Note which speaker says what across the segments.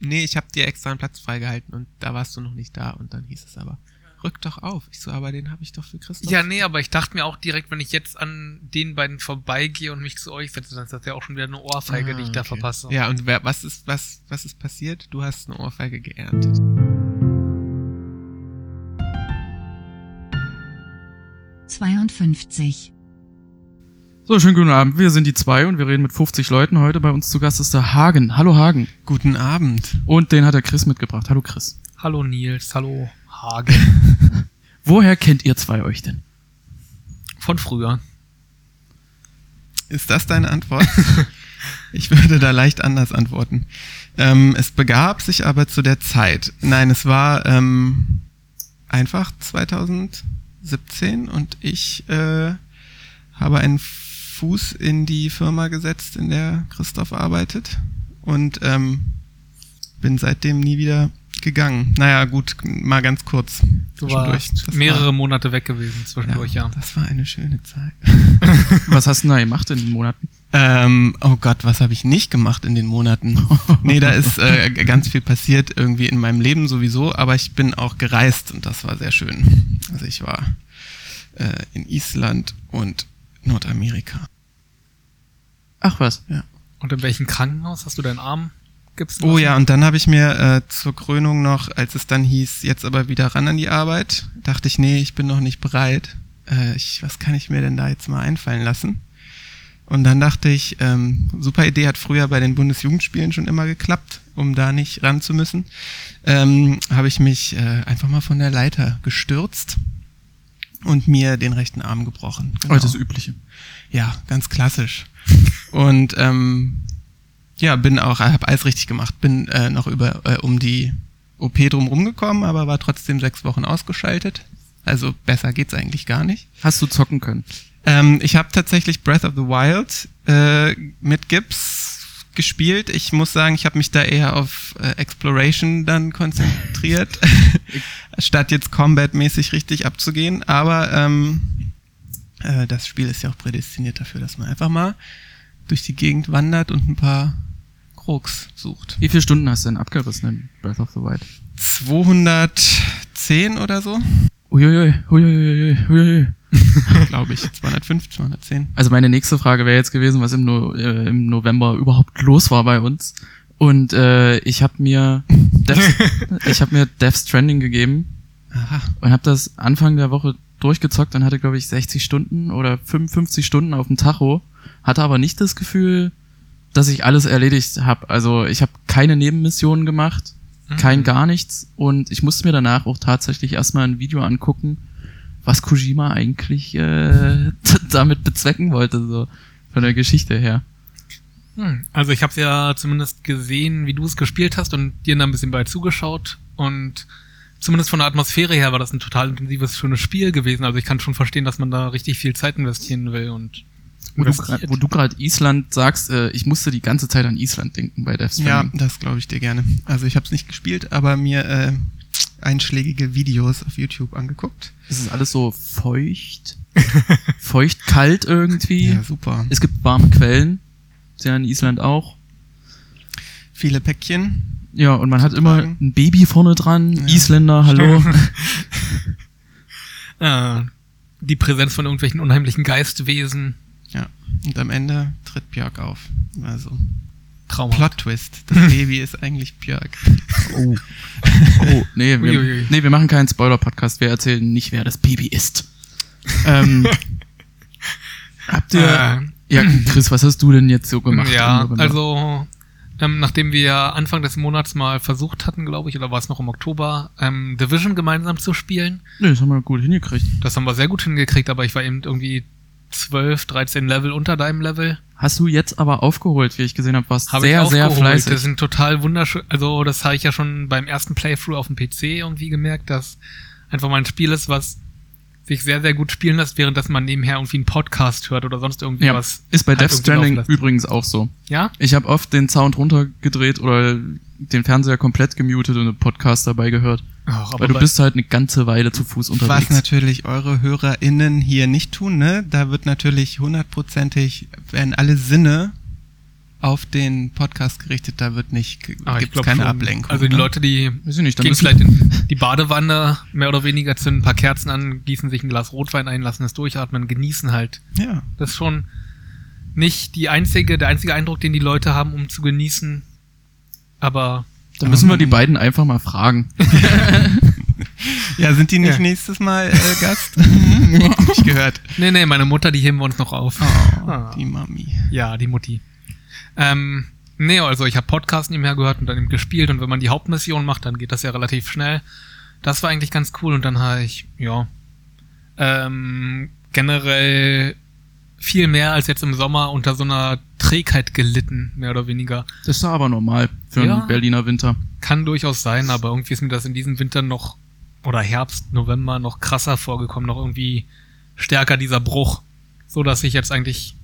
Speaker 1: nee, ich habe dir extra einen Platz freigehalten und da warst du noch nicht da. Und dann hieß es aber, rück doch auf. Ich so, aber den habe ich doch für Christoph.
Speaker 2: Ja, nee, aber ich dachte mir auch direkt, wenn ich jetzt an den beiden vorbeigehe und mich zu euch setze, dann ist das ja auch schon wieder eine Ohrfeige, die ich da
Speaker 1: Ah, okay.
Speaker 2: verpasse.
Speaker 1: Ja, und wer, was, ist, was, was ist passiert? Du hast eine Ohrfeige geerntet.
Speaker 3: zweiundfünfzig,
Speaker 4: So, schönen guten Abend. Wir sind die zwei und wir reden mit 50 Leuten. Heute bei uns zu Gast ist der Hagen. Hallo Hagen.
Speaker 1: Guten Abend.
Speaker 4: Und den hat der Chris mitgebracht. Hallo Chris.
Speaker 2: Hallo Nils, hallo Hagen.
Speaker 4: Woher kennt ihr zwei euch denn?
Speaker 2: Von früher.
Speaker 1: Ist das deine Antwort? ich würde da leicht anders antworten. Ähm, es begab sich aber zu der Zeit. Nein, es war ähm, einfach 2017 und ich äh, habe einen Fuß in die Firma gesetzt, in der Christoph arbeitet und ähm, bin seitdem nie wieder gegangen. Naja, gut, mal ganz kurz.
Speaker 2: Du
Speaker 1: zwischendurch.
Speaker 2: warst
Speaker 1: Das
Speaker 2: mehrere Monate weg gewesen
Speaker 1: war,
Speaker 2: zwischendurch, ja.
Speaker 1: Das war eine schöne Zeit.
Speaker 4: Was hast du denn da gemacht in den Monaten?
Speaker 1: Ähm, oh Gott, was habe ich nicht gemacht in den Monaten? Nee, da ist äh, g- ganz viel passiert irgendwie in meinem Leben sowieso, aber ich bin auch gereist und das war sehr schön. Also ich war äh, in Island und Nordamerika.
Speaker 4: Ach was.
Speaker 2: Und in welchem Krankenhaus hast du deinen Arm gibst
Speaker 1: Oh ja, und dann habe ich mir äh, zur Krönung noch, als es dann hieß, jetzt aber wieder ran an die Arbeit, dachte ich, nee, ich bin noch nicht bereit. Äh, ich, was kann ich mir denn da jetzt mal einfallen lassen? Und dann dachte ich, ähm, super Idee hat früher bei den Bundesjugendspielen schon immer geklappt, um da nicht ran zu müssen. Ähm, habe ich mich äh, einfach mal von der Leiter gestürzt und mir den rechten Arm gebrochen. Genau.
Speaker 4: Heute das Übliche.
Speaker 1: Ja, ganz klassisch. Und ähm, ja, bin auch, habe alles richtig gemacht, bin äh, noch über äh, um die OP drum rumgekommen, aber war trotzdem sechs Wochen ausgeschaltet. Also besser geht's eigentlich gar nicht.
Speaker 4: Hast du zocken können?
Speaker 1: Ähm, ich habe tatsächlich Breath of the Wild äh, mit Gips gespielt. Ich muss sagen, ich habe mich da eher auf äh, Exploration dann konzentriert, statt jetzt Combat-mäßig richtig abzugehen. Aber ähm, äh, das Spiel ist ja auch prädestiniert dafür, dass man einfach mal durch die Gegend wandert und ein paar Krux sucht.
Speaker 4: Wie viele Stunden hast du denn abgerissen in Breath of the Wild?
Speaker 1: 210 oder so,
Speaker 4: Uiuiui, uiuiui, uiuiui.
Speaker 1: glaube ich. 205, 210.
Speaker 4: Also meine nächste Frage wäre jetzt gewesen, was im, no äh, im November überhaupt los war bei uns. Und äh, ich habe mir, Death- ich habe mir Death Stranding gegeben
Speaker 1: Aha.
Speaker 4: und habe das Anfang der Woche durchgezockt und hatte, glaube ich, 60 Stunden oder 55 Stunden auf dem Tacho, hatte aber nicht das Gefühl, dass ich alles erledigt habe. Also ich habe keine Nebenmissionen gemacht, kein gar nichts und ich musste mir danach auch tatsächlich erstmal ein Video angucken, was Kojima eigentlich äh, damit bezwecken wollte, so von der Geschichte her.
Speaker 2: Hm, Also ich habe ja zumindest gesehen, wie du es gespielt hast und dir da ein bisschen bei zugeschaut und zumindest von der Atmosphäre her war das ein total intensives, schönes Spiel gewesen. Also ich kann schon verstehen, dass man da richtig viel Zeit investieren will und
Speaker 4: Wo du,
Speaker 2: investiert.
Speaker 4: grad- wo du gerade Island sagst, äh, ich musste die ganze Zeit an Island denken bei Death
Speaker 1: Ja,
Speaker 4: Stranding.
Speaker 1: das glaube ich dir gerne. Also ich habe es nicht gespielt, aber mir äh, einschlägige Videos auf YouTube angeguckt.
Speaker 4: Es ist alles so feucht, feucht kalt irgendwie.
Speaker 1: Ja, super.
Speaker 4: Es gibt warme Quellen, sehr in Island auch.
Speaker 1: Viele Päckchen.
Speaker 4: Ja, und man hat
Speaker 1: Zu
Speaker 4: immer
Speaker 1: tragen.
Speaker 4: ein Baby vorne dran.
Speaker 1: Ja.
Speaker 4: Isländer, hallo.
Speaker 2: äh, die Präsenz von irgendwelchen unheimlichen Geistwesen.
Speaker 1: Ja. Und am Ende tritt Björk auf. Also
Speaker 2: Trauma.
Speaker 1: Plot Twist. Das Baby ist eigentlich Björk.
Speaker 4: Oh. oh, nee, wir,
Speaker 2: Uiuiui.
Speaker 4: nee, wir machen keinen Spoiler-Podcast. Wir erzählen nicht, wer das Baby ist. ähm, habt ihr.
Speaker 2: Äh,
Speaker 4: Ja, Chris, was hast du denn jetzt so gemacht? im
Speaker 2: ja,
Speaker 4: November?
Speaker 2: also ähm, nachdem wir Anfang des Monats mal versucht hatten, glaube ich, oder war es noch im Oktober, ähm, Division gemeinsam zu spielen,
Speaker 4: Nee, das haben wir gut hingekriegt.
Speaker 2: das haben wir sehr gut hingekriegt, aber ich war eben irgendwie 12, 13 Level unter deinem Level.
Speaker 4: Hast du jetzt aber aufgeholt, wie ich gesehen habe, warst
Speaker 2: Hab
Speaker 4: sehr,
Speaker 2: ich
Speaker 4: sehr
Speaker 2: aufgeholt. Das
Speaker 4: fleißig.
Speaker 2: sind total wunderschön. Also, das habe ich ja schon beim ersten Playthrough auf dem PC irgendwie gemerkt, dass einfach mal ein Spiel ist, was sich sehr, sehr gut spielen lässt, während dass man nebenher irgendwie einen Podcast hört oder sonst irgendwie
Speaker 4: Ja,
Speaker 2: was.
Speaker 4: ist bei
Speaker 2: halt
Speaker 4: Death
Speaker 2: irgendwie laufen
Speaker 4: Stranding
Speaker 2: lässt.
Speaker 4: übrigens auch so.
Speaker 2: Ja?
Speaker 4: Ich habe oft den Sound runtergedreht oder den Fernseher komplett gemutet und einen Podcast dabei gehört.
Speaker 2: Ach, aber
Speaker 4: weil du
Speaker 2: bei-
Speaker 4: bist halt eine ganze Weile zu Fuß
Speaker 1: Was
Speaker 4: unterwegs.
Speaker 1: natürlich eure HörerInnen hier nicht tun, ne? Da wird natürlich hundertprozentig, werden alle Sinne auf den Podcast gerichtet, da wird nicht,
Speaker 4: Ah,
Speaker 2: Aber ah, ich
Speaker 1: gibt es
Speaker 2: glaub
Speaker 1: keine
Speaker 2: schon.
Speaker 1: Ablenkung.
Speaker 2: Also die
Speaker 1: ne?
Speaker 2: Leute, die
Speaker 4: Weiß ich nicht, dann
Speaker 2: gehen
Speaker 4: müssen-
Speaker 2: vielleicht in die Badewanne, mehr oder weniger zünden ein paar Kerzen an, gießen sich ein Glas Rotwein ein, lassen es durchatmen, genießen halt.
Speaker 1: Ja.
Speaker 2: Das ist schon nicht die einzige, der einzige Eindruck, den die Leute haben, um zu genießen. Aber
Speaker 4: Dann müssen wir
Speaker 1: Ähm,
Speaker 4: die beiden einfach mal fragen.
Speaker 1: ja, sind die nicht
Speaker 2: Ja.
Speaker 1: nächstes Mal äh, Gast? Hab ich gehört.
Speaker 2: nee, nee, meine Mutter, die heben wir uns noch auf. Ah.
Speaker 1: Die Mami.
Speaker 2: Ja, die Mutti. Ähm, nee, also ich habe Podcast nebenher gehört und dann eben gespielt und wenn man die Hauptmission macht, dann geht das ja relativ schnell. Das war eigentlich ganz cool und dann habe ich, ja, ähm, generell viel mehr als jetzt im Sommer unter so einer Trägheit gelitten, mehr oder weniger.
Speaker 4: Das ist doch aber normal für
Speaker 2: Ja.
Speaker 4: einen Berliner Winter.
Speaker 2: Kann durchaus sein, aber irgendwie ist mir das in diesem Winter noch, oder Herbst, November noch krasser vorgekommen, noch irgendwie stärker dieser Bruch, so dass ich jetzt eigentlich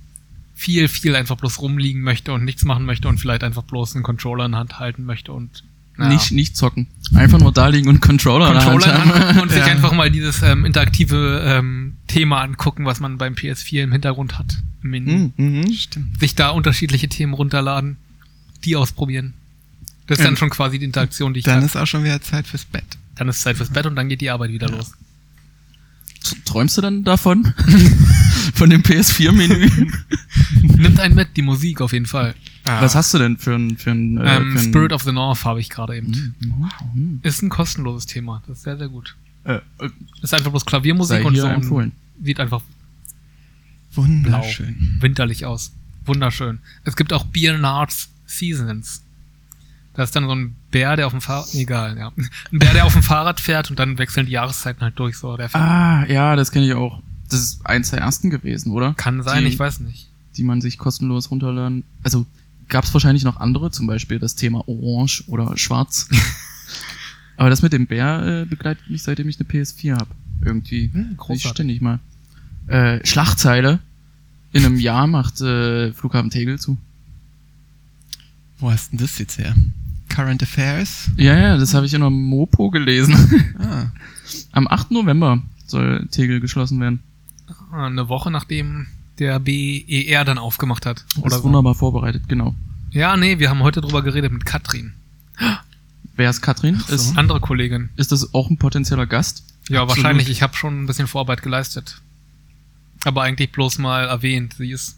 Speaker 2: viel, viel einfach bloß rumliegen möchte und nichts machen möchte und vielleicht einfach bloß einen Controller in der Hand halten möchte und ja,
Speaker 4: Nicht, nicht zocken. Einfach nur da liegen und Controller, in der
Speaker 2: Controller in
Speaker 4: Hand
Speaker 2: der Hand
Speaker 4: haben.
Speaker 2: gucken und sich
Speaker 1: Ja.
Speaker 2: einfach mal dieses ähm, interaktive ähm, Thema angucken, was man beim PS4 im Hintergrund hat. Im Menü.
Speaker 4: Hm.
Speaker 1: Mhm, Stimmt.
Speaker 2: Sich da unterschiedliche Themen runterladen, die ausprobieren. Das ist
Speaker 1: Ähm,
Speaker 2: dann schon quasi die Interaktion, die ich
Speaker 1: Dann
Speaker 2: hab.
Speaker 1: ist auch schon wieder Zeit fürs Bett.
Speaker 2: Dann ist Zeit fürs Bett und dann geht die Arbeit wieder los.
Speaker 4: Träumst du dann davon? Von dem PS4-Menü?
Speaker 2: Nimmt einen mit, die Musik auf jeden Fall.
Speaker 4: Was hast du denn für ein, für ein, äh,
Speaker 2: ähm,
Speaker 4: für ein
Speaker 2: Spirit of the North habe ich gerade eben.
Speaker 4: Wow. hm.
Speaker 2: Ist ein kostenloses Thema. Das ist sehr, sehr gut.
Speaker 4: Äh, äh,
Speaker 2: Ist einfach bloß Klaviermusik
Speaker 4: sei
Speaker 2: und
Speaker 4: hier
Speaker 2: so.
Speaker 4: empfohlen.
Speaker 2: Und sieht einfach blau,
Speaker 1: Wunderschön.
Speaker 2: winterlich aus. Wunderschön. Es gibt auch Biernards Seasons. Da ist dann so ein Bär, der auf dem Fahrrad, egal, ja. Ein Bär, der auf dem Fahrrad fährt und dann wechseln die Jahreszeiten halt durch, so. Der
Speaker 4: Ah, ja, das kenne ich auch. Das ist eins der ersten gewesen, oder?
Speaker 2: kann sein,
Speaker 4: Ah, die,
Speaker 2: ich weiß nicht.
Speaker 4: Die man sich kostenlos runterladen. Also gab es wahrscheinlich noch andere, zum Beispiel das Thema Orange oder Schwarz. Aber das mit dem Bär äh, begleitet mich, seitdem ich eine PS4 habe. Irgendwie.
Speaker 2: Hm,
Speaker 4: Ich ständig mal. Äh, Schlagzeile. In einem Jahr macht äh, Flughafen Tegel zu.
Speaker 1: Wo hast denn das jetzt her? Current Affairs?
Speaker 4: Ja, ja, das habe ich in einer Mopo gelesen.
Speaker 1: Ah.
Speaker 4: Am 8. November soll Tegel geschlossen werden.
Speaker 2: Ah, Eine Woche nachdem der BER dann aufgemacht hat. Oder
Speaker 4: Ist
Speaker 2: so.
Speaker 4: wunderbar vorbereitet, genau.
Speaker 2: Ja, nee, wir haben heute drüber geredet mit Katrin.
Speaker 4: Wer ist Katrin?
Speaker 1: so.
Speaker 4: Ist,
Speaker 2: Andere Kollegin.
Speaker 4: ist das auch ein potenzieller Gast?
Speaker 2: Ja,
Speaker 1: Absolut.
Speaker 2: wahrscheinlich. Ich habe schon ein bisschen Vorarbeit geleistet. Aber eigentlich bloß mal erwähnt. Sie ist.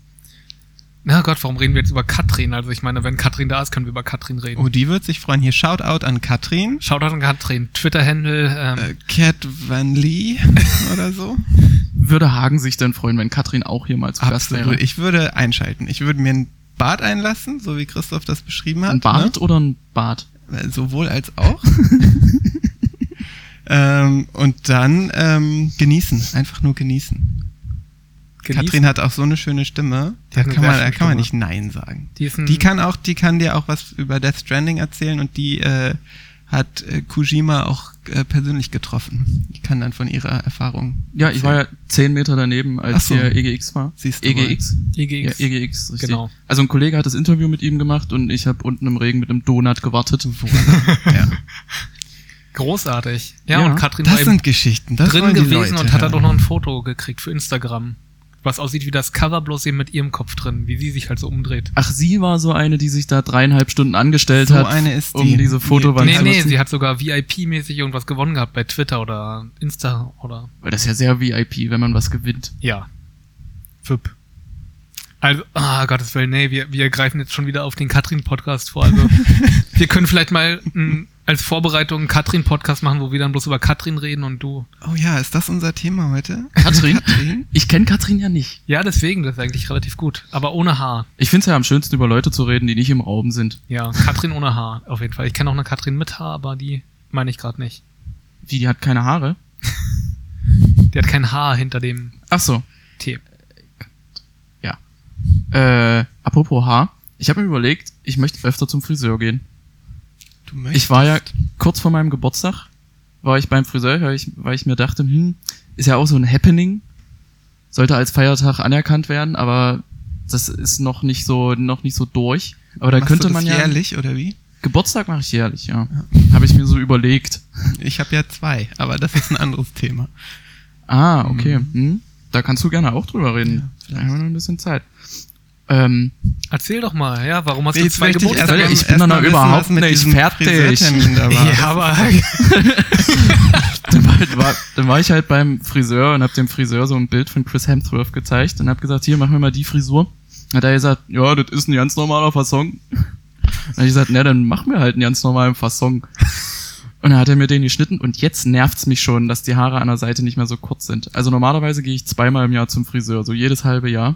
Speaker 2: Na Gott, warum reden wir jetzt über Katrin? Also ich meine, wenn Katrin da ist, können wir über Katrin reden.
Speaker 1: Oh, die wird sich freuen. Hier Shoutout an Katrin.
Speaker 2: Schaut an Katrin. Twitter-Handle. Ähm,
Speaker 1: Äh, Cat Van Lee oder so.
Speaker 4: Würde Hagen sich denn freuen, wenn Katrin auch hier mal zu Gast wäre?
Speaker 1: Absolut. Ich würde einschalten. Ich würde mir ein Bad einlassen, so wie Christoph das beschrieben hat.
Speaker 4: Ein Bart oder ein Bart?
Speaker 1: Ne? Sowohl als auch. ähm, und dann ähm, genießen. Einfach nur genießen.
Speaker 2: genießt.
Speaker 1: Katrin hat auch so eine schöne Stimme.
Speaker 2: Die
Speaker 1: Da
Speaker 2: hat eine
Speaker 1: kann,
Speaker 2: sehr
Speaker 1: man, da
Speaker 2: schöne
Speaker 1: kann man
Speaker 2: Stimme.
Speaker 1: nicht Nein sagen.
Speaker 2: Die ist ein,
Speaker 4: Mhm.
Speaker 1: Die kann auch, die kann dir auch was über Death Stranding erzählen und die äh, hat äh, Kojima auch äh, persönlich getroffen. Die kann dann von ihrer Erfahrung.
Speaker 4: Ja, ich war ja zehn Meter daneben,
Speaker 1: Ach
Speaker 4: als
Speaker 1: so.
Speaker 4: hier EGX war.
Speaker 1: Siehst du E
Speaker 4: EGX? Ja,
Speaker 2: EGX.
Speaker 4: EGX, richtig.
Speaker 2: Genau.
Speaker 4: Also ein Kollege hat das Interview mit ihm gemacht und ich habe unten im Regen mit einem Donut gewartet.
Speaker 1: Ja.
Speaker 2: Großartig. Ja,
Speaker 4: Ja.
Speaker 2: und Katrin war
Speaker 1: Das
Speaker 2: eben
Speaker 1: sind Geschichten. Das
Speaker 2: drin
Speaker 1: wollen die
Speaker 2: gewesen
Speaker 1: Leute
Speaker 2: und hat dann
Speaker 1: hören.
Speaker 2: auch noch ein Foto gekriegt für Instagram. Was aussieht wie das Cover, bloß eben mit ihrem Kopf drin, wie sie sich halt so umdreht.
Speaker 4: Ach, sie war so eine, die sich da dreieinhalb Stunden angestellt
Speaker 1: So
Speaker 4: hat,
Speaker 1: eine ist
Speaker 4: um
Speaker 1: die.
Speaker 4: diese Fotowand
Speaker 2: Nee,
Speaker 4: zu
Speaker 2: nee,
Speaker 4: nutzen.
Speaker 2: sie hat sogar VIP-mäßig irgendwas gewonnen gehabt bei Twitter oder Insta oder
Speaker 4: Weil das ist ja sehr VIP, wenn man was gewinnt.
Speaker 2: ja. VIP. Also, ah, Gottes Willen, nee, wir, wir greifen jetzt schon wieder auf den Katrin-Podcast vor. Also, wir können vielleicht mal m, als Vorbereitung einen Katrin-Podcast machen, wo wir dann bloß über Katrin reden und du.
Speaker 1: Oh ja, ist das unser Thema heute?
Speaker 4: Katrin?
Speaker 1: Katrin?
Speaker 4: Ich kenne Katrin ja nicht.
Speaker 2: Ja, deswegen, das ist eigentlich relativ gut. Aber ohne Haar.
Speaker 4: Ich finde es ja am schönsten, über Leute zu reden, die nicht im Raum sind.
Speaker 2: Ja, Katrin ohne Haar, auf jeden Fall. Ich kenne auch eine Katrin mit Haar, aber die meine ich gerade nicht.
Speaker 4: Wie, die hat keine Haare?
Speaker 2: Die hat kein Haar hinter dem
Speaker 4: Ach so.
Speaker 2: T.
Speaker 4: Äh, apropos Haar. Ich habe mir überlegt, ich möchte öfter zum Friseur gehen.
Speaker 1: Du möchtest.
Speaker 4: Ich war ja kurz vor meinem Geburtstag, war ich beim Friseur, weil ich, weil ich mir dachte, hm, ist ja auch so ein Happening, sollte als Feiertag anerkannt werden, aber das ist noch nicht so, noch nicht so durch. Aber da
Speaker 1: Machst
Speaker 4: könnte
Speaker 1: du das
Speaker 4: man ja.
Speaker 1: jährlich oder wie?
Speaker 4: Geburtstag mache ich jährlich, ja. Habe ich mir so überlegt.
Speaker 1: Ich habe ja zwei, aber das ist ein anderes Thema.
Speaker 4: Ah, okay. Hm. Da kannst du gerne auch drüber reden.
Speaker 1: Mhm. Ja,
Speaker 4: Vielleicht haben wir noch ein bisschen Zeit. Ähm,
Speaker 2: Erzähl doch mal, ja, warum hast
Speaker 1: Nee,
Speaker 2: du
Speaker 1: jetzt
Speaker 2: zwei
Speaker 1: möchte ich
Speaker 2: Geburtstage?
Speaker 1: erst mal-
Speaker 4: ich bin
Speaker 1: erst
Speaker 4: doch
Speaker 1: mal
Speaker 4: noch
Speaker 1: wissen,
Speaker 4: überhaupt
Speaker 1: was mit
Speaker 4: nicht
Speaker 1: diesem
Speaker 4: fertig.
Speaker 1: Friseurtermin da war.
Speaker 2: ja, aber
Speaker 4: dann, war, dann war- dann war ich halt beim Friseur und hab dem Friseur so ein Bild von Chris Hemsworth gezeigt und hab gesagt, hier, mach mir mal die Frisur. Dann hat er gesagt, ja, das ist ein ganz normaler Fasson. Dann hab ich gesagt, na, dann mach mir halt einen ganz normalen Fasson. Und dann hat er mir den geschnitten und jetzt nervt's mich schon, dass die Haare an der Seite nicht mehr so kurz sind. Also normalerweise gehe ich zweimal im Jahr zum Friseur, so jedes halbe Jahr.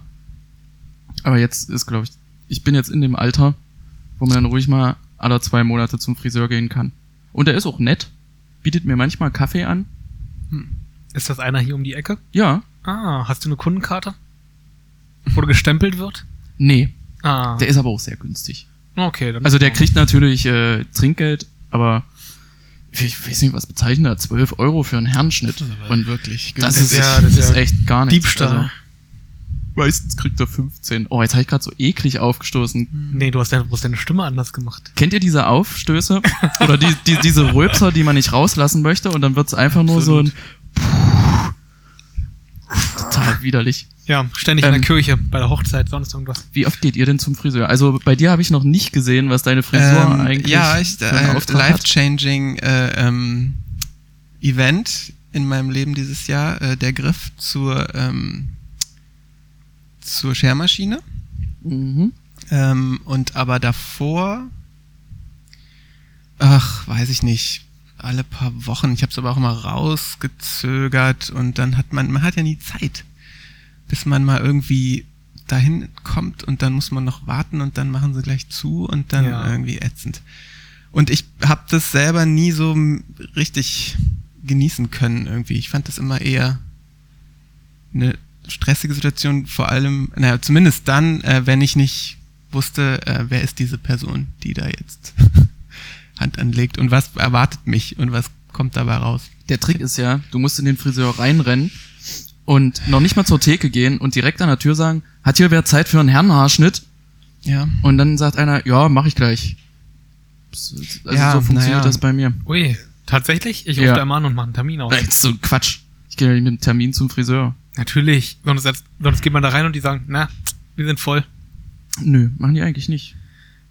Speaker 4: Aber jetzt ist, glaube ich, ich bin jetzt in dem Alter, wo man dann ruhig mal alle zwei Monate zum Friseur gehen kann. Und er ist auch nett, bietet mir manchmal Kaffee an.
Speaker 2: ist das einer hier um die Ecke?
Speaker 4: Ja,
Speaker 2: Ah, hast du eine Kundenkarte? Wo du gestempelt wird?
Speaker 4: nee,
Speaker 2: Ah,
Speaker 4: der ist aber auch sehr günstig.
Speaker 2: okay. Dann
Speaker 4: Also der kriegt natürlich äh, Trinkgeld, aber ich weiß nicht, was bezeichnet er, 12 Euro für einen Herrenschnitt. Und
Speaker 1: wirklich.
Speaker 4: das
Speaker 1: günstig.
Speaker 4: ist,
Speaker 2: ja-
Speaker 4: das
Speaker 2: das
Speaker 4: ist,
Speaker 2: ist ja
Speaker 4: echt gar nichts.
Speaker 2: Diebstahl.
Speaker 4: Also, meistens kriegt er 15. Oh, jetzt habe ich gerade so eklig aufgestoßen.
Speaker 2: nee, du hast, deine, du hast deine Stimme anders gemacht.
Speaker 4: Kennt ihr diese Aufstöße? Oder die, die, diese Röpser, die man nicht rauslassen möchte und dann wird's einfach nur so ein... Total widerlich.
Speaker 2: Ja, ständig in
Speaker 4: Ähm.
Speaker 2: der Kirche, bei der Hochzeit, sonst irgendwas.
Speaker 4: Wie oft geht ihr denn zum Friseur? Also bei dir habe ich noch nicht gesehen, was deine Frisur
Speaker 1: Ähm,
Speaker 4: eigentlich
Speaker 1: ja, ich,
Speaker 4: für einen
Speaker 1: äh,
Speaker 4: Auftrag hat.
Speaker 1: life-changing äh, ähm, Event in meinem Leben dieses Jahr, äh, der Griff zur, ähm, zur Schermaschine.
Speaker 4: Mhm.
Speaker 1: Ähm, und aber davor, ach, weiß ich nicht, alle paar Wochen. Ich habe es aber auch immer rausgezögert und dann hat man, man hat ja nie Zeit, bis man mal irgendwie dahin kommt und dann muss man noch warten und dann machen sie gleich zu und dann
Speaker 2: Ja.
Speaker 1: irgendwie ätzend. Und ich habe das selber nie so m- richtig genießen können irgendwie. Ich fand das immer eher eine stressige Situation, vor allem, naja, zumindest dann, äh, wenn ich nicht wusste, äh, wer ist diese Person, die da jetzt Hand anlegt und was erwartet mich und was kommt dabei raus.
Speaker 4: Der Trick ist ja, du musst in den Friseur reinrennen und noch nicht mal zur Theke gehen und direkt an der Tür sagen, hat hier wer Zeit für einen Herrenhaarschnitt?
Speaker 1: Ja.
Speaker 4: Und dann sagt einer, ja, mache ich gleich. So- Also
Speaker 1: Ja,
Speaker 4: so funktioniert
Speaker 1: naja.
Speaker 4: das bei mir.
Speaker 2: Ui, tatsächlich? Ich rufe
Speaker 4: Ja.
Speaker 2: da mal an und mache einen Termin
Speaker 1: Oh.
Speaker 2: aus.
Speaker 4: Das ist so ein Quatsch. Ich gehe ja nicht mit dem Termin zum Friseur.
Speaker 2: Natürlich. Sonst, als- sonst geht man da rein und die sagen, na, wir sind voll.
Speaker 4: Nö, machen die eigentlich nicht.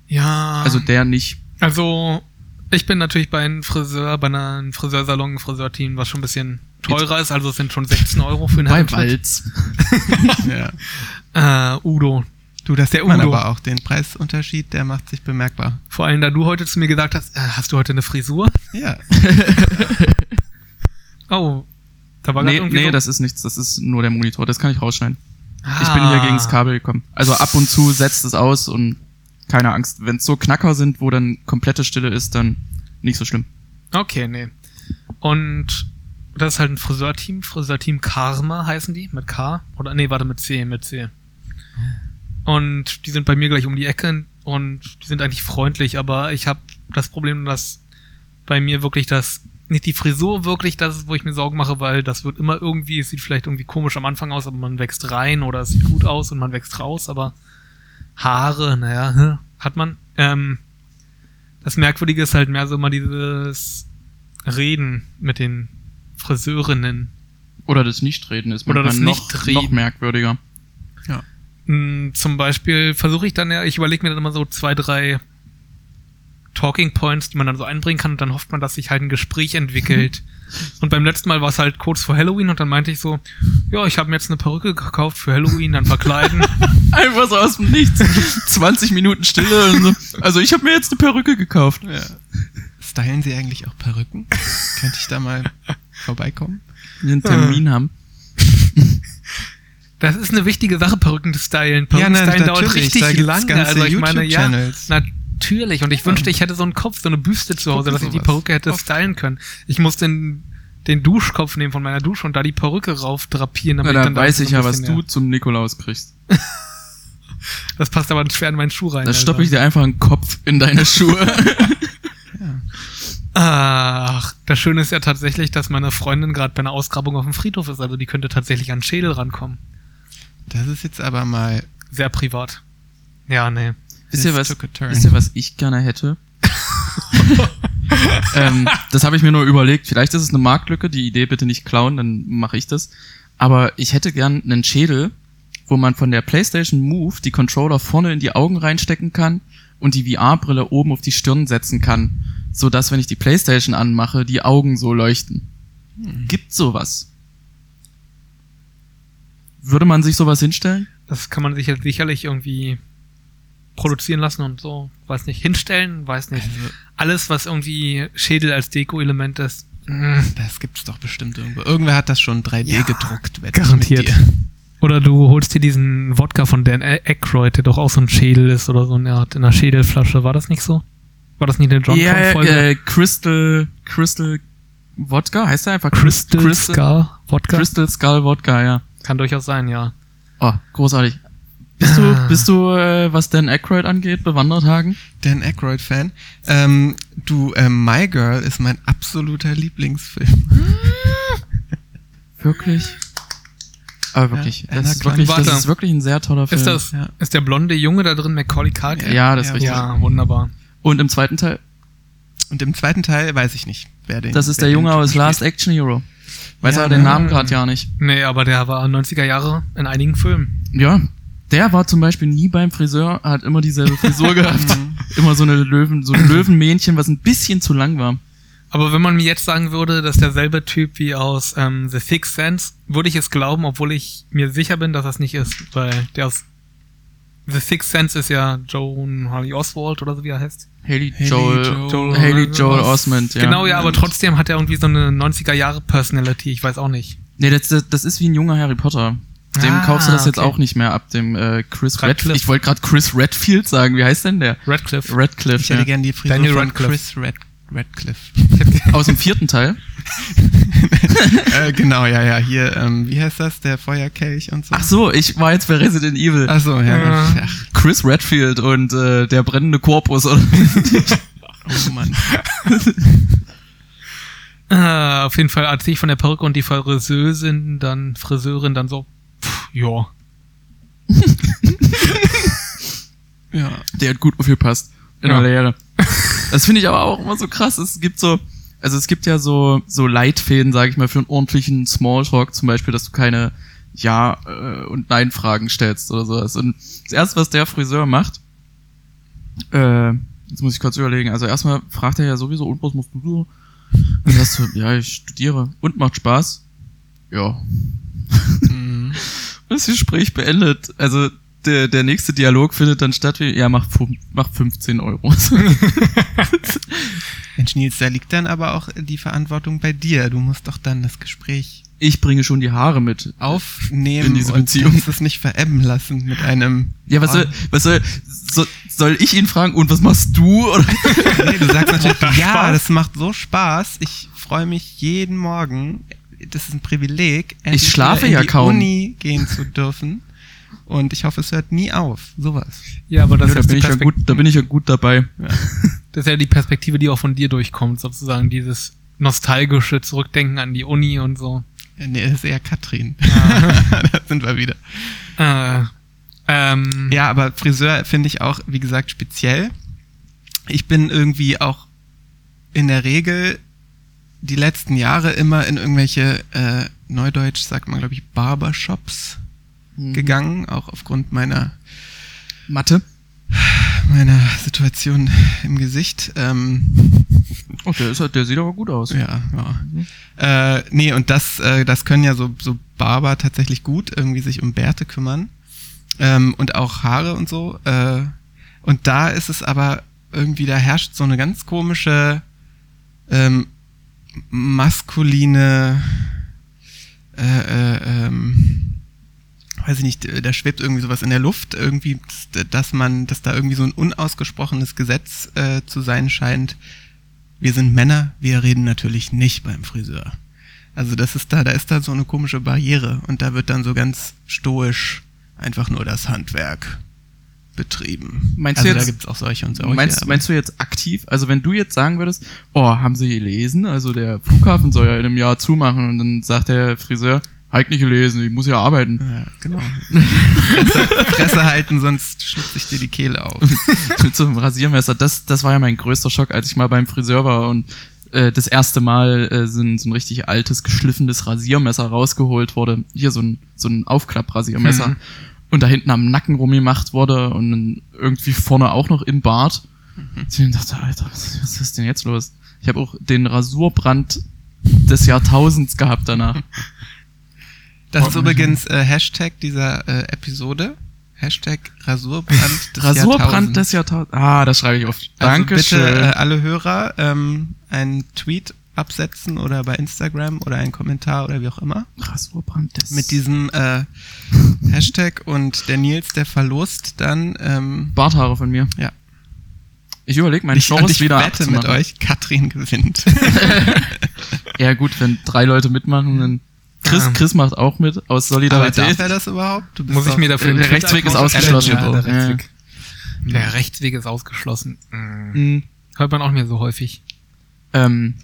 Speaker 2: Ja.
Speaker 4: Also der nicht.
Speaker 2: Also, ich bin natürlich bei einem Friseur, bei einem Friseursalon, einem Friseurteam, was schon ein bisschen teurer ist. Also es sind schon 16 Euro für einen
Speaker 4: Bei
Speaker 2: Herrenschnitt.
Speaker 4: Walz.
Speaker 1: ja.
Speaker 2: Äh, Udo.
Speaker 1: Du, das
Speaker 2: Der
Speaker 1: sieht man
Speaker 2: Udo.
Speaker 1: aber auch. Den Preisunterschied, der macht sich bemerkbar.
Speaker 2: Vor allem, da du heute zu mir gesagt hast, äh, hast du heute eine Frisur?
Speaker 1: Ja.
Speaker 2: Oh, da war grad
Speaker 4: Nee,
Speaker 2: irgendwie
Speaker 4: nee
Speaker 2: so,
Speaker 4: das ist nichts. Das ist nur der Monitor. Das kann ich rausschneiden. Ich
Speaker 2: Ah.
Speaker 4: bin hier gegen das Kabel gekommen. Also ab und zu setzt es aus und keine Angst. Wenn es so Knacker sind, wo dann komplette Stille ist, dann nicht so schlimm.
Speaker 2: Okay, nee. Und das ist halt ein Friseurteam, Friseurteam Karma heißen die, mit K. Oder nee, warte, mit C, mit C. Und die sind bei mir gleich um die Ecke und die sind eigentlich freundlich, aber ich habe das Problem, dass bei mir wirklich das, nicht die Frisur wirklich das ist, wo ich mir Sorgen mache, weil das wird immer irgendwie, es sieht vielleicht irgendwie komisch am Anfang aus, aber man wächst rein oder es sieht gut aus und man wächst raus, aber Haare, naja, hä, hat man. Ähm, das Merkwürdige ist halt mehr so immer dieses Reden mit den Friseurinnen.
Speaker 4: Oder das Nichtreden ist
Speaker 2: Oder das
Speaker 4: manchmal noch,
Speaker 2: Nichtreden.
Speaker 4: noch merkwürdiger.
Speaker 2: Hm, Zum Beispiel versuche ich dann ja, ich überlege mir dann immer so zwei, drei Talking Points, die man dann so einbringen kann und dann hofft man, dass sich halt ein Gespräch entwickelt. und beim letzten Mal war es halt kurz vor Halloween und dann meinte ich so, ja, ich habe mir jetzt eine Perücke gekauft für Halloween, dann verkleiden.
Speaker 4: Einfach so aus dem Nichts. 20 Minuten Stille. Und so. Also ich habe mir jetzt eine Perücke gekauft.
Speaker 1: ja. Stylen sie eigentlich auch Perücken? Könnte ich da mal vorbeikommen?
Speaker 4: Wir einen Termin haben.
Speaker 2: das ist eine wichtige Sache, Perücken zu stylen. Perücken
Speaker 1: na,
Speaker 2: stylen dauert
Speaker 1: natürlich,
Speaker 2: richtig
Speaker 1: da gibt's
Speaker 2: lange.
Speaker 1: ganze
Speaker 2: Also ich meine, ja,
Speaker 1: YouTube-Channels.
Speaker 2: natürlich. Und ich wünschte, ich hätte so einen Kopf, so eine Büste zu Hause,
Speaker 1: gucke
Speaker 2: dass ich die
Speaker 1: sowas.
Speaker 2: Perücke hätte
Speaker 1: Oft.
Speaker 2: stylen können. Ich muss den, den Duschkopf nehmen von meiner Dusche und da die Perücke rauf drapieren.
Speaker 4: Na, dann weiß ich ja, was du
Speaker 2: tut.
Speaker 4: zum Nikolaus kriegst.
Speaker 2: Das passt aber schwer in meinen Schuh rein. also.
Speaker 4: Dann stoppe ich dir einfach einen Kopf in deine Schuhe.
Speaker 2: Ach, das Schöne ist ja tatsächlich, dass meine Freundin gerade bei einer Ausgrabung auf dem Friedhof ist. Also die könnte tatsächlich an den Schädel rankommen.
Speaker 1: Das ist jetzt aber mal.
Speaker 2: Sehr privat. Ja, nee.
Speaker 4: Wisst ihr,
Speaker 1: This
Speaker 4: was,
Speaker 1: took a turn.
Speaker 4: wisst ihr, was ich gerne hätte? ähm, das habe ich mir nur überlegt. Vielleicht ist es eine Marktlücke, die Idee bitte nicht klauen, dann mache ich das. Aber ich hätte gern einen Schädel, wo man von der PlayStation Move die Controller vorne in die Augen reinstecken kann und die VR-Brille oben auf die Stirn setzen kann, so dass wenn ich die PlayStation anmache, die Augen so leuchten.
Speaker 1: Hm.
Speaker 4: Gibt sowas? Würde man sich sowas hinstellen?
Speaker 2: Das kann man sich jetzt sicherlich irgendwie produzieren lassen und so, weiß nicht, hinstellen, weiß nicht.
Speaker 1: also,
Speaker 2: Alles, was irgendwie Schädel als Deko-Element ist, mm,
Speaker 1: Das gibt's doch bestimmt irgendwo. Irgendwer hat das schon 3D
Speaker 2: Ja,
Speaker 1: gedruckt. wette ich
Speaker 2: garantiert.
Speaker 1: mit dir.
Speaker 2: Oder du holst dir diesen Wodka von Dan A- Aykroyd, der doch auch so ein Schädel ist oder so eine Art in einer Schädelflasche. War das nicht so? War das nicht eine John
Speaker 4: ja,
Speaker 2: Conn-Folge?
Speaker 4: äh, Crystal, Crystal Wodka, heißt der einfach
Speaker 2: Crystal,
Speaker 4: Crystal,
Speaker 2: Scar Wodka?
Speaker 4: Crystal Skull Wodka, ja.
Speaker 2: Kann durchaus sein, ja.
Speaker 4: Oh, großartig. Bist du, bist du, äh, was Dan Aykroyd angeht, bewandert, Hagen?
Speaker 1: Dan Aykroyd-Fan. Ähm, du, ähm, My Girl ist mein absoluter Lieblingsfilm.
Speaker 4: Wirklich? Aber Ah, wirklich,
Speaker 1: Ja, Anna
Speaker 4: das, ist
Speaker 1: Klein-
Speaker 4: wirklich das
Speaker 2: Warte.
Speaker 4: ist wirklich ein sehr toller Film.
Speaker 2: Ist das,
Speaker 1: ja.
Speaker 2: ist der blonde Junge da drin Macaulay Culkin?
Speaker 4: ja, das ist
Speaker 1: Ja,
Speaker 4: richtig.
Speaker 2: ja, wunderbar.
Speaker 4: Und im zweiten Teil,
Speaker 1: Und im zweiten Teil weiß ich nicht, wer den.
Speaker 4: das ist
Speaker 1: wer
Speaker 4: der
Speaker 1: den
Speaker 4: Junge
Speaker 1: Typen
Speaker 4: aus
Speaker 1: spielt.
Speaker 4: Last Action Hero. Weiß
Speaker 1: Ja,
Speaker 4: aber den
Speaker 1: ne?
Speaker 4: Namen gerade ja nicht.
Speaker 2: Nee, aber der war 90er Jahre in einigen Filmen.
Speaker 4: Ja, der war zum Beispiel nie beim Friseur, hat immer dieselbe Frisur gehabt. Immer so eine Löwen, so ein Löwenmähnchen, was ein bisschen zu lang war.
Speaker 2: Aber wenn man mir jetzt sagen würde, dass derselbe Typ wie aus ähm, The Sixth Sense, würde ich es glauben, obwohl ich mir sicher bin, dass das nicht ist, weil der aus The Sixth Sense ist ja Joan Harley Oswald oder so wie er heißt.
Speaker 4: Haley,
Speaker 1: Haley
Speaker 4: Joel,
Speaker 1: Joel-
Speaker 4: Haley Joel Osment, ja. Mhm.
Speaker 2: Genau, ja, aber trotzdem hat er irgendwie so eine 90er Jahre Personality, ich weiß auch nicht.
Speaker 4: Nee, das, das, das ist wie ein junger Harry Potter. Dem
Speaker 2: Ah,
Speaker 4: kaufst du das jetzt
Speaker 2: okay.
Speaker 4: auch nicht mehr ab, dem äh, Chris
Speaker 2: Radcliffe.
Speaker 4: Redfield. Ich wollte gerade Chris Redfield sagen, wie heißt denn der?
Speaker 2: Radcliffe.
Speaker 4: Redcliffe.
Speaker 1: Ich hätte gern die Frisur
Speaker 2: Daniel
Speaker 1: von
Speaker 2: Radcliffe.
Speaker 1: Chris Rad Radcliffe.
Speaker 4: ja. Aus dem vierten Teil.
Speaker 1: äh, genau, ja, ja. Hier, ähm, wie heißt das? Der Feuerkelch und so. Ah.
Speaker 4: Ach so, ich war jetzt bei Resident Evil.
Speaker 1: Ach so, ja.
Speaker 2: Ja.
Speaker 1: Ach,
Speaker 4: Chris Redfield und äh, der brennende Korpus. Oder?
Speaker 1: oh Mann.
Speaker 2: Äh, auf jeden Fall als ich von der Perücke und die Friseurin dann Friseurin dann so, pff, ja.
Speaker 1: Ja.
Speaker 4: Der hat gut aufgepasst in
Speaker 2: Ja.
Speaker 4: der Lehre. Das finde ich aber auch immer so krass. Es gibt so, also es gibt ja so, so Leitfäden, sage ich mal, für einen ordentlichen Smalltalk, zum Beispiel, dass du keine Ja- äh, und Nein-Fragen stellst oder sowas. Und das erste, was der Friseur macht, äh, jetzt muss ich kurz überlegen, also erstmal fragt er ja sowieso, und was machst du so? Und sagst du, ja, ich studiere. Und macht Spaß? Ja.
Speaker 1: Mhm.
Speaker 4: das Gespräch beendet. Also der, der nächste Dialog findet dann statt wie, ja, mach, fün- mach 15 Euro.
Speaker 1: Mensch, Nils, da liegt dann aber auch die Verantwortung bei dir. Du musst doch dann das Gespräch
Speaker 4: ich bringe schon die Haare mit.
Speaker 1: aufnehmen
Speaker 4: In diese
Speaker 1: und
Speaker 4: Beziehung.
Speaker 1: darfst es nicht verebben lassen mit einem.
Speaker 4: Ja, was soll, was soll, so, soll ich ihn fragen, und was machst du? Oder?
Speaker 1: Nee, du sagst natürlich, ja,
Speaker 2: Spaß.
Speaker 1: das macht so Spaß. Ich freue mich jeden Morgen. Das ist ein Privileg, endlich
Speaker 4: Ich schlafe
Speaker 1: wieder in
Speaker 4: ja
Speaker 1: die
Speaker 4: kaum.
Speaker 1: Uni gehen zu dürfen. Und ich hoffe, es hört nie auf. Sowas.
Speaker 2: Ja, aber das,
Speaker 4: Ja, da,
Speaker 2: ist
Speaker 4: bin
Speaker 2: die
Speaker 4: ich ja
Speaker 2: Perspekt-
Speaker 4: gut, da bin ich ja gut dabei.
Speaker 2: das ist ja die Perspektive, die auch von dir durchkommt, sozusagen dieses nostalgische Zurückdenken an die Uni und so.
Speaker 1: Äh, Nee, das ist eher Katrin. da sind wir wieder.
Speaker 2: Äh, ähm,
Speaker 1: Ja, aber Friseur finde ich auch, wie gesagt, speziell. Ich bin irgendwie auch in der Regel die letzten Jahre immer in irgendwelche, äh, neudeutsch sagt man, glaube ich, Barbershops Mhm. gegangen, auch aufgrund meiner
Speaker 4: Mathe?
Speaker 1: meiner Situation im Gesicht. Ähm,
Speaker 4: Oh, der, ist, halt- der sieht aber gut aus.
Speaker 1: ja, ja. Äh, nee, und das, äh, das können ja so, so Barber tatsächlich gut irgendwie sich um Bärte kümmern. Ähm, und auch Haare und so. Äh, und da ist es aber irgendwie, da herrscht so eine ganz komische ähm, maskuline äh, äh, ähm, weiß ich nicht, äh, da schwebt irgendwie sowas in der Luft, irgendwie, dass- dass man, dass da irgendwie so ein unausgesprochenes Gesetz äh, zu sein scheint. Wir sind Männer, wir reden natürlich nicht beim Friseur. Also das ist da, da ist da so eine komische Barriere und da wird dann so ganz stoisch einfach nur das Handwerk betrieben.
Speaker 4: Meinst
Speaker 1: also
Speaker 4: du jetzt-
Speaker 1: da gibt's auch solche und solche.
Speaker 4: Meinst,
Speaker 1: aber-
Speaker 4: meinst du jetzt aktiv? Also wenn du jetzt sagen würdest, oh, haben sie gelesen? Also der Flughafen soll ja in einem Jahr zumachen und dann sagt der Friseur, halt nicht gelesen, ich muss ja arbeiten.
Speaker 1: Ja, genau. Fresse, Fresse halten, sonst schlitzt sich dir die Kehle auf.
Speaker 4: mit so einem Rasiermesser. Das, das war ja mein größter Schock, als ich mal beim Friseur war und äh, das erste Mal äh, so, ein, so ein richtig altes, geschliffenes Rasiermesser rausgeholt wurde. Hier so ein, so ein Aufklapprasiermesser.
Speaker 2: Mhm.
Speaker 4: und da hinten am Nacken rumgemacht wurde und dann irgendwie vorne auch noch im Bart.
Speaker 1: Mhm.
Speaker 4: Ich dachte, Alter, was ist denn jetzt los? Ich habe auch den Rasurbrand des Jahrtausends gehabt danach.
Speaker 1: Das ist übrigens äh, Hashtag dieser äh, Episode. Hashtag Rasurbrand des
Speaker 4: Rasurbrand
Speaker 1: Jahrtausends.
Speaker 4: des Jahrtausends. Ah, das schreibe ich oft.
Speaker 1: Also
Speaker 4: Dankeschön.
Speaker 1: bitte äh, alle Hörer ähm, einen Tweet absetzen oder bei Instagram oder einen Kommentar oder wie auch immer.
Speaker 4: Rasurbrand des
Speaker 1: Mit diesem äh, Hashtag und der Nils, der verlost dann ähm,
Speaker 4: Barthaare von mir.
Speaker 1: Ja.
Speaker 4: Ich überlege meinen
Speaker 1: ich, und
Speaker 4: Chance
Speaker 1: ich
Speaker 4: wieder
Speaker 1: wette mit
Speaker 4: abzumachen.
Speaker 1: euch, Katrin gewinnt.
Speaker 4: Ja gut, wenn drei Leute mitmachen, dann Chris,
Speaker 2: Ja.
Speaker 4: Chris macht auch mit aus
Speaker 1: Ähm. Aber darf
Speaker 4: Solidarität.
Speaker 1: er das überhaupt? Du bist
Speaker 2: Muss ich
Speaker 1: doch-
Speaker 2: mir dafür
Speaker 4: der
Speaker 2: einen
Speaker 4: Rechtsweg ist
Speaker 2: Twitter-Account
Speaker 4: ausgeschlossen.
Speaker 2: erstellen? Ja, der,
Speaker 4: Ja.
Speaker 2: Rechtsweg. der Rechtsweg ist ausgeschlossen. Mhm.
Speaker 4: Mhm.
Speaker 2: Hört man auch nicht mehr so häufig.
Speaker 4: Ähm,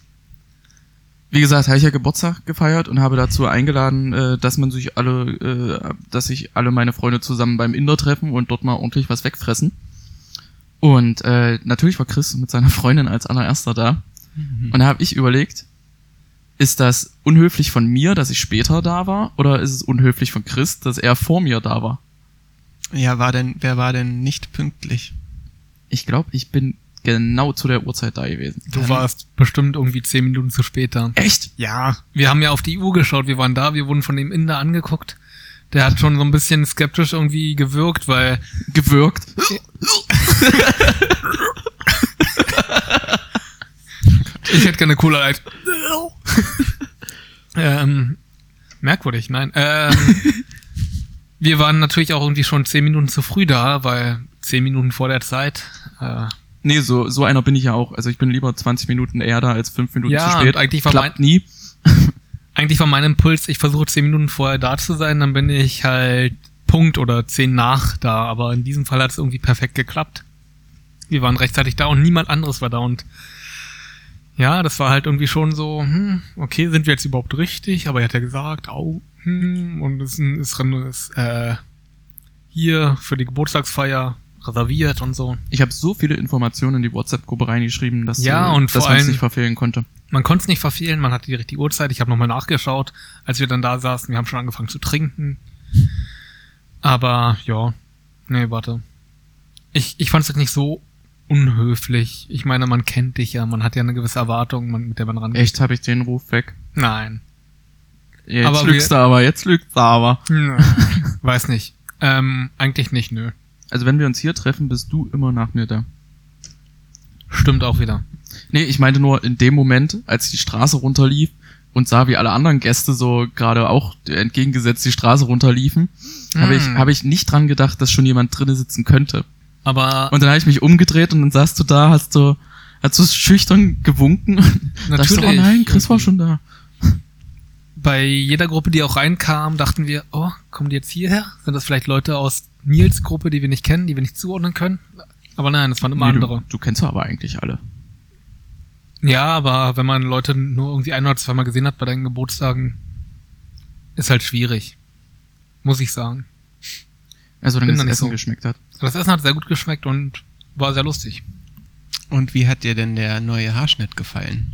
Speaker 4: wie gesagt, habe ich ja Geburtstag gefeiert und habe dazu eingeladen, äh, dass man sich alle, äh, dass sich alle meine Freunde zusammen beim Inder treffen und dort mal ordentlich was wegfressen. Und äh, natürlich war Chris mit seiner Freundin als allererster da. Und da habe ich überlegt, ist das unhöflich von mir, dass ich später da war, oder ist es unhöflich von Chris, dass er vor mir da war?
Speaker 1: Ja, war denn, wer war denn nicht pünktlich?
Speaker 4: Ich glaube, ich bin genau zu der Uhrzeit da gewesen.
Speaker 2: Du
Speaker 1: Dann-
Speaker 2: warst bestimmt irgendwie zehn Minuten zu spät da.
Speaker 4: Echt?
Speaker 2: Ja. Wir haben ja auf die Uhr geschaut, wir waren da, wir wurden von dem Inder angeguckt. Der hat schon so ein bisschen skeptisch irgendwie gewirkt, weil
Speaker 4: Gewürgt?
Speaker 2: ich hätte gerne Cola Light. ähm, merkwürdig, nein. Ähm, wir waren natürlich auch irgendwie schon zehn Minuten zu früh da, weil zehn Minuten vor der Zeit. Äh,
Speaker 4: Nee, so, so einer bin ich ja auch. Also ich bin lieber 20 Minuten eher da als 5 Minuten
Speaker 2: Ja,
Speaker 4: zu spät.
Speaker 2: und eigentlich war
Speaker 4: Klappt nie.
Speaker 2: eigentlich war mein Impuls, ich versuche zehn Minuten vorher da zu sein, dann bin ich halt Punkt oder zehn nach da. Aber in diesem Fall hat es irgendwie perfekt geklappt. Wir waren rechtzeitig da und niemand anderes war da und ja, das war halt irgendwie schon so, hm, okay, sind wir jetzt überhaupt richtig? Aber er hat ja gesagt, au, hm, und es ist, ein- ist, drin, ist äh, hier für die Geburtstagsfeier reserviert und so.
Speaker 4: Ich habe so viele Informationen in die WhatsApp-Gruppe reingeschrieben, dass,
Speaker 2: Ja,
Speaker 4: du,
Speaker 2: und
Speaker 4: dass
Speaker 2: vor
Speaker 4: man es
Speaker 2: allem-
Speaker 4: nicht verfehlen konnte.
Speaker 2: Man konnte es nicht verfehlen, man hatte die richtige Uhrzeit. Ich habe nochmal nachgeschaut, als wir dann da saßen. Wir haben schon angefangen zu trinken. Aber ja, nee, warte. Ich, ich fand es jetzt nicht so unhöflich. Ich meine, man kennt dich ja, man hat ja eine gewisse Erwartung, man, mit der man rangeht.
Speaker 4: Echt, habe ich den Ruf weg.
Speaker 2: Nein.
Speaker 4: Jetzt
Speaker 2: Aber
Speaker 4: lügst du aber, jetzt lügst du aber.
Speaker 2: Nö. Weiß nicht. Ähm, eigentlich nicht, nö.
Speaker 4: Also wenn wir uns hier treffen, bist du immer nach mir da.
Speaker 2: Stimmt auch wieder.
Speaker 4: Nee, ich meinte nur in dem Moment, als ich die Straße runterlief und sah, wie alle anderen Gäste so gerade auch entgegengesetzt die Straße runterliefen, habe ich,
Speaker 2: Mm.
Speaker 4: habe ich nicht dran gedacht, dass schon jemand drinnen sitzen könnte.
Speaker 2: Aber
Speaker 4: Und dann habe ich mich umgedreht und dann saßt du da, hast du, hast du schüchtern gewunken. Dachte ich so, oh
Speaker 2: Natürlich.
Speaker 4: nein, Chris war schon da.
Speaker 2: bei jeder Gruppe, die auch reinkam, dachten wir, oh, kommen die jetzt hierher? Sind das vielleicht Leute aus Nils Gruppe, die wir nicht kennen, die wir nicht zuordnen können? Aber nein, das waren immer
Speaker 4: Nee,
Speaker 2: andere.
Speaker 4: Du, du kennst doch aber eigentlich alle.
Speaker 2: Ja, aber wenn man Leute nur irgendwie ein oder zweimal gesehen hat bei deinen Geburtstagen, ist halt schwierig. Muss ich sagen.
Speaker 4: Also dann
Speaker 2: Bin
Speaker 4: das
Speaker 2: da
Speaker 4: Essen
Speaker 2: nicht so.
Speaker 4: geschmeckt hat.
Speaker 2: Das Essen hat sehr gut geschmeckt und war sehr lustig.
Speaker 1: Und wie hat dir denn der neue Haarschnitt gefallen?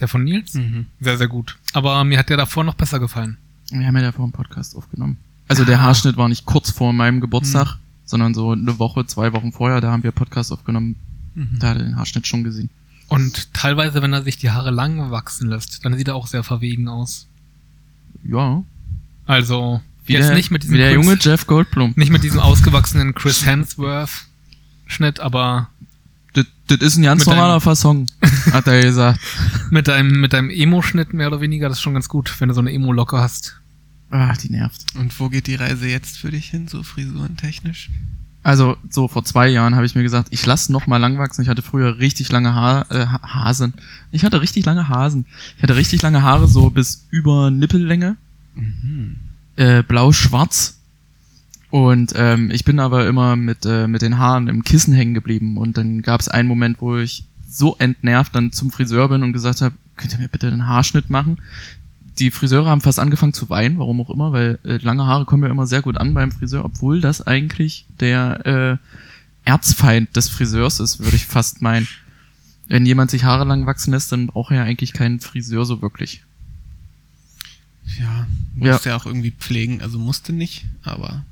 Speaker 2: Der von Nils?
Speaker 4: Hm. Mhm.
Speaker 2: Sehr, sehr gut. Aber mir hat der davor noch besser gefallen.
Speaker 4: Wir haben ja davor einen Podcast aufgenommen. Also der Haarschnitt war nicht kurz vor meinem Geburtstag,
Speaker 2: Hm.
Speaker 4: sondern so eine Woche, zwei Wochen vorher, da haben wir Podcast aufgenommen.
Speaker 2: Mhm.
Speaker 4: Da hat er den Haarschnitt schon gesehen.
Speaker 2: Und teilweise, wenn er sich die Haare lang wachsen lässt, dann sieht er auch sehr verwegen aus.
Speaker 4: Ja.
Speaker 2: Also,
Speaker 4: Wie
Speaker 2: jetzt
Speaker 4: der,
Speaker 2: nicht mit diesem
Speaker 4: wie der
Speaker 2: Kunst-
Speaker 4: junge Jeff Goldblum.
Speaker 2: Nicht mit diesem ausgewachsenen Chris Hemsworth Schnitt, aber
Speaker 4: Das, das ist ein ganz
Speaker 2: Mit
Speaker 4: normaler
Speaker 2: deinem-
Speaker 4: Fasson, hat er gesagt.
Speaker 2: mit deinem, mit deinem Emo-Schnitt mehr oder weniger, das ist schon ganz gut, wenn du so eine Emo-Locke hast.
Speaker 4: Ach, Ah, die nervt.
Speaker 1: Und wo geht die Reise jetzt für dich hin, so frisurentechnisch?
Speaker 4: Also so vor zwei Jahren habe ich mir gesagt, ich lasse noch mal lang wachsen. Ich hatte früher richtig lange ha äh, Ha- Hasen. Ich hatte richtig lange Hasen. Ich hatte richtig lange Haare so bis über Nippellänge,
Speaker 2: Mhm.
Speaker 4: äh, blau-schwarz. Und ähm, ich bin aber immer mit äh, mit den Haaren im Kissen hängen geblieben. Und dann gab es einen Moment, wo ich so entnervt dann zum Friseur bin und gesagt habe, könnt ihr mir bitte einen Haarschnitt machen? die Friseure haben fast angefangen zu weinen, warum auch immer, weil äh, lange Haare kommen ja immer sehr gut an beim Friseur, obwohl das eigentlich der äh, Erzfeind des Friseurs ist, würde ich fast meinen. Wenn jemand sich Haare lang wachsen lässt, dann braucht er ja eigentlich keinen Friseur so wirklich.
Speaker 1: Ja,
Speaker 4: Ja.
Speaker 1: musst ja. ja auch irgendwie pflegen, also musste nicht, aber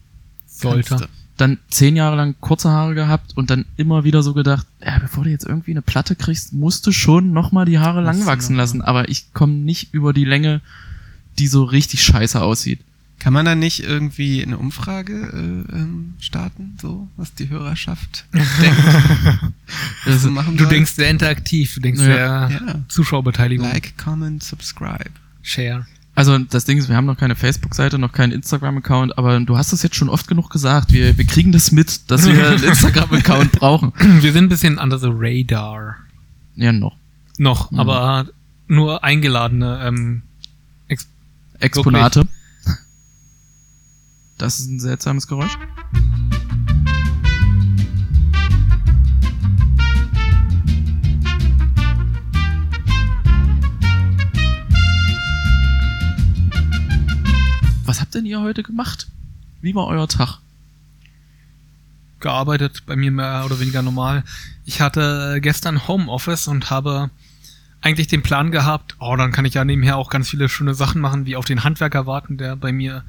Speaker 2: sollte.
Speaker 1: Kannste.
Speaker 4: Dann zehn Jahre lang kurze Haare gehabt und dann immer wieder so gedacht, ja, bevor du jetzt irgendwie eine Platte kriegst, musst du schon nochmal die Haare
Speaker 2: Musst
Speaker 4: lang
Speaker 2: du
Speaker 4: wachsen
Speaker 2: noch mal.
Speaker 4: lassen. Aber ich komme nicht über die Länge, die so richtig scheiße aussieht.
Speaker 1: Kann man da nicht irgendwie eine Umfrage äh, ähm, starten, so, was die Hörerschaft
Speaker 4: Also,
Speaker 1: machen
Speaker 2: Du
Speaker 1: soll?
Speaker 2: denkst sehr interaktiv, du denkst
Speaker 4: Ja.
Speaker 2: sehr
Speaker 1: ja.
Speaker 2: Zuschauerbeteiligung,
Speaker 1: Like, comment, subscribe.
Speaker 2: Share.
Speaker 4: also das Ding ist, wir haben noch keine Facebook-Seite, noch keinen Instagram-Account, aber du hast es jetzt schon oft genug gesagt. Wir, wir kriegen das mit, dass wir einen Instagram-Account brauchen.
Speaker 2: Wir sind ein bisschen under the radar.
Speaker 4: Ja, noch.
Speaker 2: Noch,
Speaker 4: Mhm.
Speaker 2: aber nur eingeladene. Ähm,
Speaker 4: Exponate. Das ist ein seltsames Geräusch. Was habt denn ihr heute gemacht? Wie war euer Tag?
Speaker 2: gearbeitet, bei mir mehr oder weniger normal. Ich hatte äh, gestern Homeoffice und habe eigentlich den Plan gehabt, oh, dann kann ich ja nebenher auch ganz viele schöne Sachen machen, wie auf den Handwerker warten, der bei mir,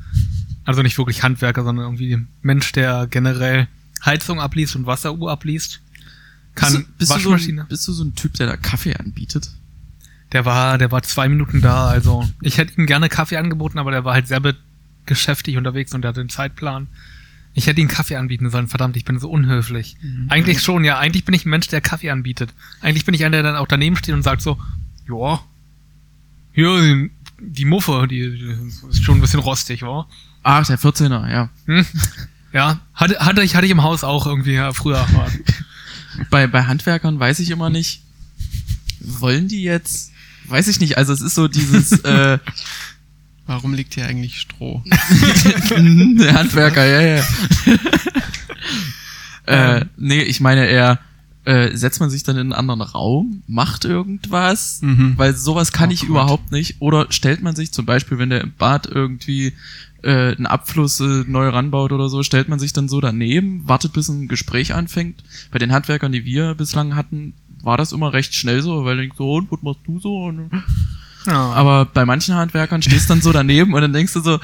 Speaker 2: also nicht wirklich Handwerker, sondern irgendwie ein Mensch, der generell Heizung abliest und Wasseruhr abliest. Kann
Speaker 4: bist, du, bist, du so
Speaker 2: Waschmaschine.
Speaker 4: ein, bist du so ein Typ, der da Kaffee anbietet?
Speaker 2: der war, der war zwei Minuten da, also ich hätte ihm gerne Kaffee angeboten, aber der war halt sehr be- geschäftig unterwegs und der hatte einen Zeitplan. Ich hätte ihm Kaffee anbieten sollen, verdammt, ich bin so unhöflich. Eigentlich schon, ja. Eigentlich bin ich ein Mensch, der Kaffee anbietet. Eigentlich bin ich einer, der dann auch daneben steht und sagt so, ja, hier, die- die Muffe, die, die ist schon ein bisschen rostig, wa?
Speaker 4: Ach, der 14er, ja.
Speaker 2: Hm? Ja, hatte, hatte, ich, hatte ich im Haus auch irgendwie ja, früher. aber-
Speaker 4: bei, bei Handwerkern weiß ich immer nicht, wollen die jetzt, weiß ich nicht, also es ist so dieses, äh,
Speaker 1: Warum liegt hier eigentlich Stroh?
Speaker 2: Äh,
Speaker 4: Mhm, der Handwerker, ja, ja. äh,
Speaker 1: Ähm.
Speaker 4: nee, ich meine eher, äh, setzt man sich dann in einen anderen Raum, macht irgendwas,
Speaker 1: Mhm.
Speaker 4: weil sowas kann
Speaker 1: Oh
Speaker 4: ich
Speaker 1: Gott.
Speaker 4: überhaupt nicht. Oder stellt man sich zum Beispiel, wenn der im Bad irgendwie äh, einen Abfluss äh, neu ranbaut oder so, stellt man sich dann so daneben, wartet bis ein Gespräch anfängt. Bei den Handwerkern, die wir bislang hatten, war das immer recht schnell so, weil ich so, und was machst du so? Und
Speaker 2: Ja.
Speaker 4: Genau, aber bei manchen Handwerkern stehst dann so daneben und dann denkst du so,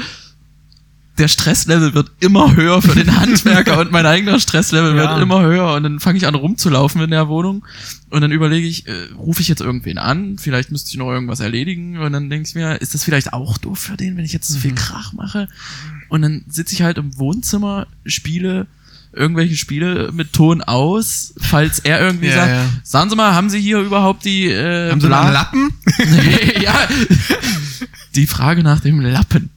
Speaker 4: der Stresslevel wird immer höher für den Handwerker und mein eigener
Speaker 2: Ja.
Speaker 4: Stresslevel wird immer höher und dann fange ich an rumzulaufen in der Wohnung und dann überlege ich, äh, rufe ich jetzt irgendwen an, vielleicht müsste ich noch irgendwas erledigen und dann denke ich mir, ist das vielleicht auch doof für den, wenn ich jetzt so
Speaker 1: Mhm.
Speaker 4: viel Krach mache und dann sitze ich halt im Wohnzimmer, spiele irgendwelche Spiele mit Ton aus, falls er irgendwie
Speaker 1: Ja,
Speaker 4: sagt,
Speaker 1: ja.
Speaker 4: sagen Sie mal, haben Sie hier überhaupt die äh,
Speaker 1: Haben Sie noch
Speaker 4: Bla-
Speaker 1: einen Lappen?
Speaker 4: ja. Die Frage nach dem Lappen.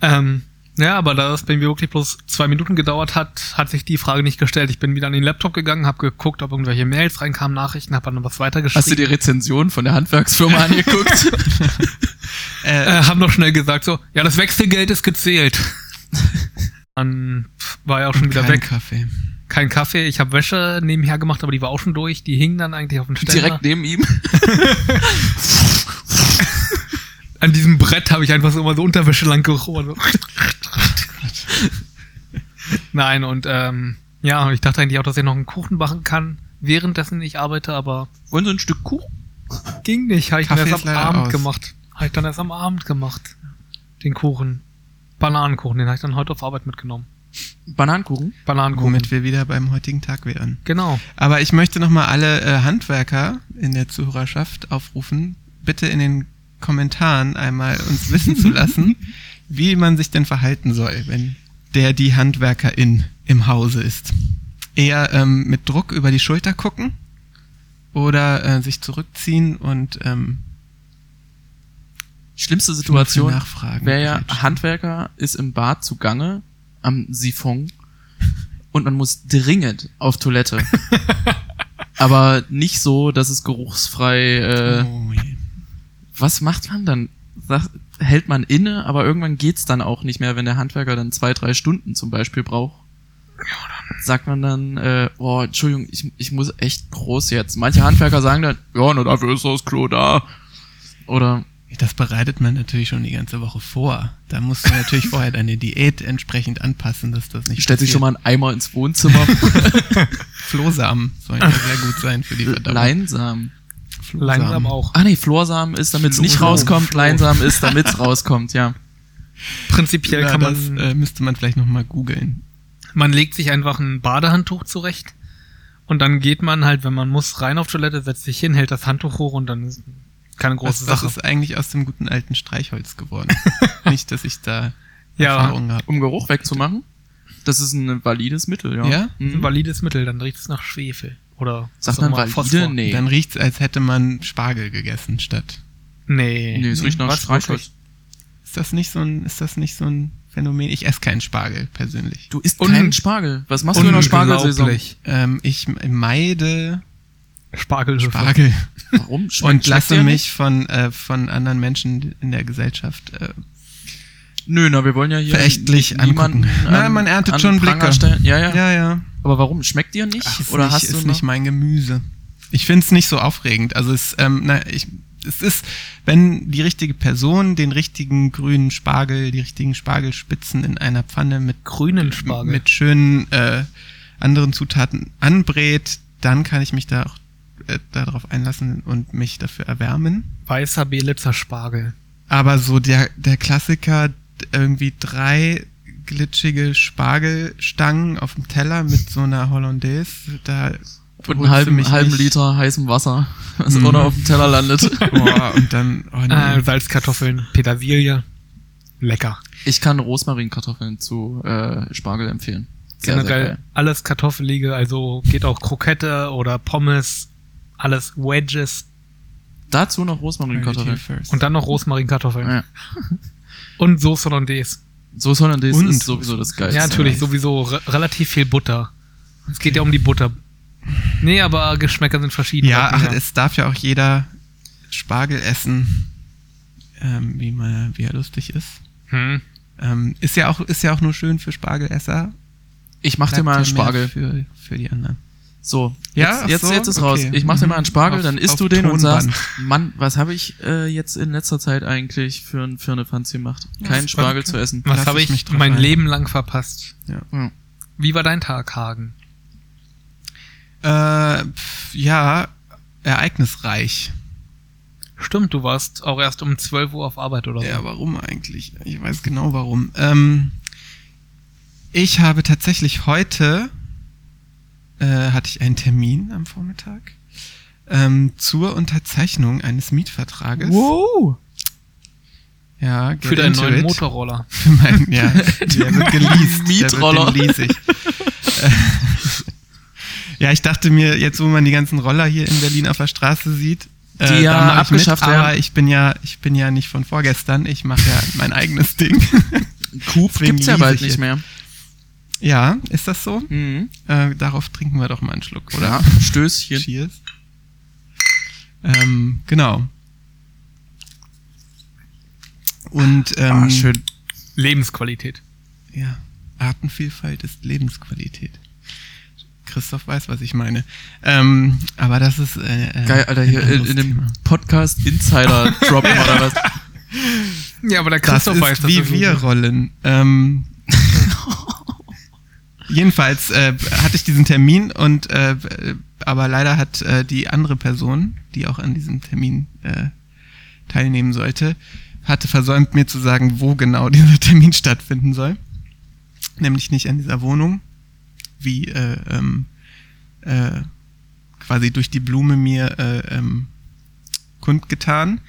Speaker 2: Ähm, ja, aber da es bei mir wirklich bloß zwei Minuten gedauert hat, hat sich die Frage nicht gestellt. Ich bin wieder an den Laptop gegangen, habe geguckt, ob irgendwelche Mails reinkamen, Nachrichten, habe dann was
Speaker 4: Hast du
Speaker 2: weitergeschrieben.
Speaker 4: die Rezension von der Handwerksfirma angeguckt?
Speaker 1: Äh,
Speaker 2: äh, haben noch schnell gesagt so, ja, das Wechselgeld ist gezählt. dann pff, war ja auch schon wieder
Speaker 1: kein
Speaker 2: weg.
Speaker 1: Kaffee.
Speaker 2: Kein Kaffee. Ich habe Wäsche nebenher gemacht, aber die war auch schon durch. Die hing dann eigentlich auf dem Ständer.
Speaker 4: Direkt neben ihm.
Speaker 2: An diesem Brett habe ich einfach so immer so Unterwäsche lang gerochen. So. Nein, und ähm, ja, ich dachte eigentlich auch, dass ich noch einen Kuchen machen kann, währenddessen ich arbeite, aber
Speaker 4: Wollen Sie ein Stück Kuchen?
Speaker 2: ging nicht. Habe ich
Speaker 1: Kaffee
Speaker 2: dann
Speaker 1: ist
Speaker 2: erst am
Speaker 1: leider
Speaker 2: Abend
Speaker 1: aus.
Speaker 2: gemacht. Habe ich dann erst am Abend gemacht. Den Kuchen. Bananenkuchen, den habe ich dann heute auf Arbeit mitgenommen.
Speaker 4: Bananenkuchen?
Speaker 2: Bananenkuchen.
Speaker 1: Womit wir wieder beim heutigen Tag wären.
Speaker 2: Genau.
Speaker 1: Aber ich möchte nochmal alle äh, Handwerker in der Zuhörerschaft aufrufen, bitte in den Kommentaren einmal uns wissen zu lassen, wie man sich denn verhalten soll, wenn der die Handwerkerin im Hause ist. Eher ähm, mit Druck über die Schulter gucken oder äh, sich zurückziehen und ähm,
Speaker 4: Schlimmste
Speaker 1: schnell
Speaker 4: Situation
Speaker 1: nachfragen.
Speaker 4: wäre ja, Handwerker ist im Bad zugange am Siphon und man muss dringend auf Toilette. Aber nicht so, dass es geruchsfrei... Äh,
Speaker 1: oh, je.
Speaker 4: was macht man dann? Sagt- hält man inne, aber irgendwann geht's dann auch nicht mehr, wenn der Handwerker dann zwei, drei Stunden zum Beispiel braucht. Sagt man dann, äh, boah, Entschuldigung, ich, ich muss echt groß jetzt. Manche Handwerker sagen dann, ja, nur dafür ist das Klo da. Oder,
Speaker 1: Das bereitet man natürlich schon die ganze Woche vor. Da musst du natürlich vorher deine Diät entsprechend anpassen, dass das nicht
Speaker 4: stellt sich schon
Speaker 1: passiert.
Speaker 4: mal einen Eimer ins Wohnzimmer.
Speaker 1: Flohsamen sollen ja sehr gut sein für die Verdauung.
Speaker 4: Leinsamen.
Speaker 1: Flohsamen.
Speaker 2: Langsam auch.
Speaker 4: Ah nee, Florsamen ist, damit's nicht
Speaker 1: Flohsamen.
Speaker 4: rauskommt.
Speaker 1: Flor.
Speaker 4: Leinsamen ist, damit's rauskommt, ja.
Speaker 2: Prinzipiell
Speaker 1: Ja,
Speaker 2: kann
Speaker 1: das
Speaker 2: man.
Speaker 1: äh, müsste man vielleicht nochmal googeln.
Speaker 2: man legt sich einfach ein Badehandtuch zurecht und dann geht man halt, wenn man muss, rein auf Toilette, setzt sich hin, hält das Handtuch hoch und dann ist keine große
Speaker 1: Was, was
Speaker 2: Sache.
Speaker 1: ist eigentlich aus dem guten alten Streichholz geworden? Nicht, dass ich da
Speaker 2: Ja.
Speaker 1: Erfahrungen habe.
Speaker 4: Um Geruch wegzumachen, das ist ein valides Mittel, ja.
Speaker 1: Ja?
Speaker 2: ein
Speaker 4: Mhm.
Speaker 2: valides Mittel, dann riecht es nach Schwefel oder was
Speaker 4: Sagt
Speaker 2: auch
Speaker 4: man
Speaker 2: immer,
Speaker 4: valide?
Speaker 2: Phosphor.
Speaker 4: Nee.
Speaker 1: Dann riecht's, als hätte man Spargel gegessen statt.
Speaker 2: Nee.
Speaker 4: Nee, es riecht nach
Speaker 2: Was?
Speaker 4: Streichholz.
Speaker 1: Ist das nicht so ein, ist das nicht so ein Phänomen? Ich esse keinen Spargel persönlich.
Speaker 4: Du isst
Speaker 2: Un-
Speaker 4: keinen Spargel. Was machst du in der Spargelsaison?
Speaker 2: Unglaublich.
Speaker 1: Ähm, ich meide
Speaker 2: Spargelhüpfer.
Speaker 1: Spargel
Speaker 4: Warum?
Speaker 1: und
Speaker 4: Schmeckt- schmeckt der
Speaker 1: lasse
Speaker 4: nicht?
Speaker 1: mich von, äh, von anderen Menschen in der Gesellschaft äh,
Speaker 4: Nö, na, wir wollen ja hier
Speaker 1: verächtlich angucken.
Speaker 4: niemanden an-
Speaker 1: Nein, man erntet
Speaker 4: an
Speaker 1: schon
Speaker 4: Pranger
Speaker 1: Blicke.
Speaker 4: stellen. Ja, ja,
Speaker 1: ja. ja.
Speaker 4: Aber warum? Schmeckt dir nicht?
Speaker 1: Ach, ist
Speaker 4: Oder
Speaker 1: nicht,
Speaker 4: hast
Speaker 1: ist
Speaker 4: du noch?
Speaker 1: nicht mein Gemüse. Ich find's nicht so aufregend. Also es, ähm, na, ich, es ist, wenn die richtige Person den richtigen grünen Spargel, die richtigen Spargelspitzen in einer Pfanne mit
Speaker 2: Grünen Spargel.
Speaker 1: mit schönen äh, anderen Zutaten anbrät, dann kann ich mich da auch äh, darauf einlassen und mich dafür erwärmen.
Speaker 2: Weißer Belitzer Spargel.
Speaker 1: Aber so der, der Klassiker, d- irgendwie drei glitschige Spargelstangen auf dem Teller mit so einer Hollandaise, da holst
Speaker 4: Und
Speaker 1: du
Speaker 4: einen halben,
Speaker 1: mich
Speaker 4: halben
Speaker 1: nicht.
Speaker 4: Liter heißem Wasser, was
Speaker 1: Mhm.
Speaker 4: ohne auf dem Teller landet.
Speaker 1: Boah, und dann, oh
Speaker 4: Mhm.
Speaker 1: nee.
Speaker 2: Äh, Salzkartoffeln, Petersilie. Lecker.
Speaker 4: Ich kann Rosmarinkartoffeln zu äh, Spargel empfehlen. Sehr, sehr
Speaker 2: Generell
Speaker 4: geil.
Speaker 2: alles Kartoffelige, also geht auch Krokette oder Pommes, alles Wedges
Speaker 4: Dazu noch
Speaker 1: Priority
Speaker 4: Rosmarinkartoffeln.
Speaker 1: first.
Speaker 2: und dann noch Rosmarinkartoffeln
Speaker 4: Ja.
Speaker 2: und Soße Hollandaise.
Speaker 4: Soße Hollandaise
Speaker 1: Und-
Speaker 4: ist sowieso das Geilste.
Speaker 2: ja, natürlich,
Speaker 1: nice.
Speaker 2: sowieso re relativ viel Butter. Es geht ja um die Butter. Nee, aber Geschmäcker sind verschieden. Halt
Speaker 1: ja,
Speaker 2: Sagt man
Speaker 1: ach, es darf ja auch jeder Spargel essen, ähm, wie, man, wie er lustig ist.
Speaker 2: hm.
Speaker 1: Ähm, ist, ja auch, ist ja auch nur schön für Spargelesser.
Speaker 4: Ich mach dir
Speaker 1: Bleibt
Speaker 4: mal
Speaker 1: ja
Speaker 4: einen
Speaker 1: mehr
Speaker 4: Spargel.
Speaker 1: Für, für die anderen.
Speaker 4: So,
Speaker 1: Ja,
Speaker 4: jetzt,
Speaker 1: ach
Speaker 4: jetzt,
Speaker 1: so,
Speaker 4: jetzt ist raus.
Speaker 1: okay.
Speaker 4: Ich mach dir
Speaker 1: Mhm.
Speaker 4: mal einen Spargel,
Speaker 1: Auf-
Speaker 4: dann isst
Speaker 1: auf
Speaker 4: du den
Speaker 1: Tonband.
Speaker 4: und sagst, Mann, was habe ich äh, jetzt in letzter Zeit eigentlich für, ein- für eine Fanz gemacht? Keinen
Speaker 1: das-
Speaker 4: Spargel zu essen.
Speaker 1: Lass
Speaker 2: Was habe
Speaker 1: ich
Speaker 2: ich
Speaker 1: mich drauf
Speaker 2: mein
Speaker 1: ein.
Speaker 2: Leben lang verpasst?
Speaker 4: Ja.
Speaker 2: Wie war dein Tag, Hagen?
Speaker 1: Äh, pf, ja, ereignisreich.
Speaker 2: Stimmt, du warst auch erst um 12 Uhr auf Arbeit oder so.
Speaker 1: Ja, warum eigentlich? Ich weiß genau warum. Ähm, ich habe tatsächlich heute, äh, hatte ich einen Termin am Vormittag ähm, zur Unterzeichnung eines Mietvertrages.
Speaker 4: Wow!
Speaker 1: Ja, get
Speaker 2: Für deinen
Speaker 1: into
Speaker 2: neuen
Speaker 1: it.
Speaker 2: Motorroller.
Speaker 1: Für meinen, ja. Der wird geleast.
Speaker 4: Mietroller.
Speaker 1: Der wird den lease ich. Äh, ja, ich dachte mir, jetzt wo man die ganzen Roller hier in Berlin auf der Straße sieht, äh,
Speaker 4: Die ja
Speaker 1: da mach ich
Speaker 4: abgeschafft
Speaker 1: mit,
Speaker 4: werden.
Speaker 1: Aber ich bin ja, ich bin ja nicht von vorgestern. Ich mache ja mein eigenes Ding.
Speaker 4: Coop
Speaker 1: Deswegen
Speaker 4: gibt's ja
Speaker 1: lease
Speaker 4: bald
Speaker 1: ich
Speaker 4: nicht
Speaker 1: jetzt.
Speaker 4: mehr.
Speaker 1: Ja, ist das so?
Speaker 4: Mhm.
Speaker 1: Äh, darauf trinken wir doch mal einen Schluck, oder?
Speaker 4: Ja, Stößchen.
Speaker 1: Cheers. Ähm, genau. Und ähm,
Speaker 4: ah, schön.
Speaker 2: Lebensqualität.
Speaker 1: Ja, Artenvielfalt ist Lebensqualität. Christoph weiß, was ich meine. Ähm, aber das ist äh, äh,
Speaker 4: Geil, Alter,
Speaker 1: ein
Speaker 4: hier in,
Speaker 1: anderes
Speaker 4: in
Speaker 1: Thema.
Speaker 4: dem Podcast Insider droppen oder was?
Speaker 2: Ja, aber der
Speaker 1: das
Speaker 2: Christoph
Speaker 1: ist
Speaker 2: weiß, dass
Speaker 1: wie
Speaker 2: das so
Speaker 1: wir
Speaker 2: ist.
Speaker 1: rollen. Ähm, jedenfalls äh, hatte ich diesen Termin und äh, aber leider hat äh, die andere Person, die auch an diesem Termin äh, teilnehmen sollte, hatte versäumt mir zu sagen, wo genau dieser Termin stattfinden soll. Nämlich nicht an dieser Wohnung, wie äh, ähm, äh, quasi durch die Blume mir äh, ähm, kundgetan,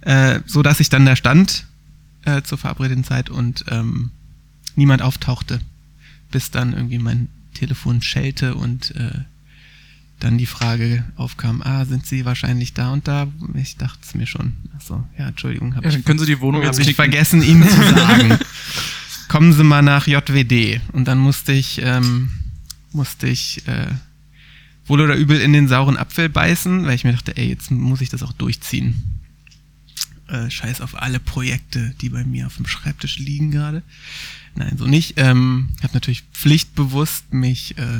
Speaker 1: äh, so dass ich dann da stand äh, zur verabredeten Zeit und ähm, niemand auftauchte, bis dann irgendwie mein Telefon schellte und äh, dann die Frage aufkam, ah, sind Sie wahrscheinlich da und da? Ich dachte es mir schon. Ach so, ja, Entschuldigung, habe
Speaker 4: Ja,
Speaker 1: ich
Speaker 4: dann können sie die Wohnung
Speaker 1: Hab
Speaker 4: jetzt
Speaker 1: ich
Speaker 4: nicht
Speaker 1: vergessen, Ihnen zu sagen. Kommen Sie mal nach JWD. Und dann musste ich, ähm, musste ich äh, wohl oder übel in den sauren Apfel beißen, weil ich mir dachte, ey, jetzt muss ich das auch durchziehen. Äh, scheiß auf alle Projekte, die bei mir auf dem Schreibtisch liegen gerade. Nein, so nicht. Ähm, habe natürlich pflichtbewusst mich äh,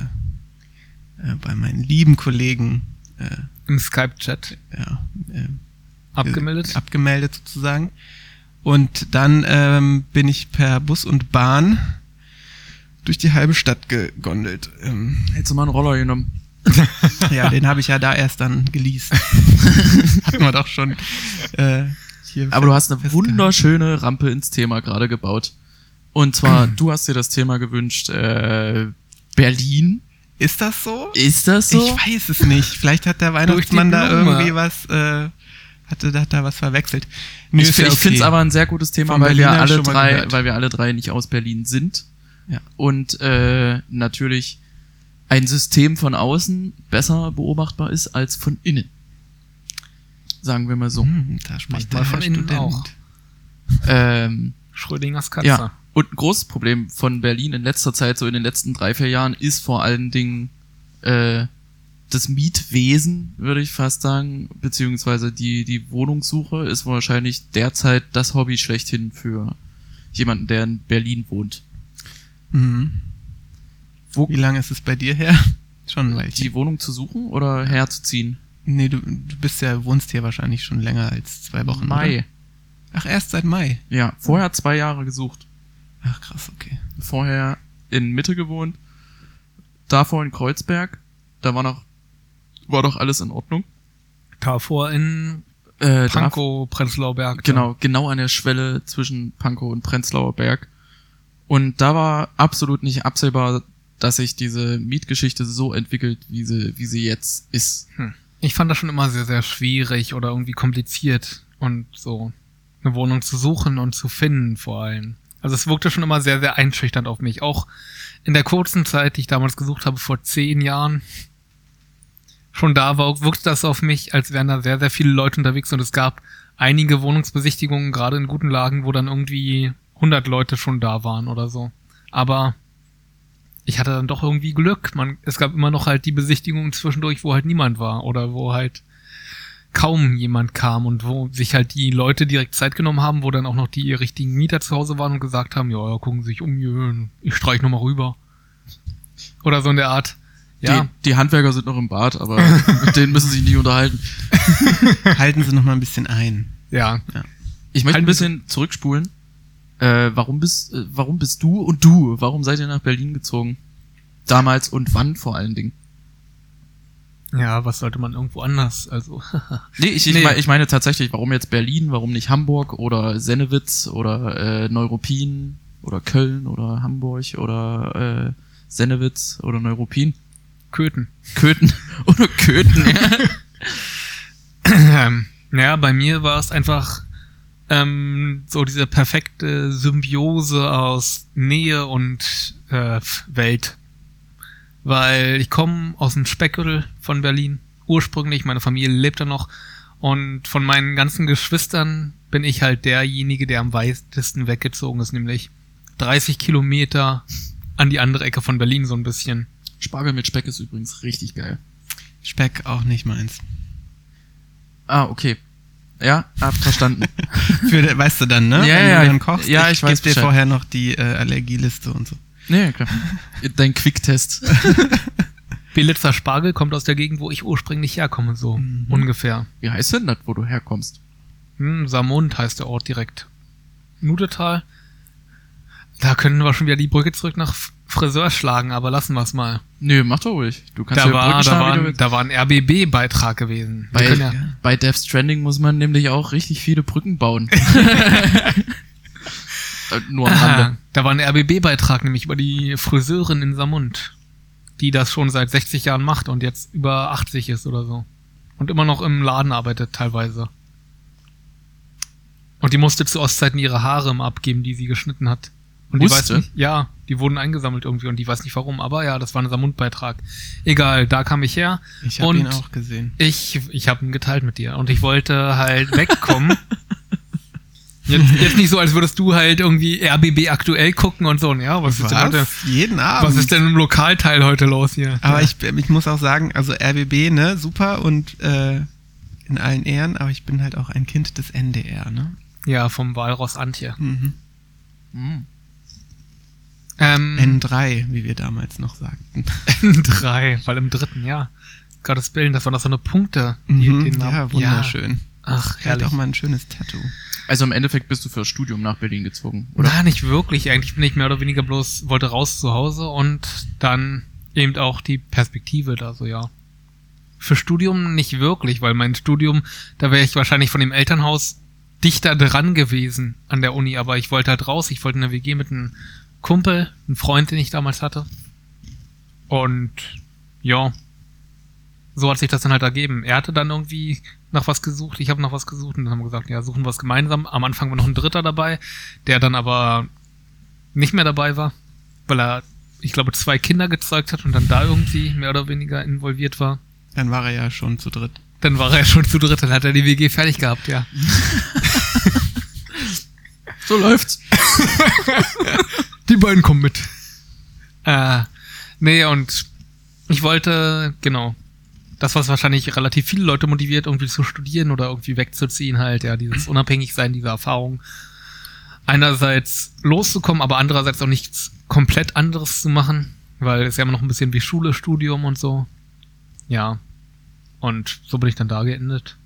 Speaker 1: äh, bei meinen lieben Kollegen äh,
Speaker 2: im Skype-Chat
Speaker 1: ja, ähm,
Speaker 2: abgemeldet.
Speaker 1: äh, Abgemeldet sozusagen. Und dann ähm, bin ich per Bus und Bahn durch die halbe Stadt gegondelt. Ähm,
Speaker 4: Hättest du mal einen Roller genommen.
Speaker 1: ja, den habe ich ja da erst dann geleast. Hatten wir doch schon äh, hier.
Speaker 4: Aber du hast eine
Speaker 1: festgehalten.
Speaker 4: wunderschöne Rampe ins Thema gerade gebaut. Und zwar, du hast dir das Thema gewünscht, äh, Berlin.
Speaker 1: Ist das so?
Speaker 4: Ist das so?
Speaker 1: Ich weiß es nicht. Vielleicht hat der Weihnachtsmann da
Speaker 2: Blume.
Speaker 1: irgendwie was, äh, hatte, hat da was verwechselt. Nö,
Speaker 4: Ich,
Speaker 1: ist
Speaker 4: fi-
Speaker 1: ja
Speaker 4: ich finde es
Speaker 1: okay.
Speaker 4: aber ein sehr gutes Thema,
Speaker 1: Von
Speaker 4: weil wir,
Speaker 1: Berlinern
Speaker 4: alle
Speaker 1: schon mal
Speaker 4: drei,
Speaker 1: gehört.
Speaker 4: weil wir alle drei nicht aus Berlin sind.
Speaker 1: Ja.
Speaker 4: Und äh, natürlich ein System von außen besser beobachtbar ist als von innen. Sagen wir mal so.
Speaker 1: Hm, da spricht
Speaker 2: Manchmal
Speaker 1: der
Speaker 2: von innen
Speaker 1: Student.
Speaker 2: auch.
Speaker 4: Ähm,
Speaker 2: Schrödingers Katze.
Speaker 4: ja. Und ein großes Problem von Berlin in letzter Zeit, so in den letzten drei, vier Jahren, ist vor allen Dingen äh, das Mietwesen, würde ich fast sagen, beziehungsweise die, die Wohnungssuche ist wahrscheinlich derzeit das Hobby schlechthin für jemanden, der in Berlin wohnt.
Speaker 1: Mhm.
Speaker 4: Wo-
Speaker 1: Wie lange ist es bei dir her? Schon ein Weilchen.
Speaker 4: Die Wohnung zu suchen oder herzuziehen?
Speaker 1: Nee, du, du bist ja, wohnst hier wahrscheinlich schon länger als zwei Wochen.
Speaker 4: Mai.
Speaker 1: Oder? Ach, erst seit Mai.
Speaker 4: Ja, vorher zwei Jahre gesucht.
Speaker 1: Ach krass, okay.
Speaker 4: Vorher in Mitte gewohnt, davor in Kreuzberg. Da war noch, war doch alles in Ordnung.
Speaker 2: Davor in
Speaker 4: Äh, da-
Speaker 2: Pankow, Prenzlauer Berg.
Speaker 4: Genau, genau an der Schwelle zwischen Pankow und Prenzlauer Berg. Und da war absolut nicht absehbar, dass sich diese Mietgeschichte so entwickelt, wie sie, wie sie jetzt ist.
Speaker 2: Ich fand das schon immer sehr, sehr schwierig oder irgendwie kompliziert und so eine Wohnung zu suchen und zu finden vor allem. Also es wirkte schon immer sehr, sehr einschüchternd auf mich. Auch in der kurzen Zeit, die ich damals gesucht habe, vor zehn Jahren, schon da war, wirkte das auf mich, als wären da sehr, sehr viele Leute unterwegs und es gab einige Wohnungsbesichtigungen, gerade in guten Lagen, wo dann irgendwie 100 Leute schon da waren oder so. Aber ich hatte dann doch irgendwie Glück. Man, es gab immer noch halt die Besichtigungen zwischendurch, wo halt niemand war oder wo halt kaum jemand kam und wo sich halt die Leute direkt Zeit genommen haben, wo dann auch noch die richtigen Mieter zu Hause waren und gesagt haben, ja, gucken Sie sich um, hier, ich streich nochmal rüber. Oder so in der Art. Ja,
Speaker 4: Die, die Handwerker sind noch im Bad, aber mit denen müssen sie sich nicht unterhalten.
Speaker 1: Halten Sie noch mal ein bisschen ein.
Speaker 2: ja,
Speaker 4: Ich möchte ein
Speaker 2: Halten
Speaker 4: bisschen zurückspulen. Äh, warum bist, äh, warum bist du und du? Warum seid ihr nach Berlin gezogen? Damals und wann vor allen Dingen?
Speaker 2: ja, was sollte man irgendwo anders? Also,
Speaker 4: Nee, ich, ich,
Speaker 2: Nee.
Speaker 4: mein- ich meine tatsächlich, warum jetzt Berlin, warum nicht Hamburg oder Sennewitz oder äh, Neuruppin oder Köln oder Hamburg oder äh, Sennewitz oder Neuruppin?
Speaker 2: Köthen.
Speaker 4: Köthen oder Köthen.
Speaker 2: Ähm, naja, bei mir war es einfach ähm, so diese perfekte Symbiose aus Nähe und äh, Welt. Weil ich komme aus dem Speckgürtel von Berlin ursprünglich, meine Familie lebt da noch und von meinen ganzen Geschwistern bin ich halt derjenige, der am weitesten weggezogen ist, nämlich 30 Kilometer an die andere Ecke von Berlin so ein bisschen.
Speaker 4: Spargel mit Speck ist übrigens richtig geil.
Speaker 1: Speck auch nicht meins.
Speaker 4: Ah, okay. Ja, hab verstanden.
Speaker 1: Für, de- weißt du dann, ne?
Speaker 4: Ja,
Speaker 1: Wenn
Speaker 4: ja,
Speaker 1: du dann
Speaker 4: ich-
Speaker 1: kochst,
Speaker 4: ja, ich weiß
Speaker 1: geb dir
Speaker 4: Bescheid.
Speaker 1: vorher noch die äh, Allergieliste und so.
Speaker 4: nee, klar. Dein Quicktest.
Speaker 2: Belitzer Spargel kommt aus der Gegend, wo ich ursprünglich herkomme, so ungefähr.
Speaker 4: Wie heißt denn das, wo du herkommst?
Speaker 2: Hm, Samund heißt der Ort direkt. Nudetal. Da können wir schon wieder die Brücke zurück nach F- Friseur schlagen, aber lassen wir es mal.
Speaker 4: Nö, mach doch ruhig. Du kannst
Speaker 2: Da
Speaker 4: ja
Speaker 2: war, da,
Speaker 4: Brückenschlag
Speaker 2: war
Speaker 4: wieder
Speaker 2: ein,
Speaker 4: mit-
Speaker 2: da war ein RBB-Beitrag gewesen. Wir
Speaker 4: bei,
Speaker 2: können ja,
Speaker 4: bei Death Stranding muss man nämlich auch richtig viele Brücken bauen. Äh, Nur am
Speaker 2: ah,
Speaker 4: Rande.
Speaker 2: da war ein RBB-Beitrag nämlich über die Friseurin in Samund, die das schon seit 60 Jahren macht und jetzt über 80 ist oder so. Und immer noch im Laden arbeitet teilweise. Und die musste zu Ostzeiten ihre Haare immer abgeben, die sie geschnitten hat. Und die weiß
Speaker 4: Musste?
Speaker 2: nicht, ja, die wurden eingesammelt irgendwie und die weiß nicht warum, aber ja, das war ein Samund-Beitrag. Egal, da kam ich her.
Speaker 1: Ich habe
Speaker 2: Und-
Speaker 1: ihn auch gesehen.
Speaker 2: Ich, ich habe ihn geteilt mit dir und ich wollte halt wegkommen. jetzt, jetzt nicht so, als würdest du halt irgendwie RBB aktuell gucken und so. Und ja, was, ist denn heute?
Speaker 1: Jeden Abend.
Speaker 2: Was ist denn im Lokalteil heute los hier?
Speaker 1: Aber ich, ich muss auch sagen, also RBB, ne, super und äh, in allen Ehren, aber ich bin halt auch ein Kind des NDR, ne?
Speaker 2: ja, vom Walross Antje.
Speaker 1: Mhm.
Speaker 4: Hm.
Speaker 2: Ähm,
Speaker 1: N3, wie wir damals noch sagten.
Speaker 2: N3, weil im dritten, ja. Gottes Willen, das waren doch so eine Punkte.
Speaker 1: Mhm,
Speaker 2: den Namen-
Speaker 1: ja, wunderschön.
Speaker 2: Ach,
Speaker 1: Vielleicht
Speaker 2: herrlich.
Speaker 1: auch mal ein schönes Tattoo.
Speaker 4: Also im Endeffekt bist du fürs Studium nach Berlin gezogen, oder?
Speaker 2: Na, nicht wirklich. Eigentlich bin ich mehr oder weniger bloß, wollte raus zu Hause und dann eben auch die Perspektive da so, ja. Für Studium nicht wirklich, weil mein Studium, da wäre ich wahrscheinlich von dem Elternhaus dichter dran gewesen an der Uni, aber ich wollte halt raus. Ich wollte in der WG mit einem Kumpel, einem Freund, den ich damals hatte. Und ja, so hat sich das dann halt ergeben. Er hatte dann irgendwie nach was gesucht, ich habe nach was gesucht und dann haben wir gesagt, ja, suchen wir was gemeinsam. Am Anfang war noch ein Dritter dabei, der dann aber nicht mehr dabei war, weil er, ich glaube, zwei Kinder gezeugt hat und dann da irgendwie mehr oder weniger involviert war.
Speaker 1: Dann war er ja schon zu dritt.
Speaker 2: Dann war er schon zu dritt, dann hat er die WG fertig gehabt, ja.
Speaker 4: So läuft's.
Speaker 2: Die beiden kommen mit. Äh, nee, und ich wollte, genau, das, was wahrscheinlich relativ viele Leute motiviert, irgendwie zu studieren oder irgendwie wegzuziehen, halt, ja, dieses Unabhängigsein, diese Erfahrung. Einerseits loszukommen, aber andererseits auch nichts komplett anderes zu machen, weil es ja immer noch ein bisschen wie Schule, Studium und so. Ja. Und so bin ich dann da geendet.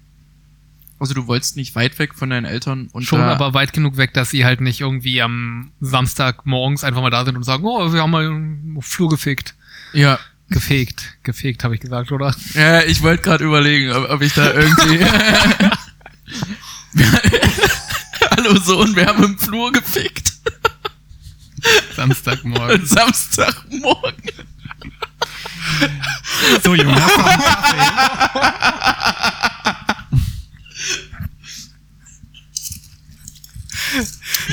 Speaker 4: Also du wolltest nicht weit weg von deinen Eltern und
Speaker 2: Schon
Speaker 4: da,
Speaker 2: aber weit genug weg, dass sie halt nicht irgendwie am Samstag morgens einfach mal da sind und sagen, oh, wir haben mal im Flur gefegt.
Speaker 4: ja.
Speaker 2: Gefegt, gefegt, habe ich gesagt, oder?
Speaker 4: Ja, ich wollte gerade überlegen, ob, ob ich da irgendwie. Hallo Sohn, wir haben im Flur gefickt.
Speaker 1: Samstagmorgen.
Speaker 4: Samstagmorgen.
Speaker 1: so, Junge, hast du noch einen Kaffee?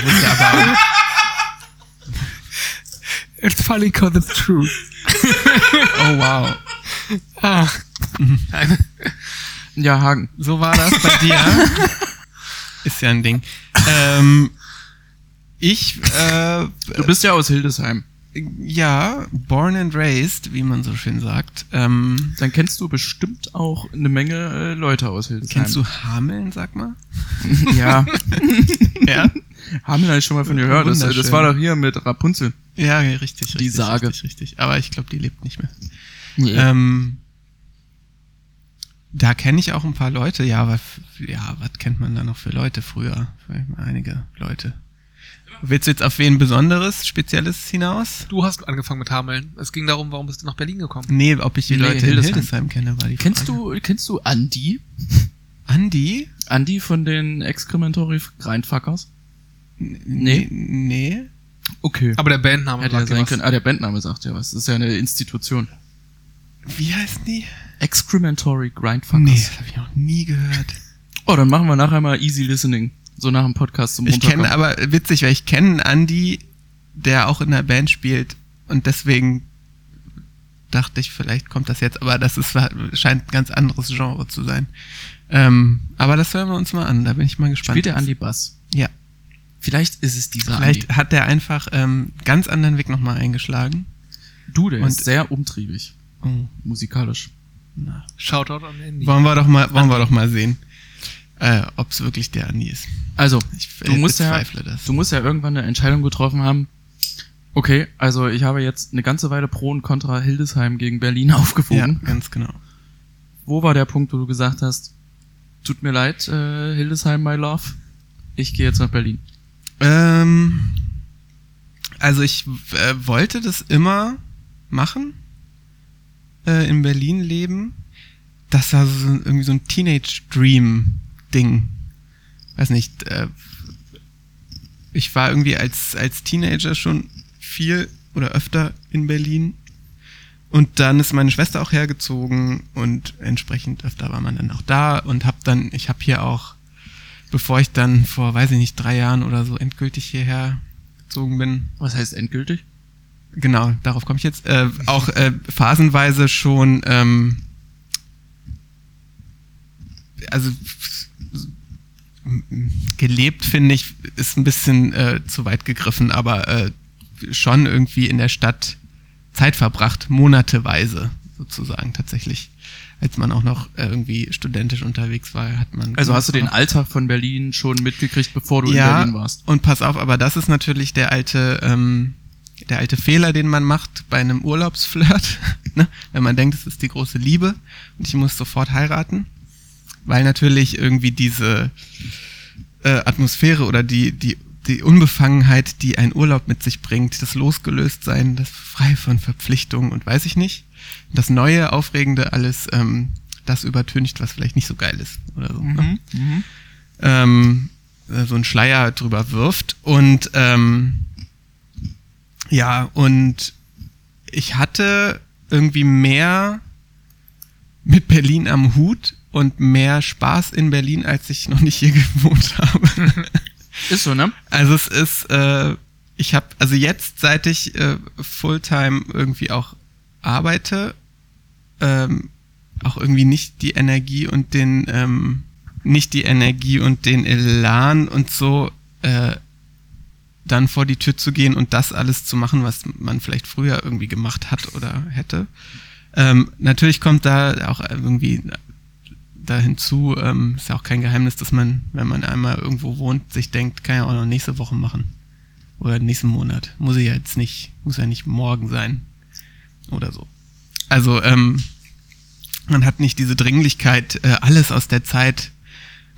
Speaker 1: Wunderbar.
Speaker 2: It's funny because it's true.
Speaker 1: Oh, wow.
Speaker 2: Ah,
Speaker 4: Ja, Hagen.
Speaker 1: So war das bei dir. Ist ja ein Ding. Ähm, ich, äh,
Speaker 4: Du bist ja aus Hildesheim.
Speaker 1: ja, born and raised, wie man so schön sagt. Ähm,
Speaker 4: Dann kennst du bestimmt auch eine Menge äh, Leute aus Hildesheim.
Speaker 1: kennst du Hameln, sag mal?
Speaker 4: du? Ja.
Speaker 1: Ja.
Speaker 4: haben wir eigentlich schon mal von dir gehört. Das, das
Speaker 1: Wunderschön.
Speaker 4: war doch hier mit Rapunzel.
Speaker 1: Ja, richtig, richtig.
Speaker 4: Die Sage.
Speaker 1: Richtig, richtig. Aber ich glaube, die lebt nicht mehr.
Speaker 4: Ähm,
Speaker 1: Ähm, da kenne ich auch ein paar Leute, ja, aber f- ja, was kennt man da noch für Leute früher? Vielleicht mal Einige Leute. Willst du jetzt auf wen Besonderes, Spezielles hinaus?
Speaker 2: du hast angefangen mit Hameln. Es ging darum, warum bist du nach Berlin gekommen?
Speaker 1: Nee, ob ich die
Speaker 4: Nee,
Speaker 1: Leute
Speaker 4: Hildesheim.
Speaker 1: in Hildesheim kenne, war die
Speaker 4: kennst
Speaker 1: Frage.
Speaker 4: du, kennst du Andi?
Speaker 1: Andi?
Speaker 4: Andi von den Excrementory Grindfuckers? Nee.
Speaker 1: Nee.
Speaker 4: Okay.
Speaker 2: Aber der Bandname
Speaker 4: Hätte ja
Speaker 2: sagt dir
Speaker 4: sein
Speaker 2: was.
Speaker 4: können. Ah, der Bandname sagt ja was. Das ist ja eine Institution.
Speaker 1: Wie heißt die?
Speaker 4: Excrementory Grindfuckers.
Speaker 1: Nee, das habe ich noch nie gehört.
Speaker 4: Oh, dann machen wir nachher mal Easy Listening. So nach dem Podcast zum
Speaker 1: Ich
Speaker 4: Runterkommen.
Speaker 1: kenne aber, witzig, weil ich kenne einen Andi, der auch in der Band spielt und deswegen dachte ich, vielleicht kommt das jetzt, aber das ist, scheint ein ganz anderes Genre zu sein. Ähm, aber das hören wir uns mal an, da bin ich mal gespannt.
Speaker 4: Spielt der Andi Bass?
Speaker 1: Ja.
Speaker 4: Vielleicht ist es dieser
Speaker 1: Vielleicht
Speaker 4: Andi.
Speaker 1: hat der einfach ähm, ganz anderen Weg nochmal eingeschlagen.
Speaker 4: Du, der
Speaker 1: Und-
Speaker 4: ist sehr umtriebig.
Speaker 1: Oh,
Speaker 4: Musikalisch.
Speaker 1: na.
Speaker 2: Shoutout an Andy.
Speaker 1: Wollen wir doch mal, wollen wir doch mal sehen, äh, ob es wirklich der Andi ist.
Speaker 4: Also,
Speaker 1: Ich
Speaker 4: du, musst ja,
Speaker 1: bezweifle das.
Speaker 4: du musst ja irgendwann eine Entscheidung getroffen haben. Okay, also ich habe jetzt eine ganze Weile Pro und Contra Hildesheim gegen Berlin
Speaker 1: ja,
Speaker 4: aufgewogen.
Speaker 1: ganz genau.
Speaker 4: Wo war der Punkt, wo du gesagt hast, tut mir leid, äh, Hildesheim, my love, ich gehe jetzt nach Berlin.
Speaker 1: Ähm, also ich äh, wollte das immer machen, äh, in Berlin leben. Das war so, irgendwie so ein Teenage-Dream-Ding. Weiß nicht. Äh, ich war irgendwie als, als Teenager schon viel oder öfter in Berlin. Und dann ist meine Schwester auch hergezogen und entsprechend öfter war man dann auch da und hab dann, ich habe hier auch bevor ich dann vor, weiß ich nicht, drei Jahren oder so endgültig hierher gezogen bin.
Speaker 4: Was heißt endgültig?
Speaker 1: Genau, darauf komme ich jetzt. Äh, auch äh, phasenweise schon, ähm, also f- m- gelebt finde ich, ist ein bisschen äh, zu weit gegriffen, aber äh, schon irgendwie in der Stadt Zeit verbracht, monateweise sozusagen tatsächlich. Als man auch noch äh, irgendwie studentisch unterwegs war, hat man.
Speaker 4: Also hast du den
Speaker 1: Auch-
Speaker 4: Alltag von Berlin schon mitgekriegt, bevor du in Berlin warst?
Speaker 1: und pass auf, aber das ist natürlich der alte, ähm, der alte Fehler, den man macht bei einem Urlaubsflirt, ne? wenn man denkt, es ist die große Liebe und ich muss sofort heiraten, weil natürlich irgendwie diese äh, Atmosphäre oder die, die, die Unbefangenheit, die ein Urlaub mit sich bringt, das Losgelöstsein, das Frei von Verpflichtungen und weiß ich nicht, das Neue, Aufregende, alles,
Speaker 4: Mhm.
Speaker 1: ähm, das übertüncht, was vielleicht nicht so geil ist oder so. Ne?
Speaker 2: Mhm.
Speaker 1: Ähm, so einen Schleier drüber wirft. Und ähm, ja, und ich hatte irgendwie mehr mit Berlin am Hut und mehr Spaß in Berlin, als ich noch nicht hier gewohnt habe.
Speaker 4: Ist so, ne?
Speaker 1: Also es ist, äh, ich habe, also jetzt, seit ich äh, Fulltime irgendwie auch arbeite, ähm, auch irgendwie nicht die Energie und den, ähm, nicht die Energie und den Elan und so, äh, dann vor die Tür zu gehen und das alles zu machen, was man vielleicht früher irgendwie gemacht hat oder hätte. Ähm, natürlich kommt da auch irgendwie da hinzu, ähm, ist ja auch kein Geheimnis, dass man, wenn man einmal irgendwo wohnt, sich denkt, kann ja auch noch nächste Woche machen. Oder nächsten Monat. Muss ja jetzt nicht, muss ja nicht morgen sein. Oder so. Also, ähm, man hat nicht diese Dringlichkeit, äh, alles aus der Zeit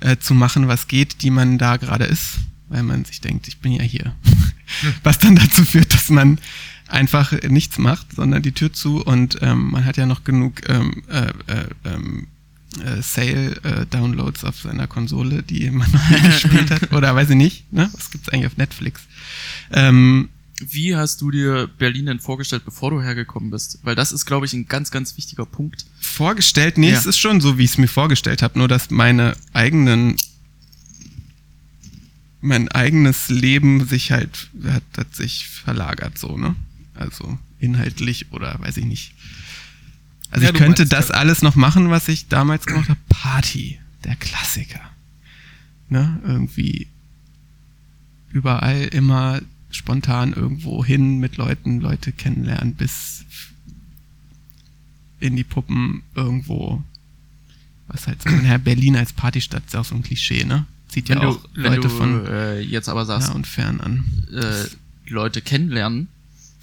Speaker 1: äh, zu machen, was geht, die man da gerade ist, weil man sich denkt, ich bin ja hier. was dann dazu führt, dass man einfach nichts macht, sondern die Tür zu und ähm, man hat ja noch genug ähm, äh, äh, ähm, äh, Sale-Downloads auf seiner Konsole, die man noch nie gespielt hat. Oder weiß ich nicht, ne? Was gibt's eigentlich auf Netflix? Ähm,
Speaker 4: Wie hast du dir Berlin denn vorgestellt, bevor du hergekommen bist? Weil das ist, glaube ich, ein ganz, ganz wichtiger Punkt.
Speaker 1: vorgestellt, nee,
Speaker 4: Ja.
Speaker 1: es ist schon so, wie ich es mir vorgestellt habe, nur dass meine eigenen mein eigenes Leben sich halt hat, hat sich verlagert so, ne? Also inhaltlich oder weiß ich nicht. Also
Speaker 2: Ja,
Speaker 1: ich
Speaker 2: du
Speaker 1: könnte
Speaker 2: meinst
Speaker 1: das
Speaker 2: ja.
Speaker 1: alles noch machen, was ich damals gemacht habe. Party, der Klassiker. Ne? Irgendwie überall immer spontan irgendwo hin mit Leuten, Leute kennenlernen, bis in die Puppen irgendwo. Was halt so, naja, Berlin als Partystadt ist ja auch so ein Klischee, ne? Zieht ja auch Leute von
Speaker 4: äh, jetzt aber sagst,
Speaker 1: nah und fern an.
Speaker 4: äh, Leute kennenlernen.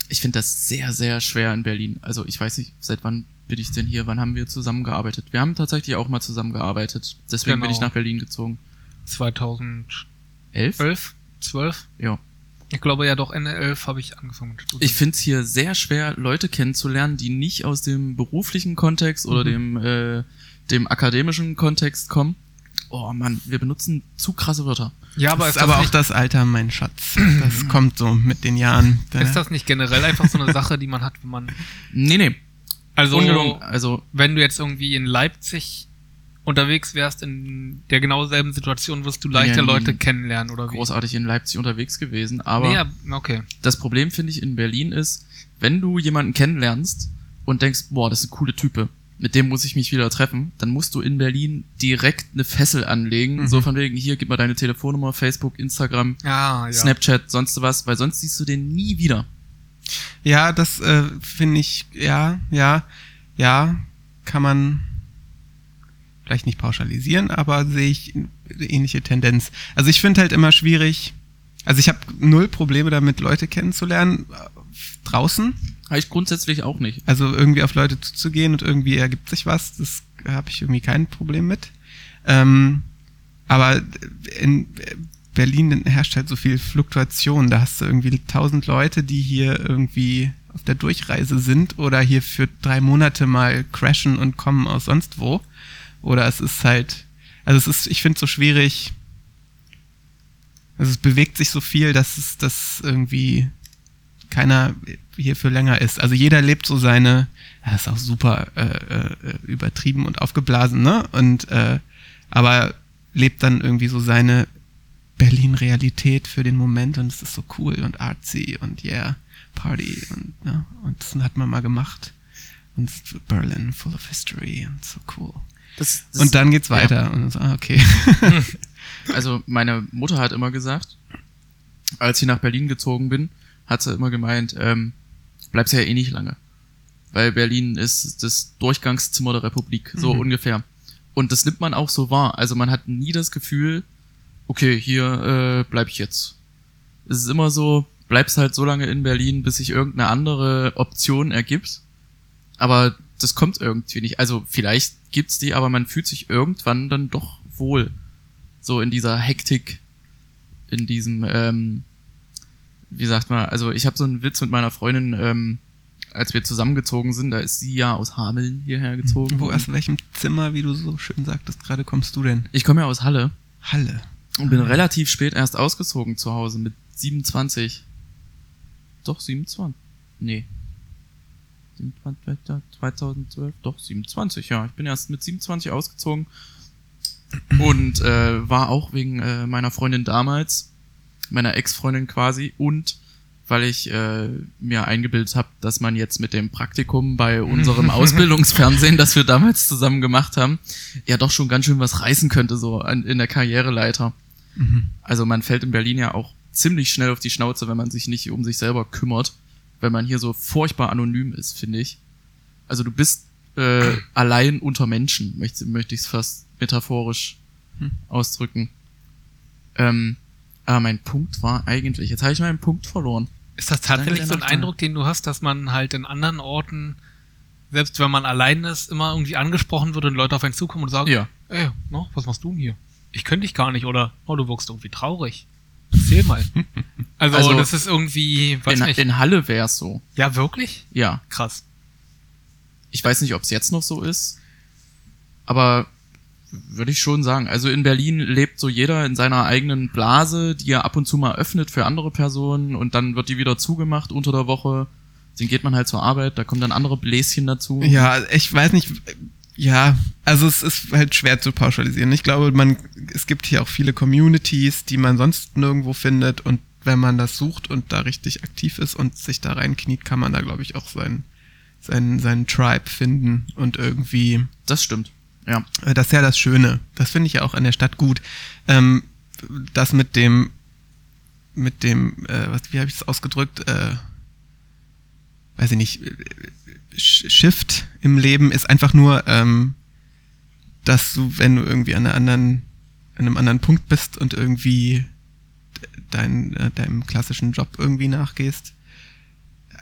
Speaker 4: Ich finde das sehr, sehr schwer in Berlin. Also ich weiß nicht, seit wann bin ich denn hier? Wann haben wir zusammengearbeitet? Wir haben tatsächlich auch mal zusammengearbeitet. Deswegen bin
Speaker 2: Genau.
Speaker 4: ich nach Berlin gezogen.
Speaker 2: 2012,
Speaker 4: Elf?
Speaker 2: 12?
Speaker 4: Ja.
Speaker 2: Ich glaube ja doch, Ende 11 habe ich angefangen mit Studium.
Speaker 4: Ich finde es hier sehr schwer, Leute kennenzulernen, die nicht aus dem beruflichen Kontext
Speaker 2: Mhm.
Speaker 4: oder dem, äh, dem akademischen Kontext kommen. Oh Mann, wir benutzen zu krasse Wörter.
Speaker 2: ja,
Speaker 1: Aber
Speaker 2: aber
Speaker 1: das
Speaker 2: ist,
Speaker 1: ist aber
Speaker 2: das
Speaker 1: auch
Speaker 2: nicht,
Speaker 1: das Alter, mein Schatz. Das kommt so mit den Jahren. Da-
Speaker 4: ne?
Speaker 2: ist das nicht generell einfach so eine Sache, die man hat, wenn man...
Speaker 4: Nee, nee.
Speaker 2: Also,
Speaker 4: ungelogen. Also,
Speaker 2: wenn du jetzt irgendwie in Leipzig unterwegs wärst, in der genau selben Situation, wirst du leichter
Speaker 4: Ja,
Speaker 2: Leute
Speaker 4: nie.
Speaker 2: kennenlernen oder wie?
Speaker 4: großartig in Leipzig unterwegs gewesen, aber
Speaker 2: nee, ja, okay.
Speaker 4: das Problem, finde ich, in Berlin ist, wenn du jemanden kennenlernst und denkst, boah, das ist eine coole Type, mit dem muss ich mich wieder treffen, dann musst du in Berlin direkt eine Fessel anlegen.
Speaker 1: Mhm.
Speaker 4: So von wegen, hier, gib mal deine Telefonnummer, Facebook, Instagram,
Speaker 2: Ah, ja.
Speaker 4: Snapchat, sonst was, weil sonst siehst du den nie wieder.
Speaker 1: Ja, das äh, finde ich, ja, ja, ja, kann man vielleicht nicht pauschalisieren, aber sehe ich eine ähnliche Tendenz. Also ich finde halt immer schwierig, also ich habe null Probleme damit, Leute kennenzulernen äh, draußen,
Speaker 4: Habe ich grundsätzlich auch nicht.
Speaker 1: also irgendwie auf Leute zuzugehen und irgendwie ergibt sich was, das habe ich irgendwie kein Problem mit. Ähm, aber in Berlin herrscht halt so viel Fluktuation. Da hast du irgendwie tausend Leute, die hier irgendwie auf der Durchreise sind oder hier für drei Monate mal crashen und kommen aus sonst wo. Oder es ist halt, also es ist, ich finde es so schwierig. Also es bewegt sich so viel, dass es das irgendwie keiner hier für länger ist. Also jeder lebt so seine, das ist auch super äh, äh, übertrieben und aufgeblasen, ne? Und äh, aber lebt dann irgendwie so seine Berlin-Realität für den Moment und es ist so cool und artsy und yeah, Party und ne? Und das hat man mal gemacht. Und es ist Berlin full of history und so cool.
Speaker 4: Das, das
Speaker 1: Und dann geht's
Speaker 4: ja.
Speaker 1: weiter und so, ah, okay.
Speaker 4: also meine Mutter hat immer gesagt, als ich nach Berlin gezogen bin, hat sie immer gemeint, ähm, bleibst ja eh nicht lange. Weil Berlin ist das Durchgangszimmer der Republik, so
Speaker 1: Mhm.
Speaker 4: ungefähr. Und das nimmt man auch so wahr. Also man hat nie das Gefühl, okay, hier äh, bleib ich jetzt. Es ist immer so, bleibst halt so lange in Berlin, bis sich irgendeine andere Option ergibt. Aber das kommt irgendwie nicht. Also vielleicht gibt's die, aber man fühlt sich irgendwann dann doch wohl so in dieser Hektik, in diesem, ähm, wie sagt man, also ich habe so einen Witz mit meiner Freundin, ähm, als wir zusammengezogen sind, da ist sie ja aus Hameln hierher gezogen.
Speaker 1: Wo aus welchem Zimmer, wie du so schön sagtest, gerade kommst du denn?
Speaker 4: ich komme ja aus Halle
Speaker 1: Halle.
Speaker 4: Und bin relativ spät erst ausgezogen zu Hause mit 27. Doch, 27. Nee. 27, 2012, doch 27, ja. Ich bin erst mit 27 ausgezogen und äh, war auch wegen äh, meiner Freundin damals, meiner Ex-Freundin quasi und weil ich äh, mir eingebildet habe, dass man jetzt mit dem Praktikum bei unserem Ausbildungsfernsehen, das wir damals zusammen gemacht haben, ja doch schon ganz schön was reißen könnte so an, in der Karriereleiter. Also man fällt in Berlin ja auch ziemlich schnell auf die Schnauze, wenn man sich nicht um sich selber kümmert, wenn man hier so furchtbar anonym ist, finde ich. Also du bist äh, allein unter Menschen, möchte, möchte ich es fast metaphorisch
Speaker 1: Hm.
Speaker 4: ausdrücken. Ähm, aber mein Punkt war eigentlich, jetzt habe ich meinen Punkt verloren.
Speaker 2: Ist das tatsächlich
Speaker 4: Danke
Speaker 2: so
Speaker 4: der
Speaker 2: ein
Speaker 4: Nachfrage.
Speaker 2: Eindruck, den du hast, dass man halt in anderen Orten, selbst wenn man allein ist, immer irgendwie angesprochen wird und Leute auf einen zukommen und sagen,
Speaker 4: Ja.
Speaker 2: ey, no, was machst du denn hier? Ich könnte dich gar nicht oder oh, du wirkst irgendwie traurig. Erzähl mal. Also,
Speaker 4: Also,
Speaker 2: das ist irgendwie, weiß
Speaker 4: In,
Speaker 2: nicht.
Speaker 4: in Halle wäre es so.
Speaker 2: ja, wirklich?
Speaker 4: Ja.
Speaker 2: Krass.
Speaker 4: Ich weiß nicht, ob es jetzt noch so ist, aber würde ich schon sagen. Also in Berlin lebt so jeder in seiner eigenen Blase, die er ab und zu mal öffnet für andere Personen und dann wird die wieder zugemacht unter der Woche. Dann geht man halt zur Arbeit, da kommen dann andere Bläschen dazu.
Speaker 1: Ja, ich weiß nicht. Ja, also es ist halt schwer zu pauschalisieren. Ich glaube, man, es gibt hier auch viele Communities, die man sonst nirgendwo findet und wenn man das sucht und da richtig aktiv ist und sich da reinkniet, kann man da, glaube ich, auch seinen, seinen, seinen Tribe finden und irgendwie
Speaker 4: Das stimmt. Ja.
Speaker 1: äh, Das ist ja das Schöne. Das finde ich ja auch an der Stadt gut. Ähm, das mit dem, mit dem, äh, was, wie habe ich es ausgedrückt? Äh, weiß ich nicht. äh, Sch- Shift im Leben ist einfach nur, ähm, dass du, wenn du irgendwie an einer anderen, an einem anderen Punkt bist und irgendwie d- dein, äh, deinem klassischen Job irgendwie nachgehst,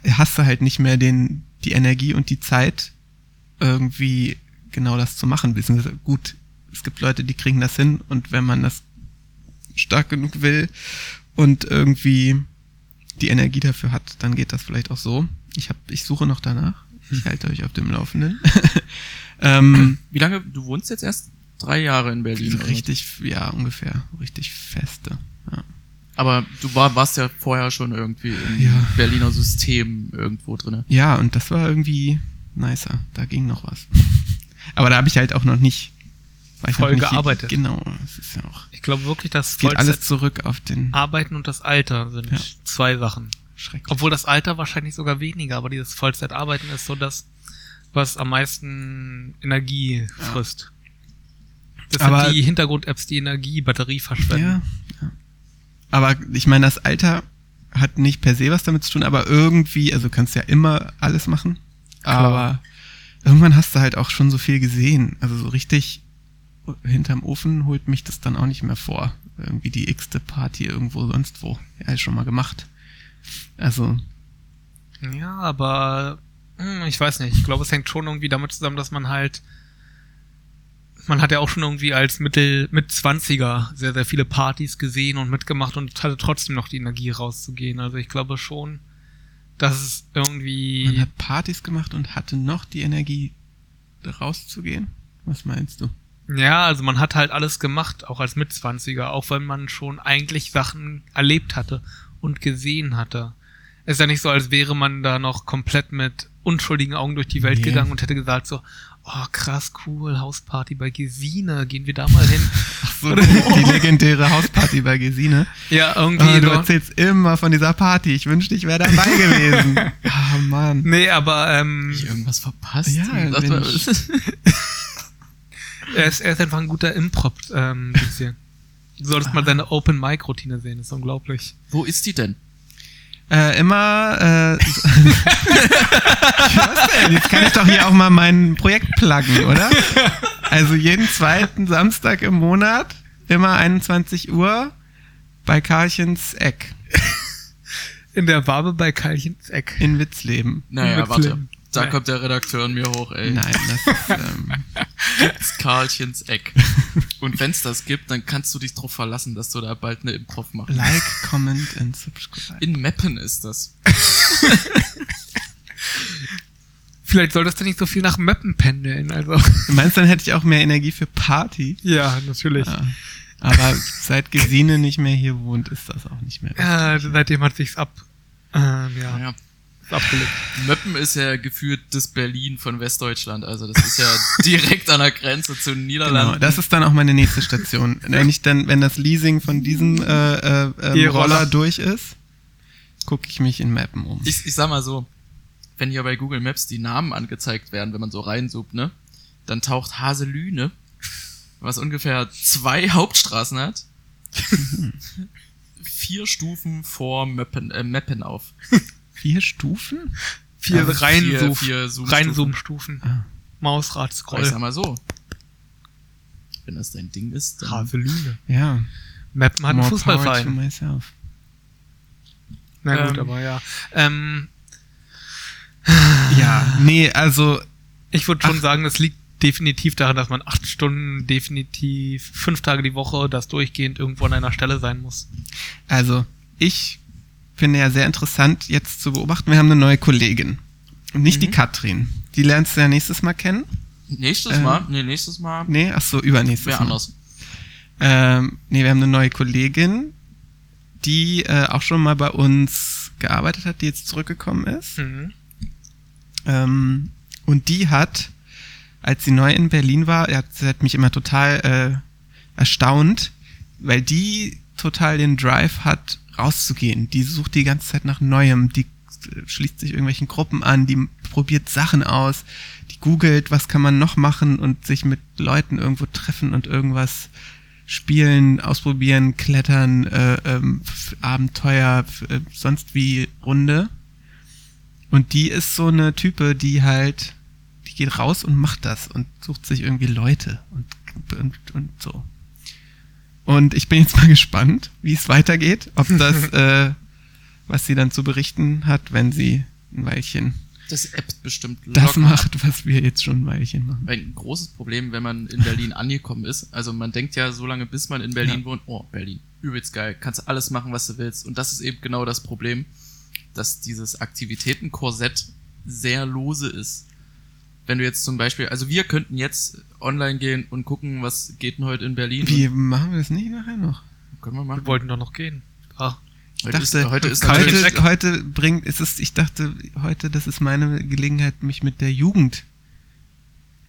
Speaker 1: hast du halt nicht mehr den, die Energie und die Zeit, irgendwie genau das zu machen. Beziehungsweise gut, es gibt Leute, die kriegen das hin und wenn man das stark genug will und irgendwie die Energie dafür hat, dann geht das vielleicht auch so. Ich hab, ich suche noch danach.
Speaker 2: Hm.
Speaker 1: Ich halte euch auf dem Laufenden. ähm,
Speaker 4: Wie lange? Du wohnst jetzt erst drei Jahre in Berlin. oder?
Speaker 1: richtig, ja, ungefähr. Richtig feste. Ja.
Speaker 4: Aber du war, warst ja vorher schon irgendwie im
Speaker 1: Ja.
Speaker 4: Berliner System irgendwo drinne.
Speaker 1: Ja, und das war irgendwie nicer. Da ging noch was. Aber da habe ich halt auch noch nicht war ich noch
Speaker 2: Voll
Speaker 1: nicht-
Speaker 2: gearbeitet.
Speaker 1: Genau, es ist ja auch.
Speaker 2: Ich glaube wirklich, dass
Speaker 1: Es geht alles
Speaker 2: Vollzeit-
Speaker 1: zurück auf den
Speaker 2: Arbeiten und das Alter sind
Speaker 1: Ja.
Speaker 2: zwei Sachen.
Speaker 1: Schreck.
Speaker 2: Obwohl das Alter wahrscheinlich sogar weniger, aber dieses Vollzeitarbeiten ist so das, was am meisten Energie frisst. Das
Speaker 1: Aber-
Speaker 2: sind die Hintergrund-Apps, die Energie, Batterie verschwenden.
Speaker 1: Ja, ja. Aber ich meine, das Alter hat nicht per se was damit zu tun, aber irgendwie, also du kannst ja immer alles machen,
Speaker 2: Klar.
Speaker 1: aber irgendwann hast du halt auch schon so viel gesehen. Also so richtig hinterm Ofen holt mich das dann auch nicht mehr vor. Irgendwie die x-te Party irgendwo sonst wo. Ja, ist schon mal gemacht. Also,
Speaker 2: Ja, aber hm, ich weiß nicht. Ich glaube, es hängt schon irgendwie damit zusammen, dass man halt man hat ja auch schon irgendwie als Mittel mit 20er sehr, sehr viele Partys gesehen und mitgemacht und hatte trotzdem noch die Energie rauszugehen. Also ich glaube schon, dass es
Speaker 1: man
Speaker 2: irgendwie
Speaker 1: hat Partys gemacht und hatte noch die Energie, rauszugehen. Was meinst du?
Speaker 2: Ja, also man hat halt alles gemacht, auch als Mitzwanziger, auch wenn man schon eigentlich Sachen erlebt hatte und gesehen hatte. Es ist ja nicht so, als wäre man da noch komplett mit unschuldigen Augen durch die Welt
Speaker 1: Nee.
Speaker 2: gegangen und hätte gesagt so, oh krass, cool, Hausparty bei Gesine, gehen wir da mal hin.
Speaker 1: Ach so, die, die legendäre Hausparty bei Gesine.
Speaker 2: ja, irgendwie.
Speaker 1: Ah, du
Speaker 2: doch.
Speaker 1: erzählst immer von dieser Party. Ich wünschte, ich wäre dabei gewesen. Ah, Mann.
Speaker 2: nee, aber ähm,
Speaker 4: Hab ich irgendwas verpasst?
Speaker 1: Ja,
Speaker 4: Das
Speaker 1: wenn
Speaker 4: war-
Speaker 2: er, ist, er ist einfach ein guter Improv. Ähm, DJ. du solltest
Speaker 1: Ah.
Speaker 2: mal seine Open-Mic-Routine sehen, ist unglaublich.
Speaker 4: Wo ist die denn?
Speaker 1: Äh, immer. Äh, so- Was denn? Jetzt kann ich doch hier auch mal mein Projekt pluggen, oder? Also jeden zweiten Samstag im Monat, immer 21 Uhr bei Karlchens Eck
Speaker 2: In der Wabe bei Karlchens Eck.
Speaker 1: in Witzleben.
Speaker 4: Naja,
Speaker 2: Mit
Speaker 4: warte.
Speaker 2: Klim.
Speaker 4: Da
Speaker 2: Nein.
Speaker 4: kommt der Redakteur in mir hoch, ey.
Speaker 1: Nein, das ist. Ähm,
Speaker 4: Das Karlchens Eck. Und wenn's das gibt, dann kannst du dich drauf verlassen, dass du da bald eine Improv machst.
Speaker 1: like, comment and subscribe.
Speaker 4: In Meppen ist das.
Speaker 2: Vielleicht solltest du nicht so viel nach Meppen pendeln, also.
Speaker 1: Du meinst, dann hätte ich auch mehr Energie für Party?
Speaker 2: Ja, natürlich.
Speaker 1: Ah. Aber seit Gesine nicht mehr hier wohnt, ist das auch nicht mehr.
Speaker 2: Äh, seitdem hat sich's ab, ähm, ja,
Speaker 4: Ja.
Speaker 2: ist abgelegt.
Speaker 4: Möppen ist ja gefühlt das Berlin von Westdeutschland. Also das ist ja direkt an der Grenze zu den
Speaker 1: Genau,
Speaker 4: Niederlanden.
Speaker 1: das ist dann auch meine nächste Station. Wenn ich dann, wenn das Leasing von diesem äh, äh, ähm,
Speaker 2: E-Roller.
Speaker 1: Roller durch ist, gucke ich mich in Mappen um.
Speaker 4: ich, ich sag mal so, wenn hier bei Google Maps die Namen angezeigt werden, wenn man so reinsucht, ne, dann taucht Haselüne, was ungefähr zwei Hauptstraßen hat, vier Stufen vor Möppen, äh, Meppen auf.
Speaker 1: Vier Stufen?
Speaker 2: Vier
Speaker 4: Also
Speaker 2: Reinzoom,
Speaker 4: vier Zoom-Stufen.
Speaker 2: Reinzoom-Stufen.
Speaker 1: Ah.
Speaker 2: Mausrad,
Speaker 4: Aber Ich sag
Speaker 2: Scroll,
Speaker 4: mal so, wenn das dein Ding ist, dann
Speaker 2: Haselüne.
Speaker 1: Ja.
Speaker 2: Mappen hat einen
Speaker 1: More power to
Speaker 2: Fußballverein.
Speaker 1: myself.
Speaker 2: Na gut,
Speaker 4: Ähm.
Speaker 2: aber ja. Ähm,
Speaker 1: Ja, nee, also
Speaker 2: ich würde schon sagen, es liegt definitiv daran, dass man acht Stunden definitiv fünf Tage die Woche das durchgehend irgendwo an einer Stelle sein muss.
Speaker 1: Also, ich finde ja sehr interessant, jetzt zu beobachten. Wir haben eine neue Kollegin. Und nicht die Katrin. Die lernst du ja nächstes Mal kennen.
Speaker 4: nächstes
Speaker 1: Ähm,
Speaker 4: Mal, nee, nächstes Mal
Speaker 1: Nee, ach so, übernächstes
Speaker 4: wäre
Speaker 1: Mal.
Speaker 4: anders.
Speaker 1: Ähm, nee, wir haben eine neue Kollegin, die äh, auch schon mal bei uns gearbeitet hat, die jetzt zurückgekommen ist.
Speaker 2: Mhm.
Speaker 1: Ähm, und die hat, als sie neu in Berlin war, ja, sie hat mich immer total äh, erstaunt, weil die total den Drive hat, rauszugehen. Die sucht die ganze Zeit nach Neuem, die äh, schließt sich irgendwelchen Gruppen an, die probiert Sachen aus, die googelt, was kann man noch machen und sich mit Leuten irgendwo treffen und irgendwas spielen, ausprobieren, klettern, äh, ähm, f- Abenteuer, f- äh, sonst wie Runde. Und die ist so eine Type, die halt, die geht raus und macht das und sucht sich irgendwie Leute und, und, und so. Und ich bin jetzt mal gespannt, wie es weitergeht, ob das, äh, was sie dann zu berichten hat, wenn sie ein Weilchen
Speaker 4: Das ebbt bestimmt
Speaker 1: das
Speaker 4: locker.
Speaker 1: macht, was wir jetzt schon ein Weilchen machen.
Speaker 4: ein großes Problem, wenn man in Berlin angekommen ist. Also man denkt ja so lange, bis man in Berlin
Speaker 1: Ja.
Speaker 4: wohnt, oh, Berlin, übelst geil, kannst alles machen, was du willst. Und das ist eben genau das Problem, dass dieses Aktivitätenkorsett sehr lose ist. Wenn du jetzt zum Beispiel, also wir könnten jetzt online gehen und gucken, was geht denn heute in Berlin.
Speaker 1: Wie machen wir das nicht nachher noch?
Speaker 4: Können wir
Speaker 2: Wir
Speaker 4: machen.
Speaker 2: wollten doch noch gehen. Ah,
Speaker 1: Ich
Speaker 4: Heute ist, heute ist natürlich,
Speaker 1: heute, heute bringt, es ist, ich dachte, heute, das ist meine Gelegenheit, mich mit der Jugend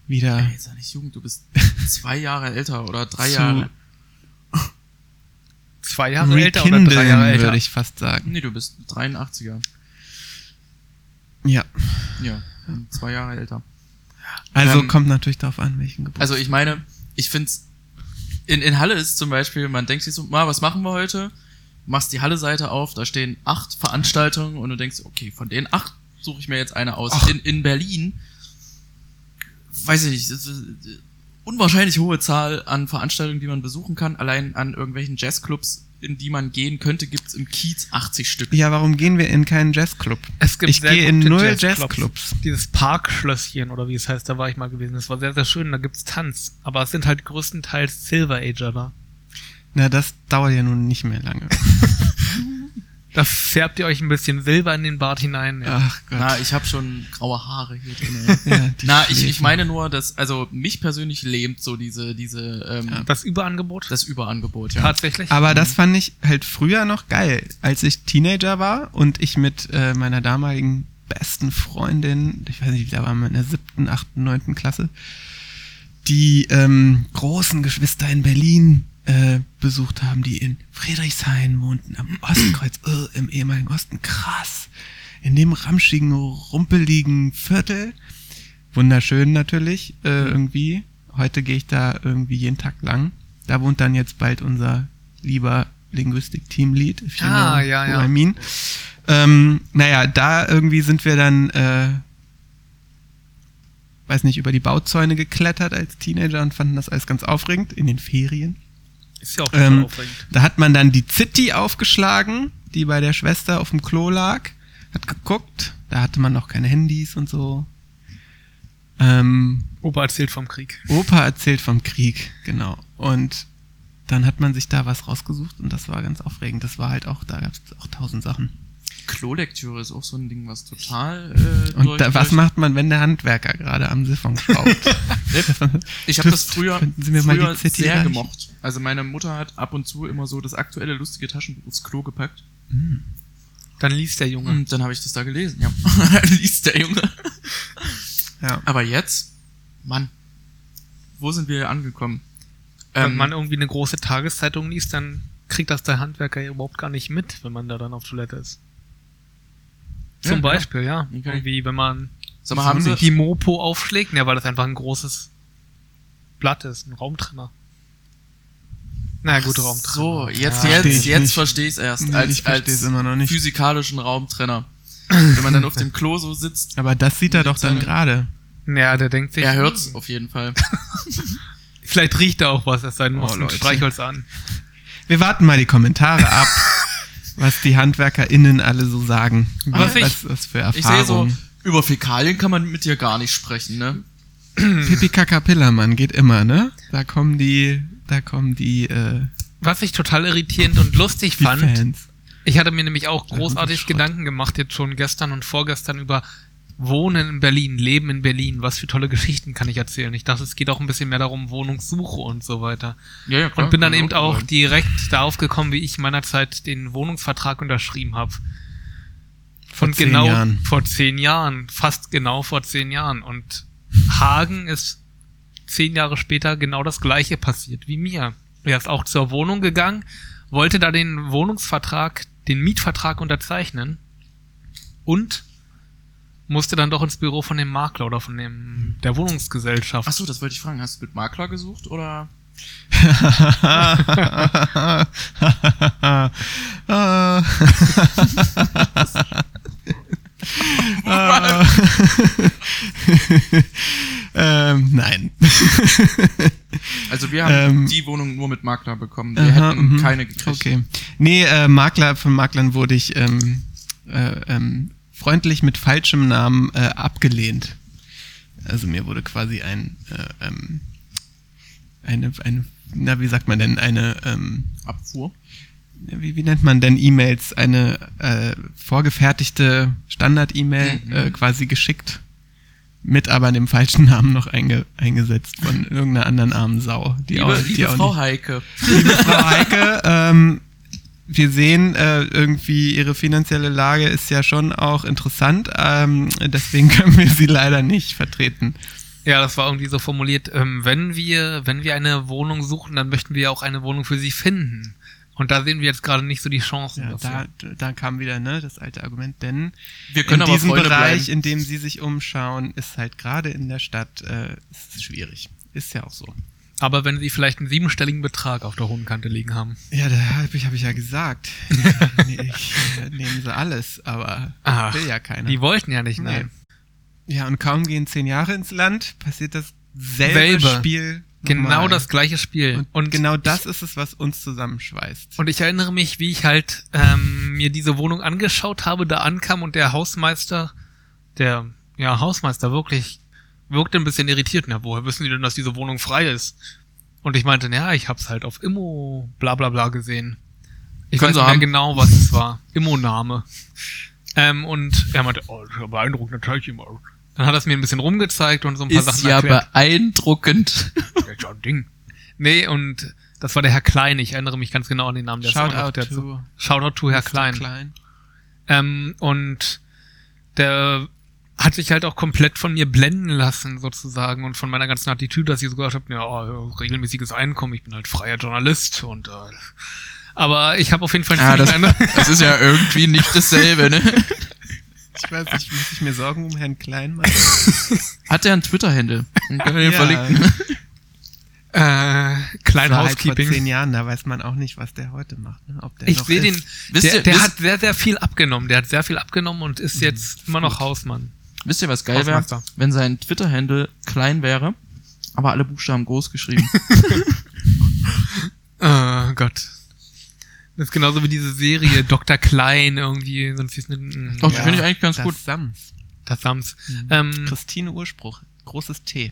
Speaker 1: wieder.
Speaker 4: ey, sei nicht jung, du bist zwei Jahre älter oder drei
Speaker 1: Zu-
Speaker 4: Jahre.
Speaker 2: zwei Jahre älter oder drei Jahre
Speaker 1: Rekindlen,
Speaker 2: älter.
Speaker 1: würde ich fast sagen.
Speaker 4: Nee, du bist 83er.
Speaker 1: Ja.
Speaker 4: Ja, zwei Jahre älter.
Speaker 1: Also
Speaker 4: Ähm,
Speaker 1: kommt natürlich darauf an, welchen Geburtstag.
Speaker 4: Also ich meine, ich find's in, in Halle ist zum Beispiel, man denkt sich so, mal, was machen wir heute? Machst die Halle-Seite auf, da stehen acht Veranstaltungen und du denkst, okay, von den acht suche ich mir jetzt eine aus.
Speaker 1: Ach.
Speaker 4: In, in Berlin, weiß ich nicht, das ist äh, unwahrscheinlich hohe Zahl an Veranstaltungen, die man besuchen kann. Allein an irgendwelchen Jazzclubs, in die man gehen könnte, gibt's im Kiez 80 Stück.
Speaker 1: ja, warum gehen wir in keinen Jazzclub?
Speaker 2: Es gibt
Speaker 1: Ich
Speaker 2: sehr
Speaker 1: gehe in
Speaker 2: gute
Speaker 1: null
Speaker 2: Jazzclubs.
Speaker 1: Jazzclubs.
Speaker 2: Dieses Parkschlösschen oder wie es heißt, da war ich mal gewesen. Das war sehr, sehr schön, da gibt's Tanz. Aber es sind halt größtenteils Silver Ager da.
Speaker 1: Na, das dauert ja nun nicht mehr lange.
Speaker 2: Da färbt ihr euch ein bisschen Silber in den Bart hinein. Ja.
Speaker 1: Ach Gott.
Speaker 4: Na, ich habe schon graue Haare hier drin.
Speaker 1: ja, die
Speaker 4: Na, ich, ich
Speaker 1: Schläfen.
Speaker 4: meine nur, dass, also mich persönlich lähmt so diese, diese ähm,
Speaker 1: Ja.
Speaker 2: Das Überangebot?
Speaker 4: Das Überangebot, ja.
Speaker 2: Tatsächlich?
Speaker 1: Ah. Aber das fand ich halt früher noch geil, als ich Teenager war und ich mit äh, meiner damaligen besten Freundin, ich weiß nicht, da waren wir in der siebten, achten, neunten Klasse, die ähm, großen Geschwister in Berlin äh, besucht haben, die in Friedrichshain wohnten, am Ostkreuz, äh, im ehemaligen Osten. Krass. In dem ramschigen, rumpeligen Viertel. Wunderschön natürlich, äh,
Speaker 2: Mhm.
Speaker 1: irgendwie. Heute gehe ich da irgendwie jeden Tag lang. Da wohnt dann jetzt bald unser lieber Linguistik-Teamlead. if you
Speaker 2: Ah,
Speaker 1: know
Speaker 2: ja,
Speaker 1: who
Speaker 2: ja.
Speaker 1: I mean. ähm, naja, da irgendwie sind wir dann äh, weiß nicht, über die Bauzäune geklettert als Teenager und fanden das alles ganz aufregend in den Ferien.
Speaker 2: ist ja auch total
Speaker 1: Ähm,
Speaker 2: aufregend.
Speaker 1: da hat man dann die City aufgeschlagen, die bei der Schwester auf dem Klo lag, hat geguckt, da hatte man noch keine Handys und so. Ähm,
Speaker 2: Opa erzählt vom Krieg.
Speaker 1: Opa erzählt vom Krieg, genau. Und dann hat man sich da was rausgesucht und das war ganz aufregend. Das war halt auch, da gab es auch tausend Sachen.
Speaker 4: Klolektüre ist auch so ein Ding, was total. Äh,
Speaker 1: Und
Speaker 4: durch-
Speaker 1: da, was
Speaker 4: durch-
Speaker 1: macht man, wenn der Handwerker gerade am Siphon schraubt?
Speaker 4: Ich habe das
Speaker 1: Tüft,
Speaker 4: früher,
Speaker 1: könnten Sie mir mal
Speaker 4: früher
Speaker 1: die City
Speaker 4: sehr
Speaker 1: reichen?
Speaker 4: gemocht. Also meine Mutter hat ab und zu immer so das aktuelle lustige Taschenbuch aufs Klo gepackt.
Speaker 2: Dann liest der Junge.
Speaker 1: Mm,
Speaker 4: Und dann habe ich das da gelesen. Ja, liest der Junge.
Speaker 1: ja.
Speaker 4: Aber jetzt, Mann, wo sind wir angekommen? Ähm,
Speaker 1: ähm,
Speaker 2: wenn man irgendwie eine große Tageszeitung liest, dann kriegt das der Handwerker ja überhaupt gar nicht mit, wenn man da dann auf Toilette ist.
Speaker 4: Ja,
Speaker 2: Zum
Speaker 4: klar.
Speaker 2: Beispiel, ja.
Speaker 4: Okay.
Speaker 2: Irgendwie, wenn man
Speaker 4: sag mal, haben Sie,
Speaker 2: die Mopo aufschlägt, ja, weil das einfach ein großes Blatt ist, ein Raumtrenner. Na gut, Raumtrenner.
Speaker 4: So, jetzt,
Speaker 2: Ja.
Speaker 1: Versteh
Speaker 4: jetzt,
Speaker 1: ich
Speaker 4: jetzt
Speaker 1: nicht.
Speaker 4: verstehe ich es erst.
Speaker 1: Nee,
Speaker 4: als
Speaker 1: ich versteh's
Speaker 4: als
Speaker 1: immer noch nicht.
Speaker 4: physikalischen Raumtrenner. Wenn man dann auf dem Klo so sitzt,
Speaker 1: Aber das sieht er doch dann
Speaker 4: Seine-
Speaker 1: gerade.
Speaker 2: Ja, der denkt sich, "Hm,
Speaker 4: er hört's auf jeden Fall.
Speaker 2: vielleicht riecht er auch was, es sei denn,
Speaker 1: Oh,
Speaker 2: oh, mit
Speaker 1: Leute.
Speaker 2: Streichholz an.
Speaker 1: Wir warten mal die Kommentare ab, was die HandwerkerInnen alle so sagen.
Speaker 4: Aber
Speaker 1: was,
Speaker 4: ich-
Speaker 1: was, was für
Speaker 4: Ich sehe so,
Speaker 1: Erfahrungen.
Speaker 4: über Fäkalien kann man mit dir gar nicht sprechen, ne?
Speaker 1: Pippi Kakapillermann geht immer, ne? Da kommen die, da kommen die, äh,
Speaker 2: Was ich total irritierend und lustig
Speaker 1: die
Speaker 2: fand,
Speaker 1: Fans.
Speaker 2: Ich hatte mir nämlich auch
Speaker 1: Ja,
Speaker 2: großartig
Speaker 1: guter Schrott.
Speaker 2: Gedanken gemacht, jetzt schon gestern und vorgestern über Wohnen in Berlin, Leben in Berlin, was für tolle Geschichten kann ich erzählen. Ich dachte, es geht auch ein bisschen mehr darum, Wohnungssuche und so weiter.
Speaker 4: Ja, ja,
Speaker 2: Und bin dann
Speaker 1: genau.
Speaker 2: eben auch
Speaker 4: die
Speaker 2: direkt darauf gekommen, wie ich meinerzeit den Wohnungsvertrag unterschrieben habe.
Speaker 1: Vor
Speaker 2: und
Speaker 1: zehn
Speaker 2: genau
Speaker 1: Jahren.
Speaker 2: vor zehn Jahren, fast genau vor zehn Jahren. Und Hagen ist zehn Jahre später genau das gleiche passiert wie mir. Er ist auch zur Wohnung gegangen, wollte da den Wohnungsvertrag, den Mietvertrag unterzeichnen und musste dann doch ins Büro von dem Makler oder von dem der Wohnungsgesellschaft.
Speaker 4: Achso, das wollte ich fragen. Hast du mit Makler gesucht oder?
Speaker 1: Ah. Ah. ähm, nein.
Speaker 4: Also wir haben
Speaker 1: Ähm.
Speaker 4: die Wohnung nur mit Makler bekommen. Wir
Speaker 1: Aha,
Speaker 4: hätten
Speaker 1: mhm.
Speaker 4: keine gekriegt.
Speaker 1: Okay. Nee, äh, Makler, von Maklern wurde ich ähm, äh, ähm, freundlich mit falschem Namen äh, abgelehnt. Also mir wurde quasi ein, äh, ähm, eine, eine, na, wie sagt man denn, eine, ähm,
Speaker 4: Abfuhr.
Speaker 1: wie, wie nennt man denn E-Mails, eine äh, vorgefertigte Standard-E-Mail
Speaker 4: Mhm.
Speaker 1: äh, quasi geschickt, mit aber dem falschen Namen noch einge, eingesetzt von irgendeiner anderen armen Sau. Die
Speaker 4: Liebe,
Speaker 1: auch, die
Speaker 4: liebe
Speaker 1: auch
Speaker 4: Frau
Speaker 1: nicht-
Speaker 4: Heike.
Speaker 1: liebe Frau Heike, ähm, wir sehen äh, irgendwie, ihre finanzielle Lage ist ja schon auch interessant. Ähm, deswegen können wir sie leider nicht vertreten.
Speaker 2: Ja, das war irgendwie so formuliert, ähm, wenn wir, wenn wir eine Wohnung suchen, dann möchten wir auch eine Wohnung für sie finden. Und da sehen wir jetzt gerade nicht so die Chancen
Speaker 1: Ja,
Speaker 2: dafür.
Speaker 1: da, da kam wieder ne, das alte Argument, denn
Speaker 4: Wir können
Speaker 1: in
Speaker 4: aber
Speaker 1: diesem
Speaker 4: Freunde
Speaker 1: Bereich,
Speaker 4: bleiben.
Speaker 1: in dem sie sich umschauen, ist halt gerade in der Stadt äh, ist es schwierig. Ist ja auch so.
Speaker 2: Aber wenn sie vielleicht einen siebenstelligen Betrag auf der hohen Kante liegen haben.
Speaker 1: Ja, da habe ich, hab ich ja gesagt. nee, ich äh, nehme sie alles, aber
Speaker 2: Ach,
Speaker 1: will ja keiner.
Speaker 2: Die wollten ja nicht, nein.
Speaker 1: Ja, und kaum gehen zehn Jahre ins Land, passiert dasselbe
Speaker 2: Selbe.
Speaker 1: Spiel.
Speaker 2: Genau
Speaker 1: nochmal.
Speaker 2: das gleiche Spiel.
Speaker 1: Und, genau das ist es, was uns zusammenschweißt.
Speaker 2: Und ich erinnere mich, wie ich halt ähm, mir diese Wohnung angeschaut habe, da ankam und der Hausmeister, der ja Hausmeister wirklich wirkte ein bisschen irritiert. Na, woher wissen die denn, dass diese Wohnung frei ist? Und ich meinte, ja, ich hab's halt auf Immo bla bla bla gesehen. Ich
Speaker 4: Können
Speaker 2: weiß nicht
Speaker 4: Sie
Speaker 2: mehr
Speaker 4: haben.
Speaker 2: genau, was es war. Immo-Name. Ähm, und er meinte, oh, das ist ja beeindruckend, das zeig ich ihm auch. Dann hat er es mir ein bisschen rumgezeigt und so ein paar
Speaker 4: ist
Speaker 2: Sachen
Speaker 4: ja
Speaker 2: erklärt.
Speaker 4: beeindruckend.
Speaker 2: Ja, ist ja ein Ding. Nee, und das war der Herr Klein. Ich erinnere mich ganz genau an den Namen. Der ist
Speaker 1: Shout
Speaker 2: immer noch
Speaker 1: out
Speaker 2: der-
Speaker 1: to
Speaker 2: Shoutout to Herr
Speaker 1: Mr.
Speaker 2: Klein. Ähm, und der hat sich halt auch komplett von mir blenden lassen, sozusagen, und von meiner ganzen Attitüde, dass ich so gesagt habe, ja, oh, regelmäßiges Einkommen, ich bin halt freier Journalist und äh, aber ich habe auf jeden Fall
Speaker 4: Ah, das,
Speaker 2: eine-
Speaker 4: das ist ja irgendwie nicht dasselbe, ne?
Speaker 1: Ich weiß nicht, muss ich mir Sorgen um Herrn Klein machen?
Speaker 4: Hat er einen Twitter-Handle? Dann Können wir den
Speaker 1: Ja.
Speaker 4: verlinken.
Speaker 2: äh,
Speaker 1: Das
Speaker 2: Klein
Speaker 1: war halt vor
Speaker 2: Housekeeping.
Speaker 1: zehn Jahren, da weiß man auch nicht, was der heute macht. Ne? Ob der
Speaker 2: ich
Speaker 1: noch
Speaker 2: sehe
Speaker 1: ist.
Speaker 2: den,
Speaker 4: Wisst
Speaker 2: der,
Speaker 4: ihr-
Speaker 2: der
Speaker 4: wisst- Mhm.
Speaker 2: hat sehr, sehr viel abgenommen. Der hat sehr viel abgenommen und ist jetzt immer
Speaker 1: gut.
Speaker 2: noch Hausmann.
Speaker 4: Wisst ihr, was geil wäre?
Speaker 2: Hausmeister.
Speaker 4: Wenn sein Twitter-Handle klein wäre, aber alle Buchstaben groß geschrieben.
Speaker 2: Oh Gott. Das ist genauso wie diese Serie Dr. Klein irgendwie, sonst hieß eine,
Speaker 4: Doch, die finde ich eigentlich ganz
Speaker 1: das
Speaker 4: gut.
Speaker 1: Sams.
Speaker 2: Das Sams.
Speaker 4: Mhm.
Speaker 2: Ähm,
Speaker 1: Christine Urspruch. Großes T.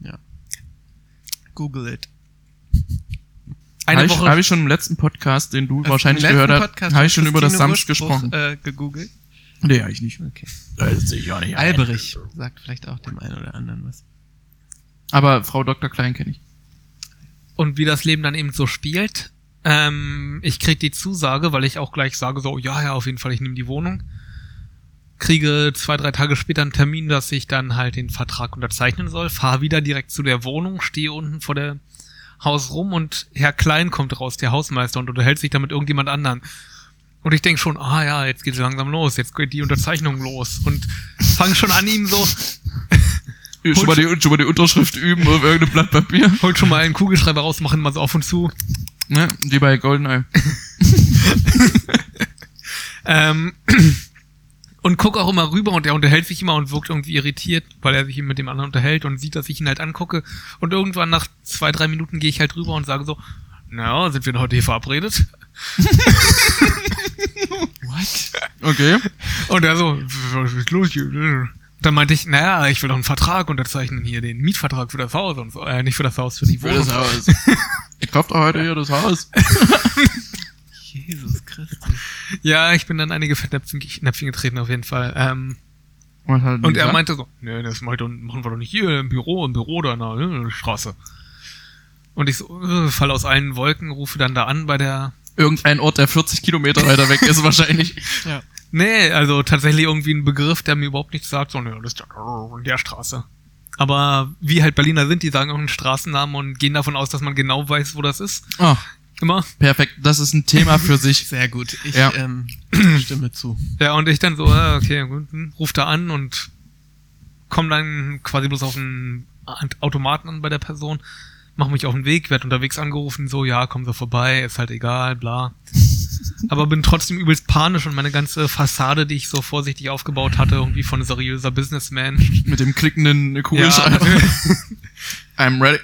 Speaker 1: Ja. Google it.
Speaker 2: eine
Speaker 4: Habe ich,
Speaker 2: Woche.
Speaker 4: hab ich schon im letzten Podcast, den du wahrscheinlich gehört hast, habe ich schon über das Sams gesprochen.
Speaker 1: Äh, gegoogelt.
Speaker 4: nee, eigentlich nicht.
Speaker 1: Okay.
Speaker 4: Das sehe ich auch nicht.
Speaker 1: Alberich sagt vielleicht auch dem einen oder anderen was.
Speaker 4: Aber Frau Dr. Klein kenne ich.
Speaker 2: und wie das Leben dann eben so spielt. Ähm, ich krieg die Zusage, weil ich auch gleich sage so, ja, ja, auf jeden Fall, ich nehme die Wohnung. Kriege zwei, drei Tage später einen Termin, dass ich dann halt den Vertrag unterzeichnen soll, fahr wieder direkt zu der Wohnung, stehe unten vor der Haus rum und Herr Klein kommt raus, der Hausmeister, und unterhält sich dann mit irgendjemand anderen. Und ich denk schon, ah ja, jetzt geht's langsam los, jetzt geht die Unterzeichnung los. Und fang schon an, ihm so,
Speaker 4: Schon mal, die, schon mal die Unterschrift üben auf irgendeinem Blatt Papier.
Speaker 2: holt schon mal einen Kugelschreiber raus, mach ihn mal so auf und zu.
Speaker 4: Ne? Wie bei Goldeneye.
Speaker 2: Ähm, und guck auch immer rüber und er unterhält sich immer und wirkt irgendwie irritiert, weil er sich eben mit dem anderen unterhält und sieht, dass ich ihn halt angucke. Und irgendwann nach zwei, drei Minuten gehe ich halt rüber und sage so, naja, sind wir denn heute hier verabredet?
Speaker 4: Okay.
Speaker 2: Und er so, was ist los hier? Dann meinte ich, naja, ich will doch einen Vertrag unterzeichnen hier, den Mietvertrag für das Haus und so, äh, nicht für das Haus, für die Wohnung.
Speaker 4: Haus. Ihr kauft doch heute hier das Haus.
Speaker 1: Jesus Christus.
Speaker 2: Ja, ich bin dann einige Fettnäpfchen Näpfchen getreten auf jeden Fall. Ähm,
Speaker 4: Und, hat
Speaker 2: Und er
Speaker 4: gesagt?
Speaker 2: meinte so, nee, das mach ich doch- machen wir doch nicht hier im Büro, im Büro da in der äh, Straße. Und ich so, äh, fall aus allen Wolken, rufe dann da an bei der,
Speaker 4: irgendein Ort, der 40 Kilometer weiter weg ist wahrscheinlich.
Speaker 1: Ja.
Speaker 2: nee, also tatsächlich irgendwie ein Begriff, der mir überhaupt nichts sagt, so, nee, das ist ja in der Straße. Aber wie halt Berliner sind, die sagen auch einen Straßennamen und gehen davon aus, dass man genau weiß, wo das ist.
Speaker 4: Oh,
Speaker 2: Immer.
Speaker 4: perfekt. Das ist ein Thema für sich.
Speaker 1: Sehr gut. Ich
Speaker 4: Ja.
Speaker 1: ähm, stimme zu.
Speaker 2: Ja, und ich dann so, äh, okay, gut, hm, ruf da an und komm dann quasi bloß auf einen Automaten an bei der Person, mach mich auf den Weg, werd unterwegs angerufen, so, ja, komm so vorbei, ist halt egal, bla. Aber bin trotzdem übelst panisch und meine ganze Fassade, die ich so vorsichtig aufgebaut hatte, irgendwie von seriöser Businessman.
Speaker 4: Mit dem klickenden Kugelschreiber.
Speaker 2: Ja,
Speaker 4: I'm ready.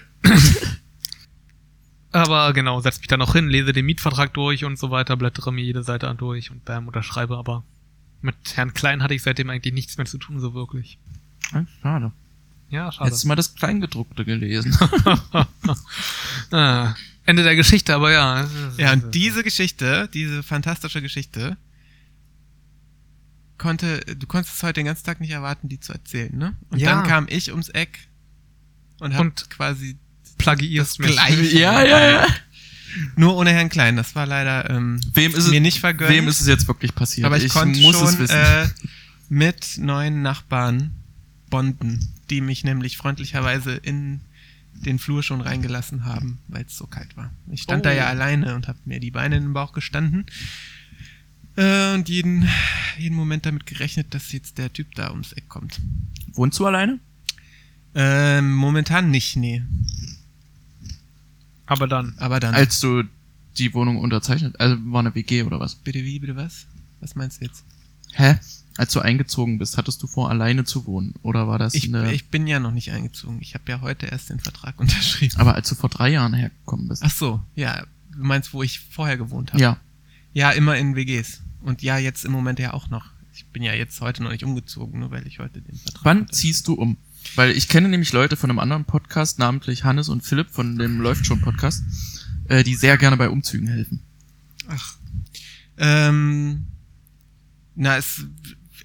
Speaker 2: aber genau, setz mich dann noch hin, lese den Mietvertrag durch und so weiter, blättere mir jede Seite an durch und bam, unterschreibe, aber mit Herrn Klein hatte ich seitdem eigentlich nichts mehr zu tun, so wirklich.
Speaker 4: Ah, Schade.
Speaker 2: Ja, schade.
Speaker 4: Hättest du mal das Kleingedruckte gelesen.
Speaker 2: Ah, Ende der Geschichte, aber ja.
Speaker 1: Also, Ja, und diese Geschichte, diese fantastische Geschichte, konnte, du konntest es heute den ganzen Tag nicht erwarten, die zu erzählen, ne? Und
Speaker 2: Ja.
Speaker 1: dann kam ich ums Eck und hab
Speaker 2: Und
Speaker 1: quasi
Speaker 2: plagiierst
Speaker 1: das gleiche.
Speaker 4: ja, ja.
Speaker 1: Nur ohne Herrn Klein, das war leider ähm,
Speaker 4: Wem ist,
Speaker 1: mir
Speaker 4: es,
Speaker 1: nicht vergönnt.
Speaker 4: wem ist es jetzt wirklich passiert?
Speaker 1: aber ich, konnte
Speaker 4: muss
Speaker 1: schon
Speaker 4: es wissen.
Speaker 1: Äh, mit neuen Nachbarn bonden, die mich nämlich freundlicherweise in den Flur schon reingelassen haben, weil es so kalt war. Ich stand da
Speaker 2: Oh.
Speaker 1: ja alleine und habe mir die Beine in den Bauch gestanden äh, und jeden, jeden Moment damit gerechnet, dass jetzt der Typ da ums Eck kommt.
Speaker 4: Wohnst du alleine?
Speaker 1: Ähm, momentan nicht, nee,
Speaker 2: Aber dann.
Speaker 1: aber dann.
Speaker 4: Als du die Wohnung unterzeichnet, also war eine WG oder was?
Speaker 1: bitte wie, bitte was? Was meinst du jetzt?
Speaker 4: Hä? Als du eingezogen bist, hattest du vor, alleine zu wohnen? Oder war das
Speaker 1: Ich,
Speaker 4: eine...
Speaker 1: ich bin ja noch nicht eingezogen. Ich habe ja heute erst den Vertrag unterschrieben.
Speaker 4: aber als du vor drei Jahren hergekommen bist.
Speaker 1: Ach so, ja. Du meinst, wo ich vorher gewohnt habe?
Speaker 4: ja.
Speaker 1: Ja, immer in WGs. Und ja, jetzt im Moment ja auch noch. Ich bin ja jetzt heute noch nicht umgezogen, nur weil ich heute den Vertrag.
Speaker 4: Wann
Speaker 1: hatte.
Speaker 4: ziehst du um? Weil ich kenne nämlich Leute von einem anderen Podcast, namentlich Hannes und Philipp von dem Läuft schon Podcast, äh, die sehr gerne bei Umzügen helfen.
Speaker 1: Ach. Ähm, na, es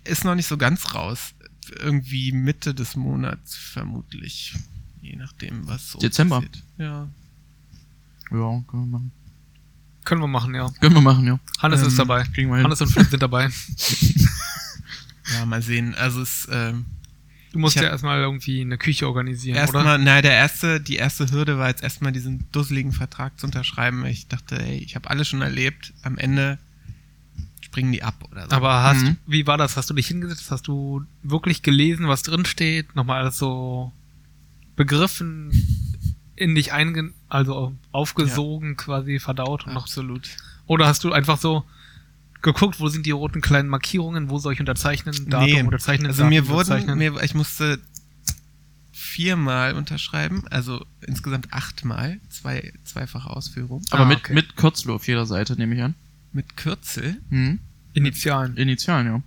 Speaker 1: ist noch nicht so ganz raus. Irgendwie Mitte des Monats vermutlich. Je nachdem, was so
Speaker 4: Dezember.
Speaker 1: passiert. Ja.
Speaker 4: Ja, können wir machen.
Speaker 2: Können wir machen, ja.
Speaker 4: Können wir machen, ja.
Speaker 2: Hannes
Speaker 1: Ähm,
Speaker 2: ist dabei.
Speaker 4: Kriegen wir hin.
Speaker 2: Hannes und Philipp sind dabei.
Speaker 1: Ja, mal sehen. Also es ähm,
Speaker 2: Du musst
Speaker 1: Ich hab-
Speaker 2: ja erstmal irgendwie eine Küche organisieren, oder?
Speaker 1: erstmal, na, der erste, die erste Hürde war jetzt erstmal diesen dusseligen Vertrag zu unterschreiben. Ich dachte, ey, ich habe alles schon erlebt. Am Ende springen die ab oder so.
Speaker 2: Aber hast,
Speaker 4: Mhm.
Speaker 2: wie war das? Hast du dich hingesetzt? Hast du wirklich gelesen, was drin steht? Nochmal alles so begriffen, in dich einge, also aufgesogen, quasi verdaut und noch
Speaker 1: absolut.
Speaker 2: Oder hast du einfach so geguckt, wo sind die roten kleinen Markierungen, wo soll ich unterzeichnen, Datum
Speaker 1: Nee.
Speaker 2: unterzeichnen,
Speaker 1: Also
Speaker 2: Datum
Speaker 1: mir wurden,
Speaker 2: unterzeichnen.
Speaker 1: mir, ich musste viermal unterschreiben, also insgesamt achtmal, zwei, zweifache Ausführung.
Speaker 4: Aber
Speaker 2: Ah,
Speaker 4: mit,
Speaker 2: okay.
Speaker 4: mit Kürzel auf jeder Seite, nehme ich an.
Speaker 1: Mit Kürzel?
Speaker 4: Mhm.
Speaker 2: Initialen.
Speaker 4: Initialen, ja.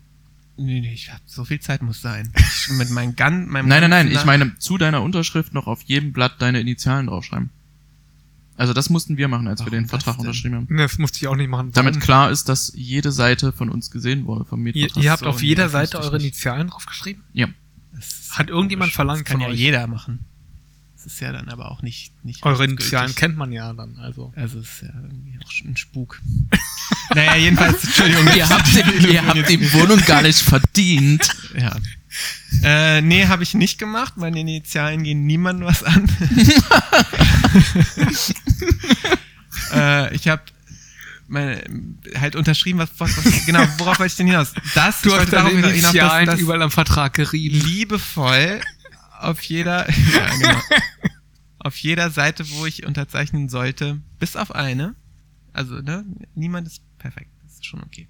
Speaker 1: Nee, nee, ich hab, so viel Zeit muss sein. Ich, mit meinem Gan, meinem
Speaker 4: Nein, nein, nein,
Speaker 1: ganzen
Speaker 4: ich meine, zu deiner Unterschrift noch auf jedem Blatt deine Initialen draufschreiben. Also das mussten wir machen, als
Speaker 1: Warum
Speaker 4: wir den
Speaker 1: das
Speaker 4: Vertrag
Speaker 1: denn?
Speaker 4: unterschrieben haben.
Speaker 2: Ne, Das musste ich auch nicht machen.
Speaker 4: Damit
Speaker 2: Warum?
Speaker 4: klar ist, dass jede Seite von uns gesehen wurde vom
Speaker 2: ihr,
Speaker 4: Mietvertrag.
Speaker 2: ihr habt
Speaker 4: So,
Speaker 2: auf
Speaker 4: nee,
Speaker 2: jeder
Speaker 4: das
Speaker 2: Seite
Speaker 4: wusste ich
Speaker 2: eure
Speaker 4: nicht.
Speaker 2: Initialen draufgeschrieben?
Speaker 4: Ja.
Speaker 1: Das
Speaker 2: Hat irgendjemand
Speaker 1: komisch.
Speaker 2: verlangt
Speaker 1: Das kann
Speaker 2: von
Speaker 1: ja
Speaker 2: euch?
Speaker 1: jeder machen. Das ist ja dann aber auch nicht. nicht
Speaker 2: Eure
Speaker 1: rechtsgültig.
Speaker 2: Initialen kennt man ja dann, also.
Speaker 1: Also es ist ja irgendwie auch schon ein Spuk. naja, jedenfalls, Entschuldigung.
Speaker 4: Ihr habt, die, ihr habt die Wohnung gar nicht verdient.
Speaker 1: Ja. Äh, nee, habe ich nicht gemacht. Meine Initialen gehen niemandem was an. äh, ich habe halt unterschrieben, was, was, was genau, worauf wollte ich denn hinaus? Das, ich wollte darauf dass, dass
Speaker 2: überall am Vertrag gerieben.
Speaker 1: liebevoll auf jeder, ja, genau, auf jeder Seite, wo ich unterzeichnen sollte, bis auf eine. Also, ne, niemand ist perfekt, das ist schon okay.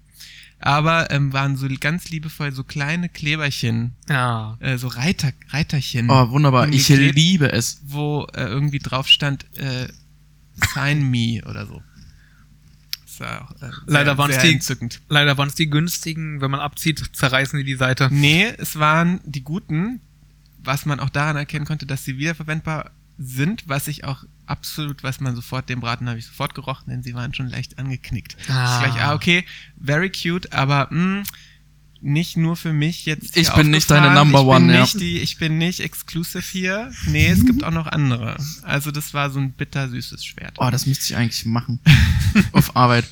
Speaker 1: Aber ähm, waren so ganz liebevoll so kleine Kleberchen
Speaker 2: Ja.
Speaker 1: äh, so Reiter, Reiterchen,
Speaker 4: Oh, wunderbar. Ich
Speaker 1: Umgeklebt.
Speaker 4: liebe es.
Speaker 1: wo äh, irgendwie drauf stand, äh, sign me oder so. Das war auch, äh, sehr-
Speaker 2: Leider waren's
Speaker 1: sehr
Speaker 2: die-
Speaker 1: entzückend.
Speaker 2: Leider waren es die günstigen, wenn man abzieht, zerreißen die die Seite.
Speaker 1: Nee, es waren die guten, was man auch daran erkennen konnte, dass sie wiederverwendbar sind, was ich auch absolut, was man sofort, den Braten habe ich sofort gerochen, denn sie waren schon leicht angeknickt.
Speaker 2: Ah.
Speaker 1: Ah. Ich gleich, ah, okay, very cute, aber mh, nicht nur für mich jetzt.
Speaker 4: Ich
Speaker 1: hier
Speaker 4: bin nicht
Speaker 1: aufgefahren.
Speaker 4: deine Number
Speaker 1: ich bin
Speaker 4: One, ja.
Speaker 1: Nicht die, ich bin nicht exclusive hier. Nee, es gibt auch noch andere. Also das war so ein bittersüßes Schwert.
Speaker 4: Oh, das müsste ich eigentlich machen. Auf Arbeit.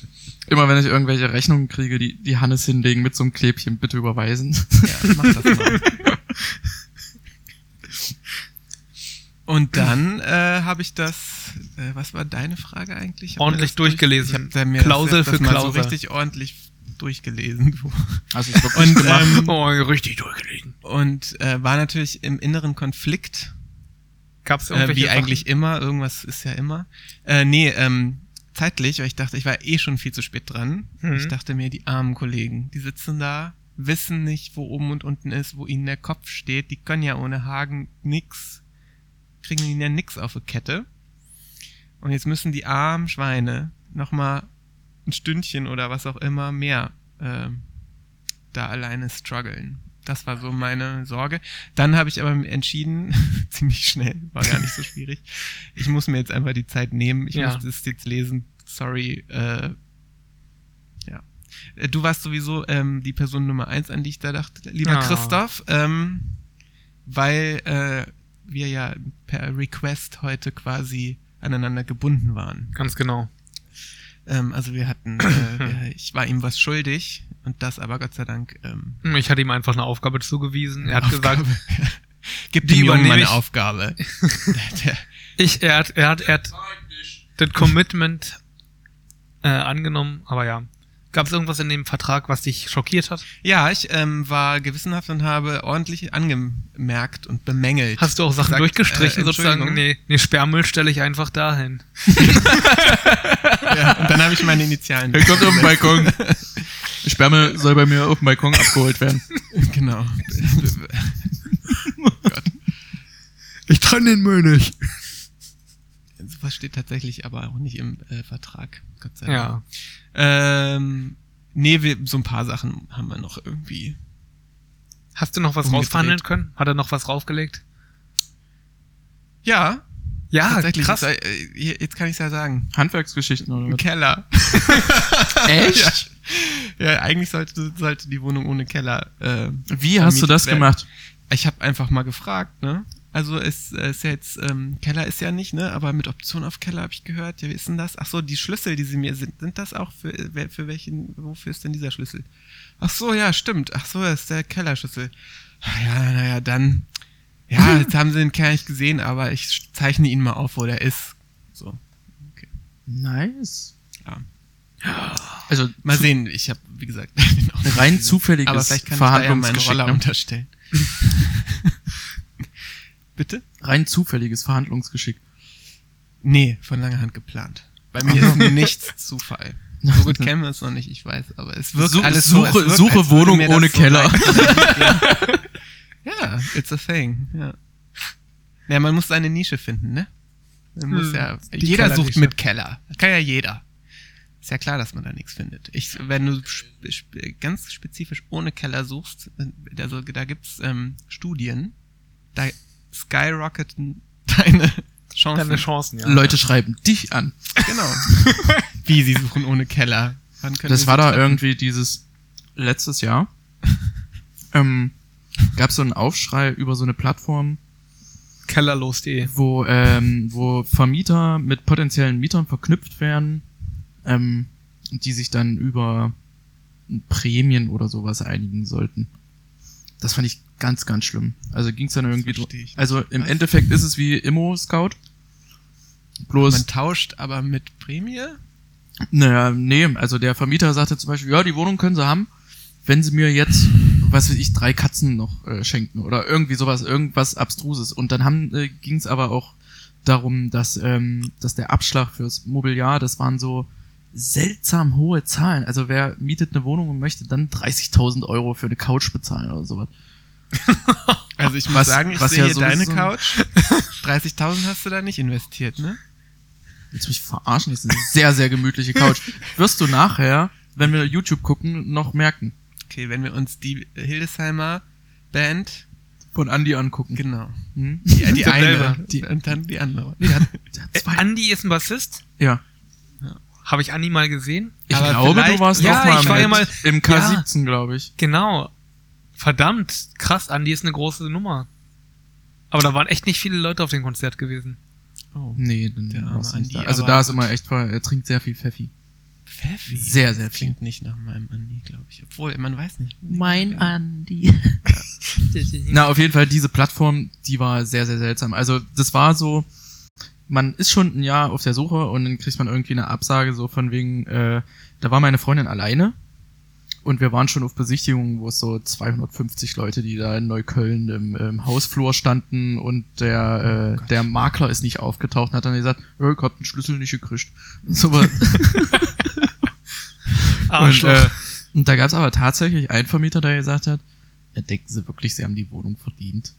Speaker 4: Immer wenn ich irgendwelche Rechnungen kriege, die, die Hannes hinlegen mit so einem Klebchen, bitte überweisen.
Speaker 1: Ja, mach das mal. Und dann äh, habe ich das, äh, was war deine Frage eigentlich? Ich hab mir
Speaker 2: Ordentlich
Speaker 1: das durch-
Speaker 2: durchgelesen.
Speaker 1: Ich habe mir
Speaker 2: Klausel
Speaker 1: das, das
Speaker 2: für
Speaker 1: mal so
Speaker 2: Klausel.
Speaker 1: richtig ordentlich durchgelesen.
Speaker 4: Also ich
Speaker 1: Und, ähm,
Speaker 2: Oh, richtig durchgelegen.
Speaker 1: und äh, war natürlich im inneren Konflikt,
Speaker 2: Gab's
Speaker 1: äh,
Speaker 2: irgendwelche
Speaker 1: wie
Speaker 2: Sachen?
Speaker 1: eigentlich immer, irgendwas ist ja immer. Äh, nee, ähm, zeitlich, weil ich dachte, ich war eh schon viel zu spät dran.
Speaker 2: Mhm.
Speaker 1: Ich dachte mir, die armen Kollegen, die sitzen da, wissen nicht, wo oben und unten ist, wo ihnen der Kopf steht, die können ja ohne Hagen nix, kriegen ihnen ja nix auf die Kette. Und jetzt müssen die armen Schweine nochmal ein Stündchen oder was auch immer mehr ähm, da alleine strugglen. Das war so meine Sorge. Dann habe ich aber entschieden, ziemlich schnell, war gar nicht so schwierig, ich muss mir jetzt einfach die Zeit nehmen. Ich
Speaker 2: Ja.
Speaker 1: muss das jetzt lesen. Sorry. Äh, ja. Äh, Du warst sowieso ähm, die Person Nummer eins, an die ich da dachte, lieber
Speaker 2: Ah.
Speaker 1: Christoph, ähm, weil äh, wir ja per Request heute quasi aneinander gebunden waren.
Speaker 2: Ganz genau.
Speaker 1: Ähm, also wir hatten, äh, wir- ich war ihm was schuldig und das aber Gott sei Dank. Ähm,
Speaker 2: Hm, Ich hatte ihm einfach eine Aufgabe zugewiesen. Er hat
Speaker 1: Aufgabe.
Speaker 2: gesagt,
Speaker 1: Gib
Speaker 2: Die
Speaker 1: dem Jungen
Speaker 2: übernehme
Speaker 1: meine
Speaker 2: ich.
Speaker 1: Aufgabe. Der-
Speaker 2: ich, er hat, er hat, er hat das Commitment äh, angenommen, aber ja. Gab's irgendwas in dem Vertrag, was dich schockiert hat?
Speaker 1: ja, ich ähm, war gewissenhaft und habe ordentlich angemerkt und bemängelt.
Speaker 2: Hast du auch Sachen
Speaker 1: Sagt,
Speaker 2: durchgestrichen
Speaker 1: äh,
Speaker 2: sozusagen?
Speaker 1: Entschuldigung.
Speaker 2: Nee, nee, Sperrmüll stelle ich einfach dahin.
Speaker 1: ja, und dann habe ich meine Initialen.
Speaker 4: Er kommt auf den Balkon. Sperme soll bei mir auf dem Balkon abgeholt werden.
Speaker 1: genau.
Speaker 2: Ich trenne den Müll nicht.
Speaker 1: Sowas steht tatsächlich aber auch nicht im äh, Vertrag. Gott sei Dank.
Speaker 2: Ja.
Speaker 1: Ähm, nee, wir, so ein paar Sachen haben wir noch irgendwie.
Speaker 2: Hast du noch was
Speaker 1: Umgedreht.
Speaker 2: rausverhandeln können? Hat er noch was raufgelegt?
Speaker 1: Ja,
Speaker 2: Ja,
Speaker 1: tatsächlich.
Speaker 2: krass.
Speaker 1: Jetzt, äh, jetzt kann ich es ja sagen.
Speaker 4: Handwerksgeschichten
Speaker 1: Im
Speaker 4: oder
Speaker 1: Keller.
Speaker 4: was? Echt?
Speaker 1: Ja, ja, eigentlich sollte, sollte die Wohnung ohne Keller. Äh,
Speaker 4: Wie hast du das
Speaker 1: vermietet werden.
Speaker 4: gemacht?
Speaker 1: Ich habe einfach mal gefragt, ne? Also es äh, ist ja jetzt, ähm, Keller ist ja nicht, ne? Aber mit Option auf Keller habe ich gehört. Ja, wie ist denn das? Ach so, die Schlüssel, die sie mir sind, sind das auch für, äh, wer- für welchen, wofür ist denn dieser Schlüssel? Ach so, ja, stimmt. Ach so, das ist der Kellerschlüssel. Ah Ja, naja, dann. Ja, jetzt haben sie den Keller nicht gesehen, aber ich zeichne ihn mal auf, wo der ist. So.
Speaker 4: Nice.
Speaker 1: Ja.
Speaker 4: Also
Speaker 1: Mal sehen, ich habe, wie gesagt, den auch nicht
Speaker 4: rein
Speaker 1: gesehen. Aber
Speaker 4: zufälliges
Speaker 1: vielleicht kann ich da ja meine
Speaker 4: Verhandlungsgeschick.
Speaker 1: Roller
Speaker 4: ne?
Speaker 1: unterstellen. Bitte?
Speaker 4: Rein zufälliges Verhandlungsgeschick.
Speaker 1: Nee, von langer Hand geplant. Bei mir ist nichts Zufall. So gut kennen wir uns noch nicht, ich weiß, aber es wirkt
Speaker 4: Such-
Speaker 1: alles so.
Speaker 4: Suche-
Speaker 1: es wirkt,
Speaker 4: Suche
Speaker 1: als würde
Speaker 4: Wohnung
Speaker 1: mir das
Speaker 4: ohne Keller.
Speaker 1: reichen. ja, it's a thing. Ja. ja, man muss seine Nische finden, ne? Man muss
Speaker 2: Hm,
Speaker 1: ja,
Speaker 2: die
Speaker 1: jeder sucht
Speaker 2: Kellernische.
Speaker 1: mit Keller. Das kann ja jeder. Ist ja klar, dass man da nichts findet. Ich, wenn du sp sp ganz spezifisch ohne Keller suchst, äh, also, da gibt's ähm, Studien, da skyrocketen deine Chancen.
Speaker 2: Deine Chancen, ja.
Speaker 4: Leute schreiben dich an.
Speaker 1: Genau. Wie sie suchen ohne Keller. Wann können
Speaker 4: Das
Speaker 1: wir
Speaker 4: war
Speaker 1: sie
Speaker 4: da
Speaker 1: treffen?
Speaker 4: irgendwie dieses letztes Jahr. ähm, gab so einen Aufschrei über so eine Plattform,
Speaker 2: Kellerlos.de.
Speaker 4: wo, ähm, wo Vermieter mit potenziellen Mietern verknüpft werden, ähm, die sich dann über Prämien oder sowas einigen sollten. Das fand ich ganz, ganz schlimm. Also ging's dann irgendwie. dr-
Speaker 1: verstehe ich nicht.
Speaker 4: Also im
Speaker 1: Was?
Speaker 4: Endeffekt ist es wie Immo-Scout. Bloß
Speaker 1: Man tauscht aber mit Prämie.
Speaker 4: Naja, nee, also der Vermieter sagte zum Beispiel, ja, die Wohnung können sie haben, wenn sie mir jetzt, was weiß ich, drei Katzen noch äh, schenken oder irgendwie sowas, irgendwas Abstruses. Und dann haben, äh, ging es aber auch darum, dass, ähm, dass der Abschlag fürs Mobiliar, das waren so seltsam hohe Zahlen. Also wer mietet eine Wohnung und möchte dann 30.000 Euro für eine Couch bezahlen oder sowas.
Speaker 1: Also ich muss
Speaker 4: Was-
Speaker 1: sagen, ich
Speaker 4: was
Speaker 1: sehe
Speaker 4: ja
Speaker 1: hier deine
Speaker 4: sowieso-
Speaker 1: Couch. 30.000 hast du da nicht investiert, ne?
Speaker 4: Willst du mich verarschen? Das ist eine sehr, sehr gemütliche Couch. Wirst du nachher, wenn wir YouTube gucken, noch merken.
Speaker 1: Okay, wenn wir uns die Hildesheimer Band,
Speaker 4: Von Andy angucken.
Speaker 1: genau,
Speaker 4: Hm?
Speaker 1: die, die
Speaker 2: Der
Speaker 1: eine
Speaker 2: selber.
Speaker 1: die, und dann die andere.
Speaker 4: Nee, der hat, der hat
Speaker 2: Äh,
Speaker 4: zwei
Speaker 2: Andi ist ein Bassist.
Speaker 4: Ja.
Speaker 2: Habe ich Andi mal gesehen?
Speaker 4: Ich
Speaker 1: Aber
Speaker 4: glaube, du
Speaker 1: vielleicht-
Speaker 4: warst
Speaker 2: Ja,
Speaker 4: auch mal,
Speaker 2: ich war ja
Speaker 4: mit
Speaker 2: mal-
Speaker 4: im
Speaker 2: Ja.
Speaker 4: K17, glaube ich.
Speaker 2: Genau. Verdammt. Krass, Andi ist eine große Nummer. Aber da waren echt nicht viele Leute auf dem Konzert gewesen.
Speaker 1: Oh,
Speaker 4: Nee, dann
Speaker 1: Der arme
Speaker 4: warst du
Speaker 1: Andi,
Speaker 4: nicht da. Also
Speaker 1: aber
Speaker 4: da ist
Speaker 1: gut.
Speaker 4: immer echt, voll- er trinkt sehr viel Pfeffi.
Speaker 1: Pfeffi.
Speaker 4: Sehr, sehr
Speaker 1: Das Klingt nicht nach meinem Andi, glaube ich. Obwohl, man weiß nicht.
Speaker 4: Mein Andi. Na, auf jeden Fall, diese Plattform, die war sehr, sehr seltsam. Also das war so, man ist schon ein Jahr auf der Suche und dann kriegt man irgendwie eine Absage so von wegen, äh, da war meine Freundin alleine und wir waren schon auf Besichtigungen, wo es so 250 Leute, die da in Neukölln im, im Hausflur standen und der, äh, der Makler ist nicht aufgetaucht und hat dann gesagt, "Ja, ich hab den Schlüssel nicht gekriegt. So was. Und,
Speaker 2: Arschloch.
Speaker 4: äh, und da gab es aber tatsächlich einen Vermieter, der gesagt hat, ja, denken Sie wirklich, Sie haben die Wohnung verdient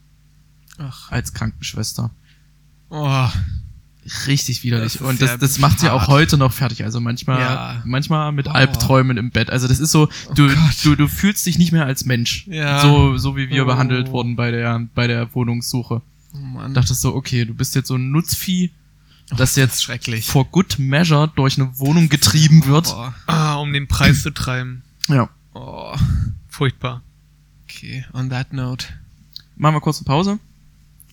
Speaker 1: Ach,
Speaker 4: als Krankenschwester.
Speaker 1: oh,
Speaker 4: Richtig widerlich.
Speaker 1: Das ist
Speaker 4: und
Speaker 1: ja
Speaker 4: das, das macht sie auch
Speaker 1: hart.
Speaker 4: heute noch fertig. Also manchmal,
Speaker 1: Ja.
Speaker 4: manchmal mit
Speaker 1: Boah.
Speaker 4: Albträumen im Bett. Also das ist so, du,
Speaker 1: Gott.
Speaker 4: du, du fühlst dich nicht mehr als Mensch.
Speaker 1: Ja.
Speaker 4: So, so wie wir
Speaker 1: Oh.
Speaker 4: behandelt wurden bei der, bei der Wohnungssuche.
Speaker 1: oh Mann.
Speaker 4: Du dachtest so, okay, du bist jetzt so ein Nutzvieh, das
Speaker 1: ist
Speaker 4: jetzt
Speaker 1: schrecklich.
Speaker 4: for good measure durch eine Wohnung getrieben wird.
Speaker 1: Boah.
Speaker 2: ah, um den Preis zu treiben.
Speaker 4: Ja.
Speaker 1: Oh,
Speaker 2: Furchtbar.
Speaker 1: okay, on that note.
Speaker 4: Machen wir kurz eine Pause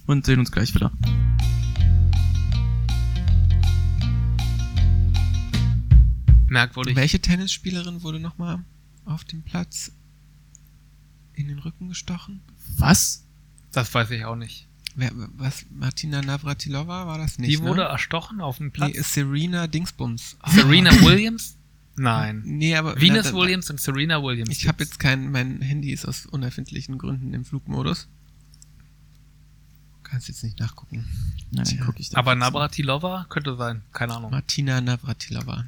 Speaker 4: und sehen uns gleich wieder.
Speaker 2: Merkwürdig.
Speaker 1: Welche Tennisspielerin wurde nochmal auf dem Platz in den Rücken gestochen?
Speaker 4: Was?
Speaker 2: Das weiß ich auch nicht.
Speaker 1: Wer, was? Martina Navratilova war das nicht?
Speaker 2: Die wurde
Speaker 1: ne?
Speaker 2: erstochen auf dem
Speaker 1: Nee,
Speaker 2: Platz.
Speaker 1: ist Serena Dingsbums. Ah.
Speaker 2: Serena Williams? Nein.
Speaker 1: Nee, aber. na,
Speaker 2: Venus
Speaker 1: dann-
Speaker 2: Williams und Serena Williams.
Speaker 1: Ich habe jetzt kein. Mein Handy ist aus unerfindlichen Gründen im Flugmodus. Kannst jetzt nicht nachgucken.
Speaker 4: Na, dann
Speaker 1: Tja.
Speaker 4: guck ich da
Speaker 2: Aber
Speaker 4: kurz.
Speaker 2: Navratilova könnte sein. Keine Ahnung.
Speaker 1: Martina Navratilova.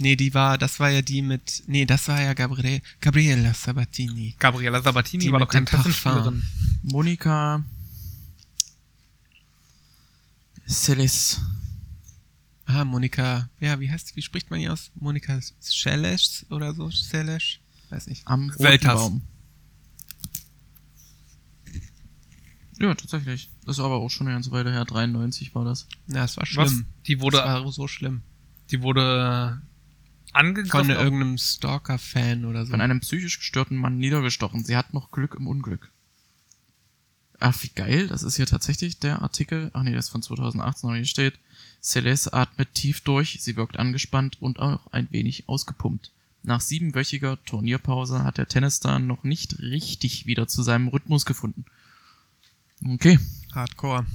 Speaker 1: Nee, die war. Das war ja die mit. Nee, das war ja Gabriele, Gabriela Sabatini.
Speaker 2: Gabriela Sabatini
Speaker 1: Die
Speaker 2: war
Speaker 1: mit
Speaker 2: doch keine
Speaker 1: dem Parfum.
Speaker 2: Tassenspielerin.
Speaker 4: Monika Celis.
Speaker 1: Ah, Monika. Ja, wie heißt Wie spricht man die aus? Monika Schelesch oder so? Schelesch? Weiß nicht.
Speaker 4: am roten
Speaker 2: Selters.
Speaker 4: Baum. Ja, tatsächlich. Das ist aber auch schon eine ganze Weile her. 93 war das.
Speaker 1: Na, es war
Speaker 2: Was?
Speaker 1: schlimm.
Speaker 2: Die
Speaker 1: Oder das
Speaker 2: wurde,
Speaker 1: war so schlimm.
Speaker 2: die wurde
Speaker 1: Von
Speaker 2: angegriffen.
Speaker 1: irgendeinem Stalker-Fan oder so.
Speaker 4: Von einem psychisch gestörten Mann niedergestochen. Sie hat noch Glück im Unglück. Ach, wie geil. Das ist hier tatsächlich der Artikel. Ach nee, das ist von 2018, aber hier steht. Celeste atmet tief durch. Sie wirkt angespannt und auch ein wenig ausgepumpt. Nach siebenwöchiger Turnierpause hat der Tennisstar noch nicht richtig wieder zu seinem Rhythmus gefunden. Okay.
Speaker 1: Hardcore.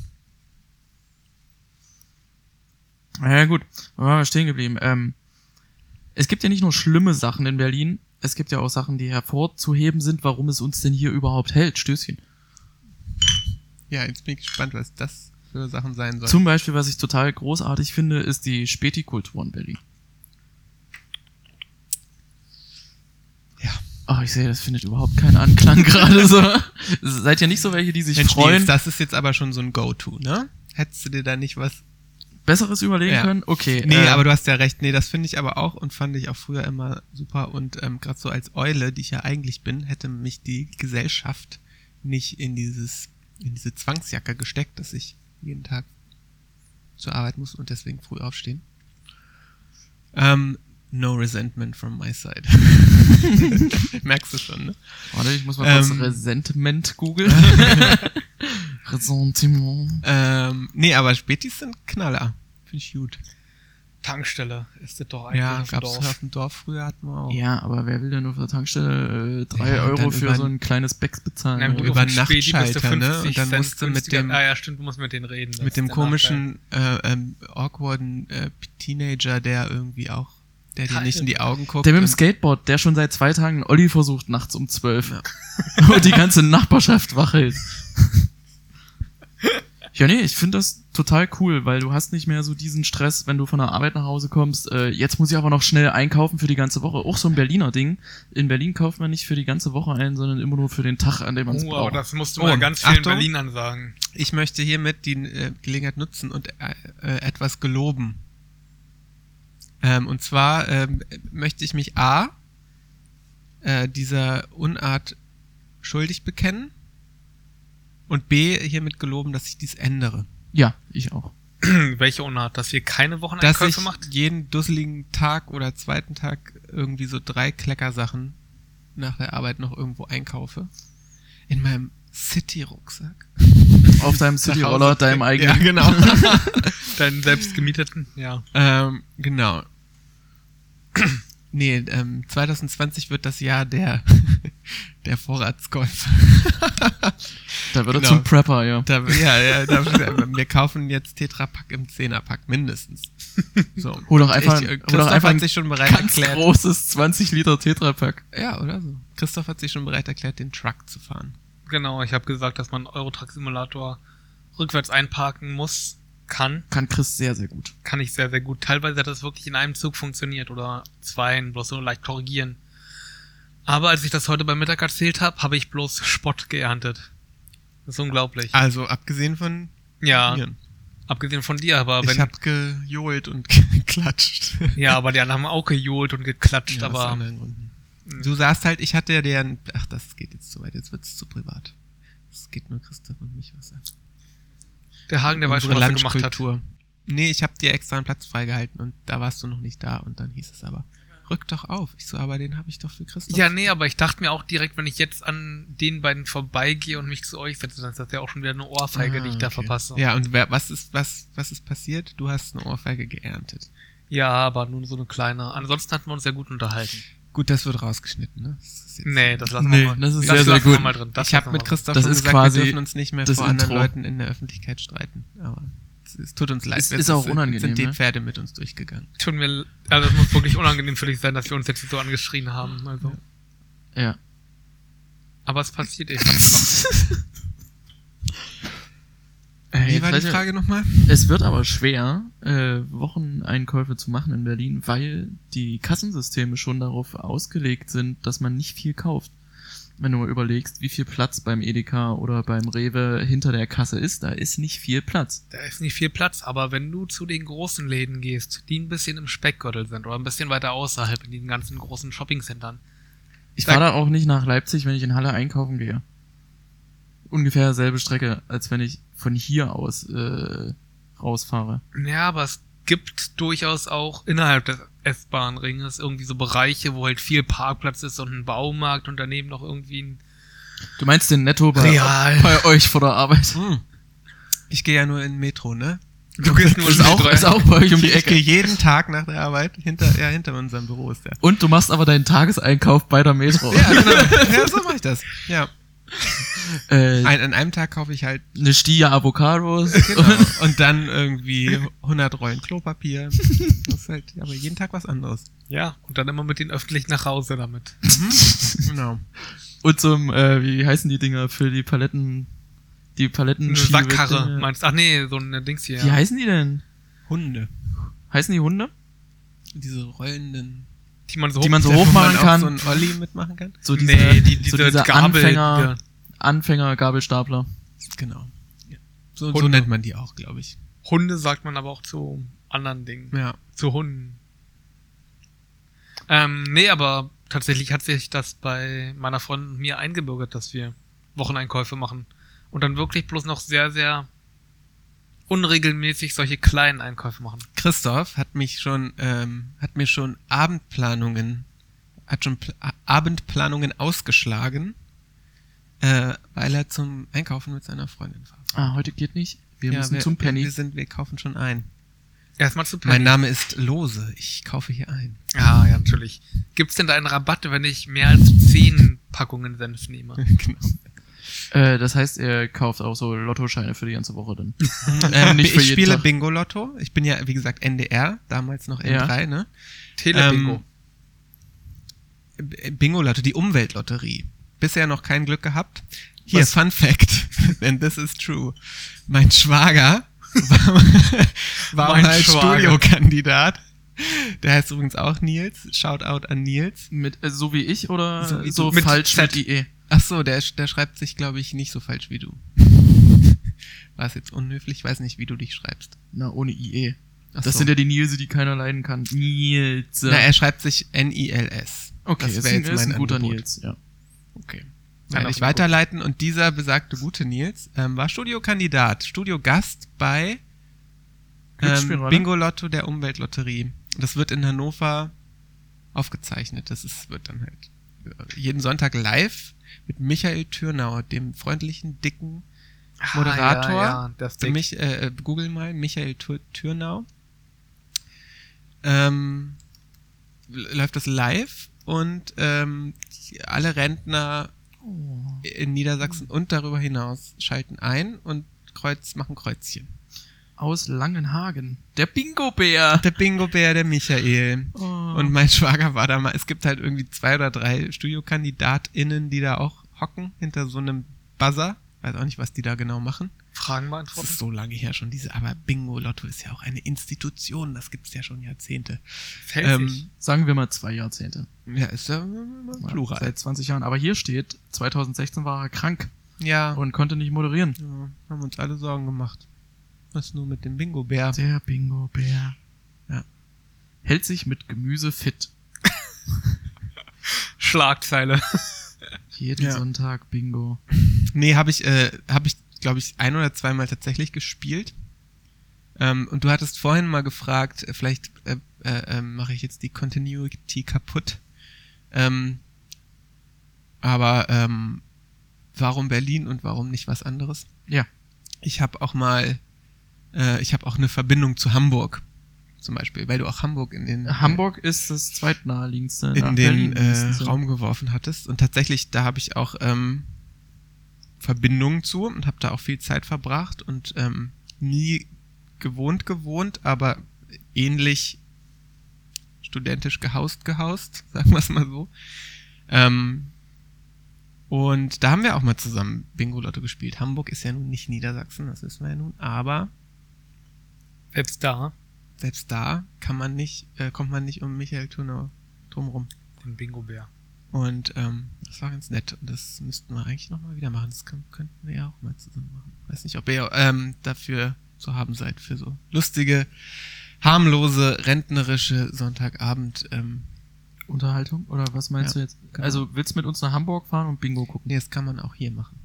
Speaker 4: Na Ja, gut. Wo waren wir stehen geblieben? Ähm, es gibt ja nicht nur schlimme Sachen in Berlin. Es gibt ja auch Sachen, die hervorzuheben sind, warum es uns denn hier überhaupt hält. Stößchen.
Speaker 1: Ja, jetzt bin ich gespannt, was das für Sachen sein sollen.
Speaker 4: Zum Beispiel, was ich total großartig finde, ist die Spätikultur in Berlin.
Speaker 1: Ja.
Speaker 4: Oh, ich sehe, das findet überhaupt keinen Anklang gerade so. Seid ja nicht so welche, die sich
Speaker 1: Mensch,
Speaker 4: freuen,
Speaker 1: Nils, das ist jetzt aber schon so ein Go-To, ne? Hättest du dir da nicht was.
Speaker 4: Besseres überlegen
Speaker 1: Ja.
Speaker 4: können? Okay.
Speaker 1: Nee,
Speaker 4: äh,
Speaker 1: aber du hast ja recht. Nee, das finde ich aber auch und fand ich auch früher immer super. Und ähm, gerade so als Eule, die ich ja eigentlich bin, hätte mich die Gesellschaft nicht in dieses, in diese Zwangsjacke gesteckt, dass ich jeden Tag zur Arbeit muss und deswegen früh aufstehen. Ähm, no resentment from my side. Merkst du schon, ne?
Speaker 4: Warte, ich muss mal kurz
Speaker 1: Ähm.
Speaker 4: Resentment googeln. Ressentiment.
Speaker 1: Ähm, nee, aber Spätis sind Knaller. Finde ich gut.
Speaker 2: Tankstelle ist das doch eigentlich
Speaker 1: Ja,
Speaker 2: auf dem
Speaker 1: gab's
Speaker 2: Dorf.
Speaker 1: auf dem Dorf früher hatten wir auch.
Speaker 4: Ja, aber wer will denn auf der Tankstelle äh, 3
Speaker 1: Ja, und dann
Speaker 4: Euro für
Speaker 1: über-
Speaker 4: so ein kleines Becks bezahlen?
Speaker 2: Na gut,
Speaker 4: Oder?
Speaker 1: über
Speaker 2: auf dem Späti bist du
Speaker 1: Nachtschalter, ne?
Speaker 2: 50
Speaker 1: Und dann
Speaker 2: Cent
Speaker 1: musst du mit
Speaker 2: günstiger-
Speaker 1: dem-
Speaker 2: Ah ja, stimmt, du musst mit denen reden. das
Speaker 1: Mit dem
Speaker 2: ist der Uh,
Speaker 1: komischen, äh, ähm, awkwarden äh, Teenager, der irgendwie auch, der dir
Speaker 2: Ja,
Speaker 1: nicht in die Augen guckt.
Speaker 4: der mit dem
Speaker 1: und-
Speaker 4: Skateboard, der schon seit zwei Tagen einen Olli versucht, nachts um 12. Und die ganze Nachbarschaft wachelt. ja, nee, ich finde das total cool, weil du hast nicht mehr so diesen Stress, wenn du von der Arbeit nach Hause kommst. Äh, jetzt muss ich aber noch schnell einkaufen für die ganze Woche. Auch so ein Berliner Ding. In Berlin kauft man nicht für die ganze Woche ein, sondern immer nur für den Tag, an dem man es
Speaker 2: Nachteil. Oh, aber
Speaker 4: braucht.
Speaker 2: das musst du
Speaker 1: Oh,
Speaker 2: mal ganz vielen
Speaker 1: Achtung.
Speaker 2: Berlinern sagen.
Speaker 1: Ich möchte hiermit die äh, Gelegenheit nutzen und äh, äh, etwas geloben. Ähm, und zwar ähm, möchte ich mich A, äh, dieser Unart schuldig bekennen und B, hiermit geloben, dass ich dies ändere.
Speaker 4: Ja, ich auch.
Speaker 2: Welche Unart? Dass wir keine
Speaker 1: Dass
Speaker 2: Wocheneinkäufe
Speaker 1: ich
Speaker 2: macht?
Speaker 1: jeden dusseligen Tag oder zweiten Tag irgendwie so drei Kleckersachen nach der Arbeit noch irgendwo einkaufe. In meinem City-Rucksack.
Speaker 4: Auf deinem Cityroller, deinem eigenen.
Speaker 1: Ja, genau.
Speaker 2: Deinen selbst gemieteten? Ja.
Speaker 1: Ähm, genau. Nee, ähm, 2020 wird das Jahr der, der Vorratskäufe.
Speaker 4: Da wird er
Speaker 1: Genau.
Speaker 4: zum Prepper, ja.
Speaker 1: Da, ja, ja, da, wir kaufen jetzt Tetrapack im Zehnerpack, mindestens. So.
Speaker 4: Hol doch einfach,
Speaker 1: ich, äh,
Speaker 4: hol doch
Speaker 1: Christoph
Speaker 4: einfach
Speaker 1: hat
Speaker 4: ein
Speaker 1: sich schon bereit
Speaker 4: ganz
Speaker 1: erklärt.
Speaker 4: großes 20 Liter Tetrapack.
Speaker 1: Ja, oder so. Christoph hat sich schon bereit erklärt, den Truck zu fahren.
Speaker 2: Genau, ich habe gesagt, dass man Eurotruck-Simulator rückwärts einparken muss, kann.
Speaker 4: Kann Chris sehr, sehr gut.
Speaker 2: Kann ich sehr, sehr gut. Teilweise hat das wirklich in einem Zug funktioniert oder zweien, bloß so leicht korrigieren. Aber als ich das heute beim Mittag erzählt habe, habe ich bloß Spott geerntet. Das ist unglaublich.
Speaker 1: Also, abgesehen von
Speaker 2: ja,
Speaker 1: Ian.
Speaker 2: abgesehen von dir, aber
Speaker 1: ich
Speaker 2: wenn.
Speaker 1: hab gejohlt und geklatscht.
Speaker 2: Ja, aber die anderen haben auch gejohlt und geklatscht,
Speaker 1: Ja, aus
Speaker 2: aber Mhm.
Speaker 1: anderen Gründen. Du saßt halt, ich hatte ja deren. Ach, das geht jetzt zu weit, jetzt wird's zu privat. Es geht nur Christoph und mich was an.
Speaker 2: der Hagen, der weiß schon,
Speaker 1: Unsere
Speaker 2: was er gemacht hat.
Speaker 1: Lunchkultur. Nee, ich habe dir extra einen Platz freigehalten und da warst du noch nicht da und dann hieß es aber, rück doch auf. Ich so, aber den habe ich doch für Christoph.
Speaker 2: Ja, nee, aber ich dachte mir auch direkt, wenn ich jetzt an den beiden vorbeigehe und mich zu euch setze, dann ist das ja auch schon wieder eine Ohrfeige, die ich da
Speaker 1: Ah, okay.
Speaker 2: verpasse.
Speaker 1: Ja, und wer, was ist, was, was ist passiert? Du hast eine Ohrfeige geerntet.
Speaker 2: Ja, aber nur so eine kleine. Ansonsten hatten wir uns ja gut unterhalten.
Speaker 1: Gut, das wird rausgeschnitten, ne? Das ist jetzt-
Speaker 2: Nee, das lassen
Speaker 4: Nee,
Speaker 2: wir mal.
Speaker 4: das ist
Speaker 2: lassen
Speaker 4: sehr, sehr
Speaker 2: wir
Speaker 4: gut.
Speaker 2: mal drin. Das
Speaker 1: ich habe
Speaker 2: lassen wir
Speaker 1: mit
Speaker 2: mal
Speaker 1: Christoph
Speaker 4: Das
Speaker 1: schon
Speaker 4: ist
Speaker 1: gesagt,
Speaker 4: quasi
Speaker 1: wir dürfen uns nicht mehr
Speaker 4: das
Speaker 1: vor anderen
Speaker 4: Intro.
Speaker 1: Leuten in der Öffentlichkeit streiten. Aber es, es tut uns leid.
Speaker 4: Es
Speaker 1: wir
Speaker 4: ist
Speaker 1: sind-
Speaker 4: auch unangenehm,
Speaker 1: Sind die
Speaker 4: ne?
Speaker 1: Pferde mit uns durchgegangen.
Speaker 2: drin. Tut mir, also es muss wirklich unangenehm für dich sein, dass wir uns jetzt so angeschrien haben. Also.
Speaker 4: Ja.
Speaker 2: Aber es passiert eh eben.
Speaker 4: Äh,
Speaker 1: Wie
Speaker 4: jetzt
Speaker 1: war die
Speaker 4: weiß ich-
Speaker 1: Frage nochmal?
Speaker 4: Es wird aber schwer, äh, Wocheneinkäufe zu machen in Berlin, weil die Kassensysteme schon darauf ausgelegt sind, dass man nicht viel kauft. Wenn du mal überlegst, wie viel Platz beim Edeka oder beim Rewe hinter der Kasse ist, da ist nicht viel Platz.
Speaker 2: Da ist nicht viel Platz, aber wenn du zu den großen Läden gehst, die ein bisschen im Speckgürtel sind oder ein bisschen weiter außerhalb in diesen ganzen großen Shoppingcentern,
Speaker 4: Ich
Speaker 2: Sag-
Speaker 4: fahre da auch nicht nach Leipzig, wenn ich in Halle einkaufen gehe. Ungefähr dieselbe Strecke, als wenn ich von hier aus äh, rausfahre.
Speaker 2: Ja, aber es gibt durchaus auch innerhalb des S-Bahn-Ringes irgendwie so Bereiche, wo halt viel Parkplatz ist und ein Baumarkt und daneben noch irgendwie ein
Speaker 4: Du meinst den Netto bei,
Speaker 2: Real.
Speaker 4: bei euch vor der Arbeit?
Speaker 1: Hm. Ich gehe ja nur in Metro, ne?
Speaker 2: Du gehst nur
Speaker 4: ist, auch, ist auch bei euch um die
Speaker 1: Ich
Speaker 4: Ecke.
Speaker 1: gehe jeden Tag nach der Arbeit hinter, ja, hinter unserem Büro ist der.
Speaker 4: Und du machst aber deinen Tageseinkauf bei der Metro.
Speaker 1: Ja, genau. ja, so mache ich das. Ja.
Speaker 4: Äh,
Speaker 1: Ein, an einem Tag kaufe ich halt
Speaker 4: eine Stiege Avocados.
Speaker 1: genau. und dann irgendwie 100 Rollen Klopapier. Das ist halt aber jeden Tag was anderes.
Speaker 2: Ja, und dann immer mit den öffentlichen nach Hause damit.
Speaker 1: Genau.
Speaker 4: Und zum, äh, wie heißen die Dinger für die Paletten? Die Paletten.
Speaker 2: Eine Sackkarre,
Speaker 4: Dinge.
Speaker 2: meinst Ach nee, so ein Dings hier.
Speaker 4: Wie heißen die denn?
Speaker 1: Hunde.
Speaker 4: Heißen die Hunde?
Speaker 1: Diese rollenden
Speaker 2: Die man so
Speaker 4: die man so
Speaker 1: Wo
Speaker 4: hochmachen
Speaker 1: man
Speaker 4: kann.
Speaker 1: Auch so einen Olli mitmachen kann.
Speaker 4: so diese,
Speaker 2: nee, die, diese
Speaker 4: so diese
Speaker 2: Gabel.
Speaker 4: Anfänger,
Speaker 2: ja.
Speaker 4: Anfänger Gabelstapler.
Speaker 1: Genau. So, so
Speaker 2: Hunde.
Speaker 1: nennt man die auch, glaube ich.
Speaker 2: Hunde sagt man aber auch zu anderen Dingen.
Speaker 1: Ja.
Speaker 2: Zu Hunden. Ähm, nee, aber tatsächlich hat sich das bei meiner Freundin und mir eingebürgert, dass wir Wocheneinkäufe machen. Und dann wirklich bloß noch sehr, sehr unregelmäßig solche kleinen Einkäufe machen.
Speaker 1: Christoph hat mich schon, ähm, hat mir schon Abendplanungen, hat schon Pl A- Abendplanungen ausgeschlagen, äh, weil er zum Einkaufen mit seiner Freundin war.
Speaker 4: Ah, heute geht nicht. Wir
Speaker 1: Ja,
Speaker 4: müssen zum Penny.
Speaker 1: Wir, wir sind, wir kaufen schon ein.
Speaker 2: Erstmal zu Penny.
Speaker 1: Mein Name ist Lose. Ich kaufe hier ein.
Speaker 2: Ah, ja, natürlich. Gibt's denn da einen Rabatt, wenn ich mehr als 10 Packungen Senf nehme?
Speaker 1: genau.
Speaker 4: äh, das heißt, er kauft auch so Lottoscheine für die ganze Woche dann.
Speaker 1: ähm,
Speaker 4: Nicht für
Speaker 1: ich
Speaker 4: jeden
Speaker 1: spiele
Speaker 4: Tag.
Speaker 1: Bingo Lotto. Ich bin ja, wie gesagt, NDR, damals noch N3, ne?
Speaker 2: Telebingo.
Speaker 1: B- Bingo Lotto, die Umweltlotterie. Bisher noch kein Glück gehabt. Hier,
Speaker 2: Was?
Speaker 1: Fun Fact, and this is true. Mein Schwager war, war
Speaker 2: Mein
Speaker 1: mal
Speaker 2: Schwager.
Speaker 1: Studiokandidat. Der heißt übrigens auch Nils. Shoutout an Nils.
Speaker 4: Mit, äh, so wie ich oder
Speaker 1: So
Speaker 4: so,
Speaker 1: wie
Speaker 2: du. Mit
Speaker 4: falsch
Speaker 2: Z.
Speaker 4: mit E? IE?
Speaker 1: Ach so, der, sch- der schreibt sich, glaube ich, nicht so falsch wie du. War es jetzt unhöflich? Ich weiß nicht, wie du dich schreibst.
Speaker 4: Na, ohne IE.
Speaker 1: Ach
Speaker 4: Das
Speaker 1: so.
Speaker 4: sind ja die Nilse, die keiner leiden kann. Nils.
Speaker 1: Na, er schreibt sich N-I-L-S.
Speaker 4: okay,
Speaker 1: das
Speaker 4: das
Speaker 1: wär
Speaker 4: ist,
Speaker 1: jetzt
Speaker 4: ein- ist ein
Speaker 1: mein
Speaker 4: guter
Speaker 1: Angebot.
Speaker 4: Nils, ja.
Speaker 1: Okay.
Speaker 2: Kann
Speaker 1: Werde
Speaker 2: auch
Speaker 1: ich
Speaker 2: mal
Speaker 1: weiterleiten und dieser besagte gute Nils ähm, war Studiokandidat, Studiogast bei ähm,
Speaker 4: Glücksspielrolle?
Speaker 1: Bingo Lotto der Umweltlotterie. Das wird in Hannover aufgezeichnet. Das ist, wird dann halt jeden Sonntag live mit Michael Thürnauer, dem freundlichen, dicken Moderator.
Speaker 2: Ah, ja, ja, das
Speaker 1: Für
Speaker 2: Ding.
Speaker 1: mich, äh, äh, google mal, Michael Thür Thürnau. Ähm, l- läuft das live und ähm, die- alle Rentner in Niedersachsen und darüber hinaus schalten ein und kreuz, machen Kreuzchen.
Speaker 4: Aus Langenhagen. Der Bingo-Bär.
Speaker 1: Der Bingo-Bär, der Michael.
Speaker 4: Oh.
Speaker 1: Und mein Schwager war da mal. Es gibt halt irgendwie zwei oder drei StudiokandidatInnen, die da auch hocken hinter so einem Buzzer. Weiß auch nicht, was die da genau machen.
Speaker 2: Fragen
Speaker 1: Das ist
Speaker 2: beantworten.
Speaker 1: so lange her schon, diese, aber Bingo-Lotto ist ja auch eine Institution, das gibt's ja schon Jahrzehnte.
Speaker 2: Fällt
Speaker 1: ähm,
Speaker 2: sich.
Speaker 4: Sagen wir mal zwei Jahrzehnte.
Speaker 1: ja, ist ja immer
Speaker 4: Ja,
Speaker 1: Plural.
Speaker 4: Seit 20 Jahren. Aber hier steht, 2016 war er krank
Speaker 1: Ja,
Speaker 4: und konnte nicht moderieren.
Speaker 1: ja, haben uns alle Sorgen gemacht. Was nur mit dem Bingo-Bär?
Speaker 4: Der Bingo-Bär.
Speaker 1: Ja.
Speaker 4: Hält sich mit Gemüse fit.
Speaker 2: Schlagzeile.
Speaker 4: Jeden
Speaker 1: Ja.
Speaker 4: Sonntag Bingo.
Speaker 1: Nee, habe ich, äh, habe ich, glaube ich, ein oder zweimal tatsächlich gespielt. Ähm, und du hattest vorhin mal gefragt, äh, vielleicht äh, äh, äh, mache ich jetzt die Continuity kaputt. Ähm, aber ähm, warum Berlin und warum nicht was anderes?
Speaker 4: Ja.
Speaker 1: Ich habe auch mal, äh, ich habe auch eine Verbindung zu Hamburg zum Beispiel, weil du auch Hamburg in den
Speaker 4: Hamburg ist das zweitnaheliegendste. nach
Speaker 1: in den
Speaker 4: Berlin
Speaker 1: äh,
Speaker 4: nächstens.
Speaker 1: Raum geworfen hattest. Und tatsächlich, da habe ich auch ähm, Verbindungen zu und habe da auch viel Zeit verbracht und ähm, nie gewohnt gewohnt, aber ähnlich studentisch gehaust gehaust, sagen wir es mal so. Ähm, und da haben wir auch mal zusammen Bingo-Lotto gespielt. Hamburg ist ja nun nicht Niedersachsen, das wissen wir ja nun, aber
Speaker 2: Selbst da,
Speaker 1: selbst da kann man nicht, äh, kommt man nicht um Michael Thurnau drumrum.
Speaker 2: den Bingo-Bär.
Speaker 1: Und ähm, das war ganz nett. Und das müssten wir eigentlich nochmal wieder machen. Das können, könnten wir ja auch mal zusammen machen. Weiß nicht, ob ihr ähm, dafür zu haben seid, für so lustige, harmlose, rentnerische Sonntagabend. Ähm,
Speaker 4: Unterhaltung? Oder was meinst
Speaker 1: Ja,
Speaker 4: du jetzt?
Speaker 1: genau.
Speaker 4: Also willst du mit uns nach Hamburg fahren und Bingo gucken?
Speaker 1: nee, das kann man auch hier machen.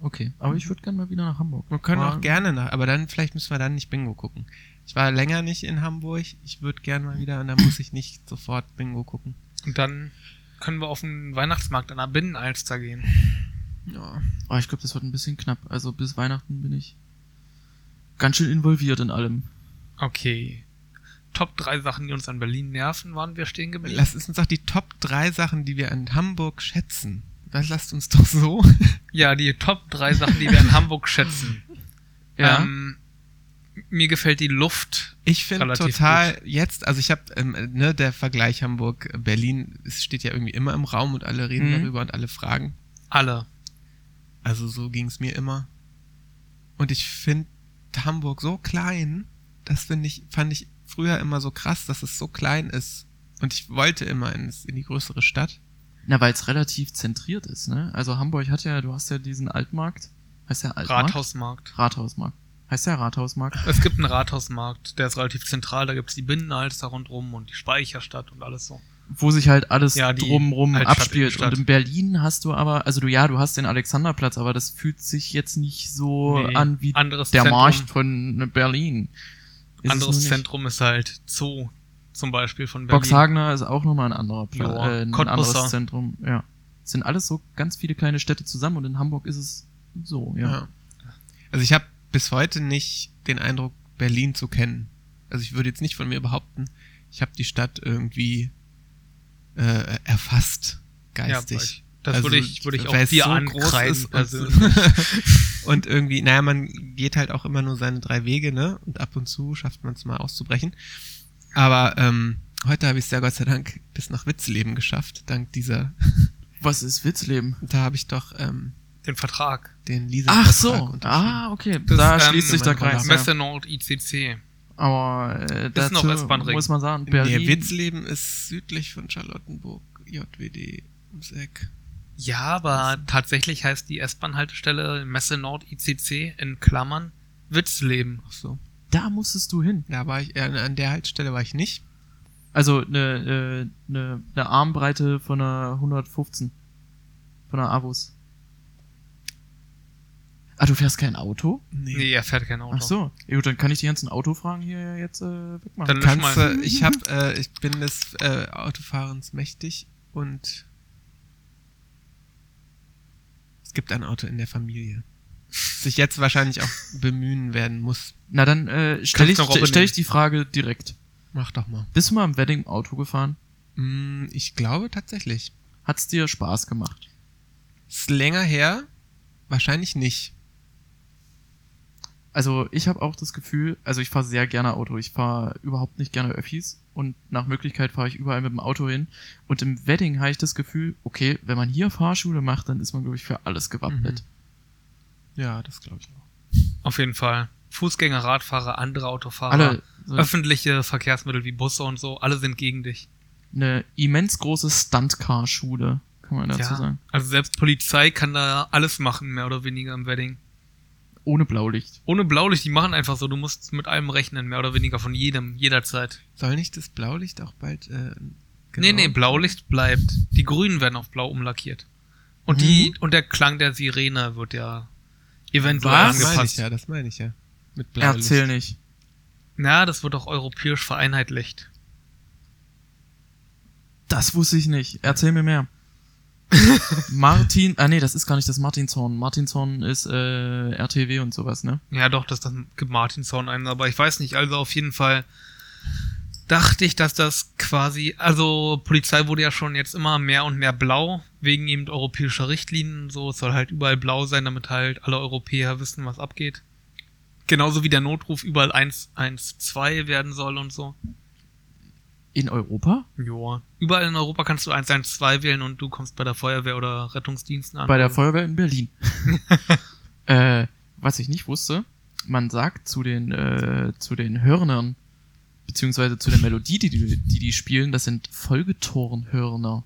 Speaker 4: Okay. Aber
Speaker 1: Mhm.
Speaker 4: ich würde gerne mal wieder nach Hamburg.
Speaker 1: Wir können
Speaker 4: War-
Speaker 1: auch gerne nach, aber dann vielleicht müssen wir dann nicht Bingo gucken. Ich war länger nicht in Hamburg. Ich würde gern mal wieder und da muss ich nicht sofort Bingo gucken.
Speaker 2: Und dann können wir auf den Weihnachtsmarkt an der Binnenalster gehen.
Speaker 1: Ja.
Speaker 4: Oh, ich glaube, das wird ein bisschen knapp. Also bis Weihnachten bin ich ganz schön involviert in allem.
Speaker 2: Okay. Top drei Sachen, die uns an Berlin nerven, waren wir stehen geblieben.
Speaker 1: Lass uns doch die Top drei Sachen, die wir an Hamburg schätzen. Das lasst uns doch so.
Speaker 2: Ja, die Top drei Sachen, die wir in Hamburg schätzen.
Speaker 4: Ja.
Speaker 2: Ähm, mir gefällt die Luft.
Speaker 1: Ich finde
Speaker 2: Relativ
Speaker 1: total jetzt, also ich habe, ähm, ne, der Vergleich Hamburg-Berlin, es steht ja irgendwie immer im Raum und alle reden
Speaker 4: Mhm.
Speaker 1: darüber und alle fragen.
Speaker 2: Alle.
Speaker 1: Also so ging es mir immer. Und ich finde Hamburg so klein, das finde ich, fand ich früher immer so krass, dass es so klein ist. Und ich wollte immer ins, in die größere Stadt.
Speaker 4: Na, weil es relativ zentriert ist, ne? Also Hamburg hat ja, du hast ja diesen Altmarkt. Heißt der Altmarkt?
Speaker 2: Rathausmarkt.
Speaker 4: Rathausmarkt. Heißt der Rathausmarkt?
Speaker 2: Es gibt einen Rathausmarkt, der ist relativ zentral, da gibt's die Binnenalster rundrum und die Speicherstadt und alles so.
Speaker 4: wo sich halt alles
Speaker 2: Ja, die
Speaker 4: drumrum
Speaker 2: Altstadt,
Speaker 4: abspielt.
Speaker 2: Innenstadt.
Speaker 4: Und in Berlin hast du aber, also du ja, du hast den Alexanderplatz, aber das fühlt sich jetzt nicht so
Speaker 2: Nee,
Speaker 4: an wie
Speaker 2: anderes
Speaker 4: der
Speaker 2: Zentrum,
Speaker 4: Markt von Berlin. Ist es
Speaker 2: anderes
Speaker 4: nur nicht.
Speaker 2: Zentrum ist halt Zoo zum Beispiel von Berlin.
Speaker 4: Boxhagener ist auch nochmal ein anderer Pla
Speaker 2: Joa.
Speaker 4: äh, ein
Speaker 2: Cottbusser.
Speaker 4: anderes Zentrum. Ja. Es sind alles so ganz viele kleine Städte zusammen und in Hamburg ist es so, ja.
Speaker 1: Ja. Also ich habe bis heute nicht den Eindruck, Berlin zu kennen. Also ich würde jetzt nicht von mir behaupten, ich habe die Stadt irgendwie äh, erfasst,
Speaker 2: Ja,
Speaker 1: geistig.
Speaker 2: ich- das
Speaker 1: Also,
Speaker 2: würde ich, würde ich
Speaker 1: weil
Speaker 2: auch
Speaker 1: es
Speaker 2: dir
Speaker 1: so
Speaker 2: ankreiden.
Speaker 1: groß
Speaker 2: Also,
Speaker 1: ist und, und irgendwie, naja, man geht halt auch immer nur seine drei Wege, ne? Und ab und zu schafft man es mal auszubrechen. Aber ähm, heute habe ich es ja Gott sei Dank bis nach Witzleben geschafft, dank dieser.
Speaker 4: Was ist Witzleben?
Speaker 1: Da habe ich doch ähm,
Speaker 2: den Vertrag.
Speaker 1: den Lisa.
Speaker 4: Ach so, ah, okay.
Speaker 2: Das,
Speaker 4: da
Speaker 2: ähm,
Speaker 4: schließt sich der
Speaker 1: mein
Speaker 4: Kreis. Ja.
Speaker 2: Messe Nord ICC.
Speaker 4: Aber äh,
Speaker 2: Ist noch
Speaker 4: dazu
Speaker 2: S-Bahn-Ring.
Speaker 4: muss man sagen,
Speaker 1: Berlin.
Speaker 4: Berlin.
Speaker 1: Nee, Witzleben ist südlich von Charlottenburg, JWD ums Eck.
Speaker 2: Ja, aber tatsächlich heißt die S-Bahn-Haltestelle Messe Nord ICC in Klammern Witzleben.
Speaker 1: Ach so.
Speaker 4: da musstest du hin.
Speaker 1: Da war ich, äh, an der Haltestelle war ich nicht.
Speaker 4: Also eine äh, ne, ne Armbreite von einer 115. Von einer Avus. Ah, du fährst kein Auto?
Speaker 2: Nee, er fährt kein Auto.
Speaker 4: Ach so. Ja, gut, dann kann ich die ganzen Autofragen hier ja jetzt äh, wegmachen.
Speaker 2: Dann lösch
Speaker 1: Kannst
Speaker 2: mal.
Speaker 1: du, ich hab, äh, ich bin des äh, Autofahrens mächtig und es gibt ein Auto in der Familie. das Sich jetzt wahrscheinlich auch bemühen werden muss.
Speaker 4: Na dann äh, stelle ich,
Speaker 2: noch Robin
Speaker 4: stell ich
Speaker 2: nehmen.
Speaker 4: die Frage direkt.
Speaker 1: Mach doch mal.
Speaker 4: Bist du mal im Wedding im Auto gefahren?
Speaker 1: Hm, Ich glaube tatsächlich.
Speaker 4: Hat's dir Spaß gemacht?
Speaker 1: Ist länger her? Wahrscheinlich nicht.
Speaker 4: Also ich habe auch das Gefühl, also ich fahre sehr gerne Auto. Ich fahre überhaupt nicht gerne Öffis und nach Möglichkeit fahre ich überall mit dem Auto hin. Und im Wedding habe ich das Gefühl, okay, wenn man hier Fahrschule macht, dann ist man, glaube ich, für alles gewappnet.
Speaker 2: Mhm.
Speaker 1: Ja, das glaube ich auch.
Speaker 2: Auf jeden Fall. Fußgänger, Radfahrer, andere Autofahrer,
Speaker 4: Alle so
Speaker 2: öffentliche Verkehrsmittel wie Busse und so, alle sind gegen dich.
Speaker 4: eine immens große Stuntcar-Schule, kann man dazu
Speaker 2: Ja.
Speaker 4: sagen.
Speaker 2: Also selbst Polizei kann da alles machen, mehr oder weniger im Wedding.
Speaker 4: Ohne Blaulicht.
Speaker 2: Ohne Blaulicht, die machen einfach so, du musst mit allem rechnen, mehr oder weniger von jedem, jederzeit.
Speaker 1: Soll nicht das Blaulicht auch bald. Äh,
Speaker 2: Nee, nee, Blaulicht bleibt. Die Grünen werden auf Blau umlackiert. Und die, und der Klang der Sirene wird ja eventuell
Speaker 1: Das meine ich
Speaker 2: angepasst.
Speaker 1: ja, das meine ich ja. Mit
Speaker 4: Erzähl nicht.
Speaker 2: Na, das wird auch europäisch vereinheitlicht.
Speaker 4: Das wusste ich nicht. Erzähl mir mehr. Martin, ah nee, das ist gar nicht das Martinshorn. Martinshorn ist äh, RTW und sowas, ne?
Speaker 2: Ja, doch, das, das gibt Martinshorn ein, aber ich weiß nicht, also auf jeden Fall dachte ich, dass das quasi, also Polizei wurde ja schon jetzt immer mehr und mehr blau, wegen eben europäischer Richtlinien und so, es soll halt überall blau sein, damit halt alle Europäer wissen, was abgeht. Genauso wie der Notruf überall 112 werden soll und so.
Speaker 4: In Europa?
Speaker 2: Joa. Überall in Europa kannst du 112 wählen und du kommst bei der Feuerwehr oder Rettungsdiensten an.
Speaker 4: Bei der Feuerwehr in Berlin. äh, was ich nicht wusste, man sagt zu den, äh, zu den Hörnern, beziehungsweise zu der Melodie, die die, die, die spielen, das sind Folgetornhörner.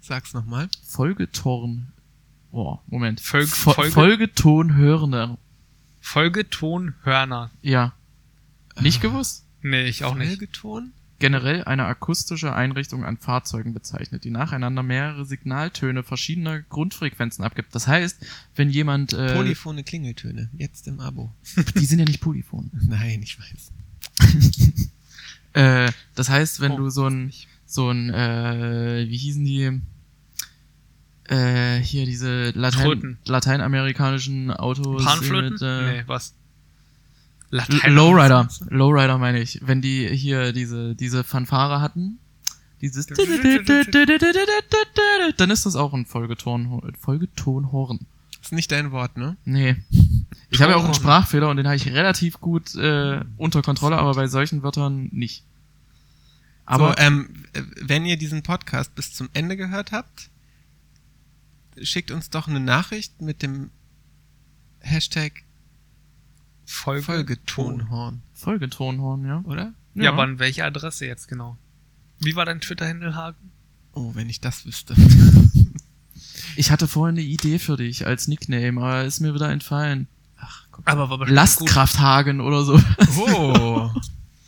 Speaker 1: Sag's nochmal.
Speaker 4: Folgetorn. Boah, Moment.
Speaker 2: Folge-
Speaker 4: Fo-
Speaker 2: Folge-
Speaker 4: Folgetonhörner.
Speaker 2: Folgeton Hörner.
Speaker 4: Ja. Nicht gewusst?
Speaker 2: Nee, ich auch nicht.
Speaker 1: Folgeton?
Speaker 4: generell eine akustische Einrichtung an Fahrzeugen bezeichnet, die nacheinander mehrere Signaltöne verschiedener Grundfrequenzen abgibt. Das heißt, wenn jemand äh,
Speaker 1: Polyphone Klingeltöne. Jetzt im Abo.
Speaker 4: die sind ja nicht polyphon.
Speaker 1: Nein, ich weiß.
Speaker 4: Äh, das heißt, wenn
Speaker 2: Oh,
Speaker 4: du so ein so ein äh, wie hießen die äh, hier diese Latein,
Speaker 2: Tröten.
Speaker 4: lateinamerikanischen Autos
Speaker 2: Panflöten?
Speaker 4: mit, äh,
Speaker 2: nee, was?
Speaker 4: L- Lowrider, Lowrider meine ich. Wenn die hier diese, diese Fanfare hatten, dieses dann ist das auch ein Folgeton, Folgetonhorn.
Speaker 1: Ist nicht dein Wort, ne?
Speaker 4: Nee. Ich habe ja auch einen
Speaker 2: Torhorn.
Speaker 4: Sprachfehler und den habe ich relativ gut äh, unter Kontrolle, aber bei solchen Wörtern nicht. Aber
Speaker 1: so, ähm, äh, wenn ihr diesen Podcast bis zum Ende gehört habt, schickt uns doch eine Nachricht mit dem Hashtag
Speaker 2: Folge.
Speaker 1: Folgetonhorn,
Speaker 4: Folgetonhorn, ja.
Speaker 1: oder?
Speaker 2: Ja, aber an welche Adresse jetzt genau? Wie war dein Twitter-Handle, Hagen?
Speaker 1: Oh, wenn ich das wüsste.
Speaker 4: ich hatte vorhin eine Idee für dich als Nickname, aber ist mir wieder entfallen.
Speaker 1: Ach, guck.
Speaker 2: Aber war bestimmt gut.
Speaker 4: Lastkrafthagen oder so.
Speaker 1: Oh,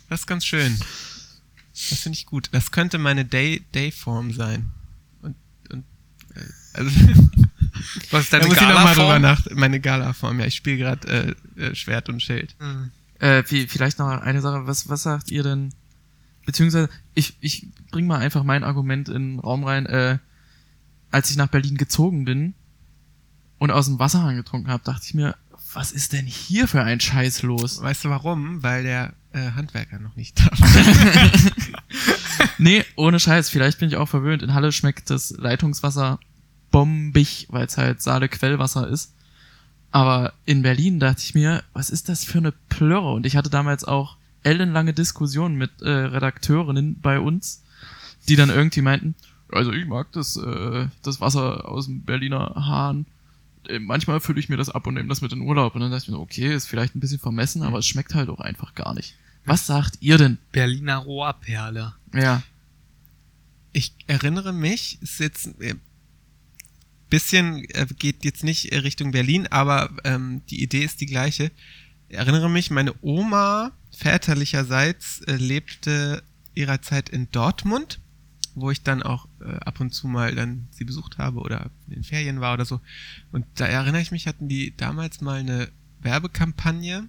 Speaker 1: das ist ganz schön. Das finde ich gut. Das könnte meine Day Dayform sein. Und, und äh, also
Speaker 2: Was ist
Speaker 1: da
Speaker 2: deine
Speaker 1: muss ich noch mal drüber
Speaker 2: Gala-Form?
Speaker 1: nach. Meine Gala-Form, ja. Ich spiele gerade äh, äh, Schwert und Schild.
Speaker 2: Mhm.
Speaker 4: Äh, vi- vielleicht noch eine Sache, was, was sagt ihr denn? Beziehungsweise, ich, ich bring mal einfach mein Argument in den Raum rein. Äh, als ich nach Berlin gezogen bin und aus dem Wasserhahn getrunken habe, dachte ich mir, was ist denn hier für ein Scheiß los?
Speaker 1: Weißt du warum? Weil der äh, Handwerker noch nicht da war.
Speaker 4: Nee, ohne Scheiß, vielleicht bin ich auch verwöhnt. In Halle schmeckt das Leitungswasser bombig, weil es halt Saale-Quellwasser ist. Aber in Berlin dachte ich mir, was ist das für eine Plörre? Und ich hatte damals auch ellenlange Diskussionen mit äh, Redakteurinnen bei uns, die dann irgendwie meinten, also ich mag das, äh, das Wasser aus dem Berliner Hahn. Äh, Manchmal fülle ich mir das ab und nehme das mit in den Urlaub. Und dann dachte ich mir, okay, ist vielleicht ein bisschen vermessen, aber es schmeckt halt auch einfach gar nicht. Was sagt ihr denn?
Speaker 2: Berliner Rohrperle.
Speaker 4: Ja.
Speaker 1: Ich erinnere mich, ist jetzt äh, bisschen äh, geht jetzt nicht äh, Richtung Berlin, aber ähm, die Idee ist die gleiche. Ich erinnere mich, meine Oma väterlicherseits äh, lebte ihrer Zeit in Dortmund, wo ich dann auch äh, ab und zu mal dann sie besucht habe oder in den Ferien war oder so. Und da erinnere ich mich, hatten die damals mal eine Werbekampagne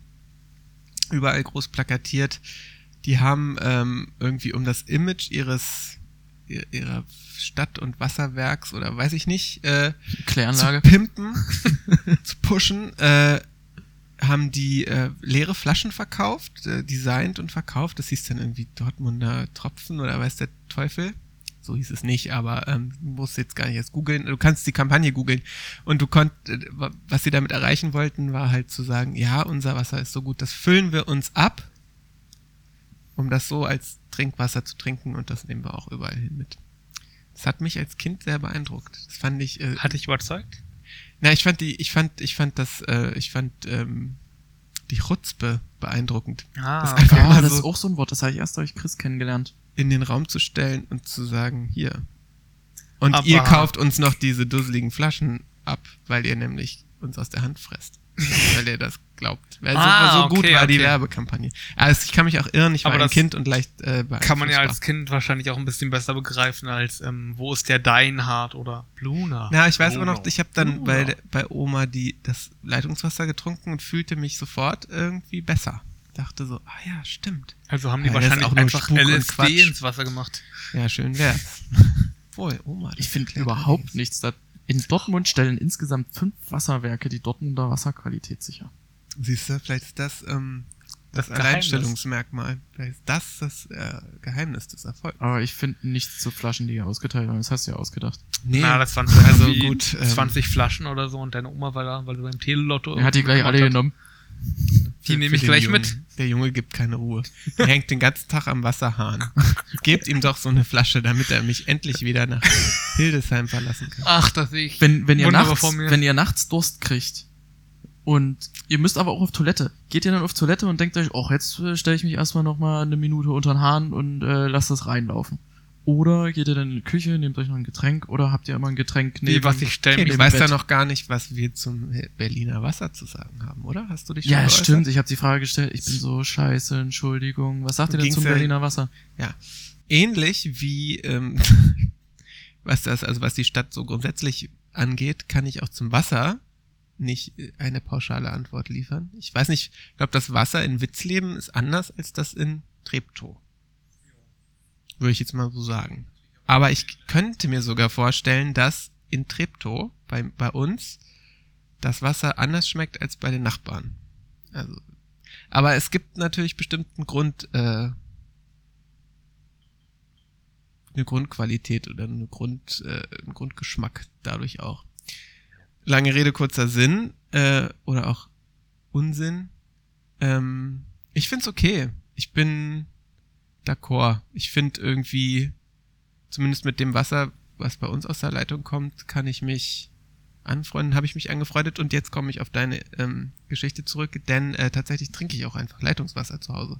Speaker 1: überall groß plakatiert. Die haben ähm, irgendwie um das Image ihres ihr- ihrer Stadt- und Wasserwerks oder weiß ich nicht, äh,
Speaker 4: Kläranlage.
Speaker 1: zu pimpen, zu pushen, äh, haben die äh, leere Flaschen verkauft, äh, designt und verkauft. Das hieß dann irgendwie Dortmunder Tropfen oder weiß der Teufel. So hieß es nicht, aber ähm, du musst jetzt gar nicht erst googeln. Du kannst die Kampagne googeln. Und du konntest, äh, wa- was sie damit erreichen wollten, war halt zu sagen, ja, unser Wasser ist so gut, das füllen wir uns ab, um das so als Trinkwasser zu trinken und das nehmen wir auch überall hin mit. Das hat mich als Kind sehr beeindruckt. Das fand ich äh,
Speaker 2: Hat dich überzeugt?
Speaker 1: na, ich fand die, ich fand, ich fand das, äh, ich fand ähm, die Chutzpe beeindruckend, Das
Speaker 2: Ah,
Speaker 1: ist einfach-
Speaker 2: okay.
Speaker 4: Ah,
Speaker 1: Ja,
Speaker 4: das
Speaker 1: so-
Speaker 4: ist auch so ein Wort, das habe ich erst durch Chris kennengelernt.
Speaker 1: in den Raum zu stellen und zu sagen, hier. Und
Speaker 2: Aber-
Speaker 1: ihr kauft uns noch diese dusseligen Flaschen ab, weil ihr nämlich uns aus der Hand fresst. weil ihr das glaubt. Weil so,
Speaker 2: Ah,
Speaker 1: so gut
Speaker 2: okay,
Speaker 1: war die
Speaker 2: okay.
Speaker 1: Werbekampagne. Also ich kann mich auch irren, ich war
Speaker 2: Aber
Speaker 1: ein
Speaker 2: das
Speaker 1: Kind und leicht äh, beeinflussbar.
Speaker 2: Kann man ja als Kind wahrscheinlich auch ein bisschen besser begreifen als ähm, wo ist der Deinhard oder Bluna.
Speaker 1: Na, ich weiß
Speaker 2: Oh,
Speaker 1: immer noch,
Speaker 2: no.
Speaker 1: ich habe dann
Speaker 4: Oh,
Speaker 1: bei,
Speaker 2: Genau.
Speaker 4: ja.
Speaker 1: bei Oma die, das Leitungswasser getrunken und fühlte mich sofort irgendwie besser. Dachte so, ah ja, stimmt.
Speaker 2: Also haben die
Speaker 1: Ja, das ist
Speaker 2: wahrscheinlich
Speaker 1: auch nur
Speaker 2: einfach
Speaker 1: Spuk und
Speaker 2: LSD
Speaker 1: Quatsch.
Speaker 2: ins Wasser gemacht.
Speaker 1: Ja, schön wär's. Wohl, Oma. das
Speaker 4: Ich finde
Speaker 1: erklärt
Speaker 4: überhaupt
Speaker 1: einiges.
Speaker 4: nichts. Da in Dortmund stellen insgesamt fünf Wasserwerke die Dortmunder Wasserqualität sicher.
Speaker 1: Siehst du, vielleicht ist das ähm, das,
Speaker 2: Das Geheimnis.
Speaker 1: Alleinstellungsmerkmal. Vielleicht ist das das äh, Geheimnis des Erfolgs.
Speaker 4: Aber ich finde nichts zu Flaschen, die hier ausgeteilt werden. Das hast du ja ausgedacht.
Speaker 1: Nee,
Speaker 2: Na, das waren
Speaker 1: Also
Speaker 2: also gut
Speaker 1: gut, ähm,
Speaker 2: 20 Flaschen oder so und deine Oma war da, weil sie beim Telelotto.
Speaker 4: Er hat die gleich alle
Speaker 2: mitgemacht
Speaker 4: genommen.
Speaker 2: hat. Die nehme ich gleich mit.
Speaker 1: Der Junge gibt keine Ruhe. Er hängt den ganzen Tag am Wasserhahn. Gebt ihm doch so eine Flasche, damit er mich endlich wieder nach Hildesheim verlassen kann.
Speaker 2: Ach, dass ich.
Speaker 4: Wenn, wenn, ihr
Speaker 2: Wunderbar
Speaker 4: nachts,
Speaker 2: vor mir.
Speaker 4: wenn ihr nachts Durst kriegt und ihr müsst aber auch auf Toilette, geht ihr dann auf Toilette und denkt euch, ach, jetzt stelle ich mich erstmal nochmal eine Minute unter den Hahn und äh, lasst das reinlaufen. Oder geht ihr dann in die Küche, nehmt euch noch ein Getränk oder habt ihr immer ein Getränk
Speaker 2: Wie,
Speaker 4: neben
Speaker 2: was ich stelle
Speaker 1: Okay,
Speaker 2: mich
Speaker 1: du
Speaker 4: im
Speaker 1: weißt ja
Speaker 4: Bett.
Speaker 1: noch gar nicht, was wir zum Berliner Wasser zu sagen haben, oder? Hast du dich schon
Speaker 4: Ja,
Speaker 1: geäußert?
Speaker 4: stimmt. Ich habe die Frage gestellt. Ich bin so scheiße, Entschuldigung. Was sagt ihr denn
Speaker 1: Ging's
Speaker 4: zum
Speaker 1: ja-
Speaker 4: Berliner Wasser?
Speaker 1: ähnlich wie ähm, was das, also was die Stadt so grundsätzlich angeht, kann ich auch zum Wasser nicht äh, eine pauschale Antwort liefern. Ich weiß nicht, ich glaube, das Wasser in Witzleben ist anders als das in Treptow. Würde ich jetzt mal so sagen. Aber ich könnte mir sogar vorstellen, dass in Treptow bei, bei uns das Wasser anders schmeckt als bei den Nachbarn. Also, aber es gibt natürlich bestimmten Grund, äh, eine Grundqualität oder eine Grund, äh, einen Grundgeschmack dadurch auch. Lange Rede, kurzer Sinn äh, oder auch Unsinn. Ähm, ich find's okay. Ich bin d'accord. Ich find irgendwie, zumindest mit dem Wasser, was bei uns aus der Leitung kommt, kann ich mich anfreunden, habe ich mich angefreundet und jetzt komme ich auf deine ähm, Geschichte zurück, denn äh, tatsächlich trinke ich auch einfach Leitungswasser zu Hause.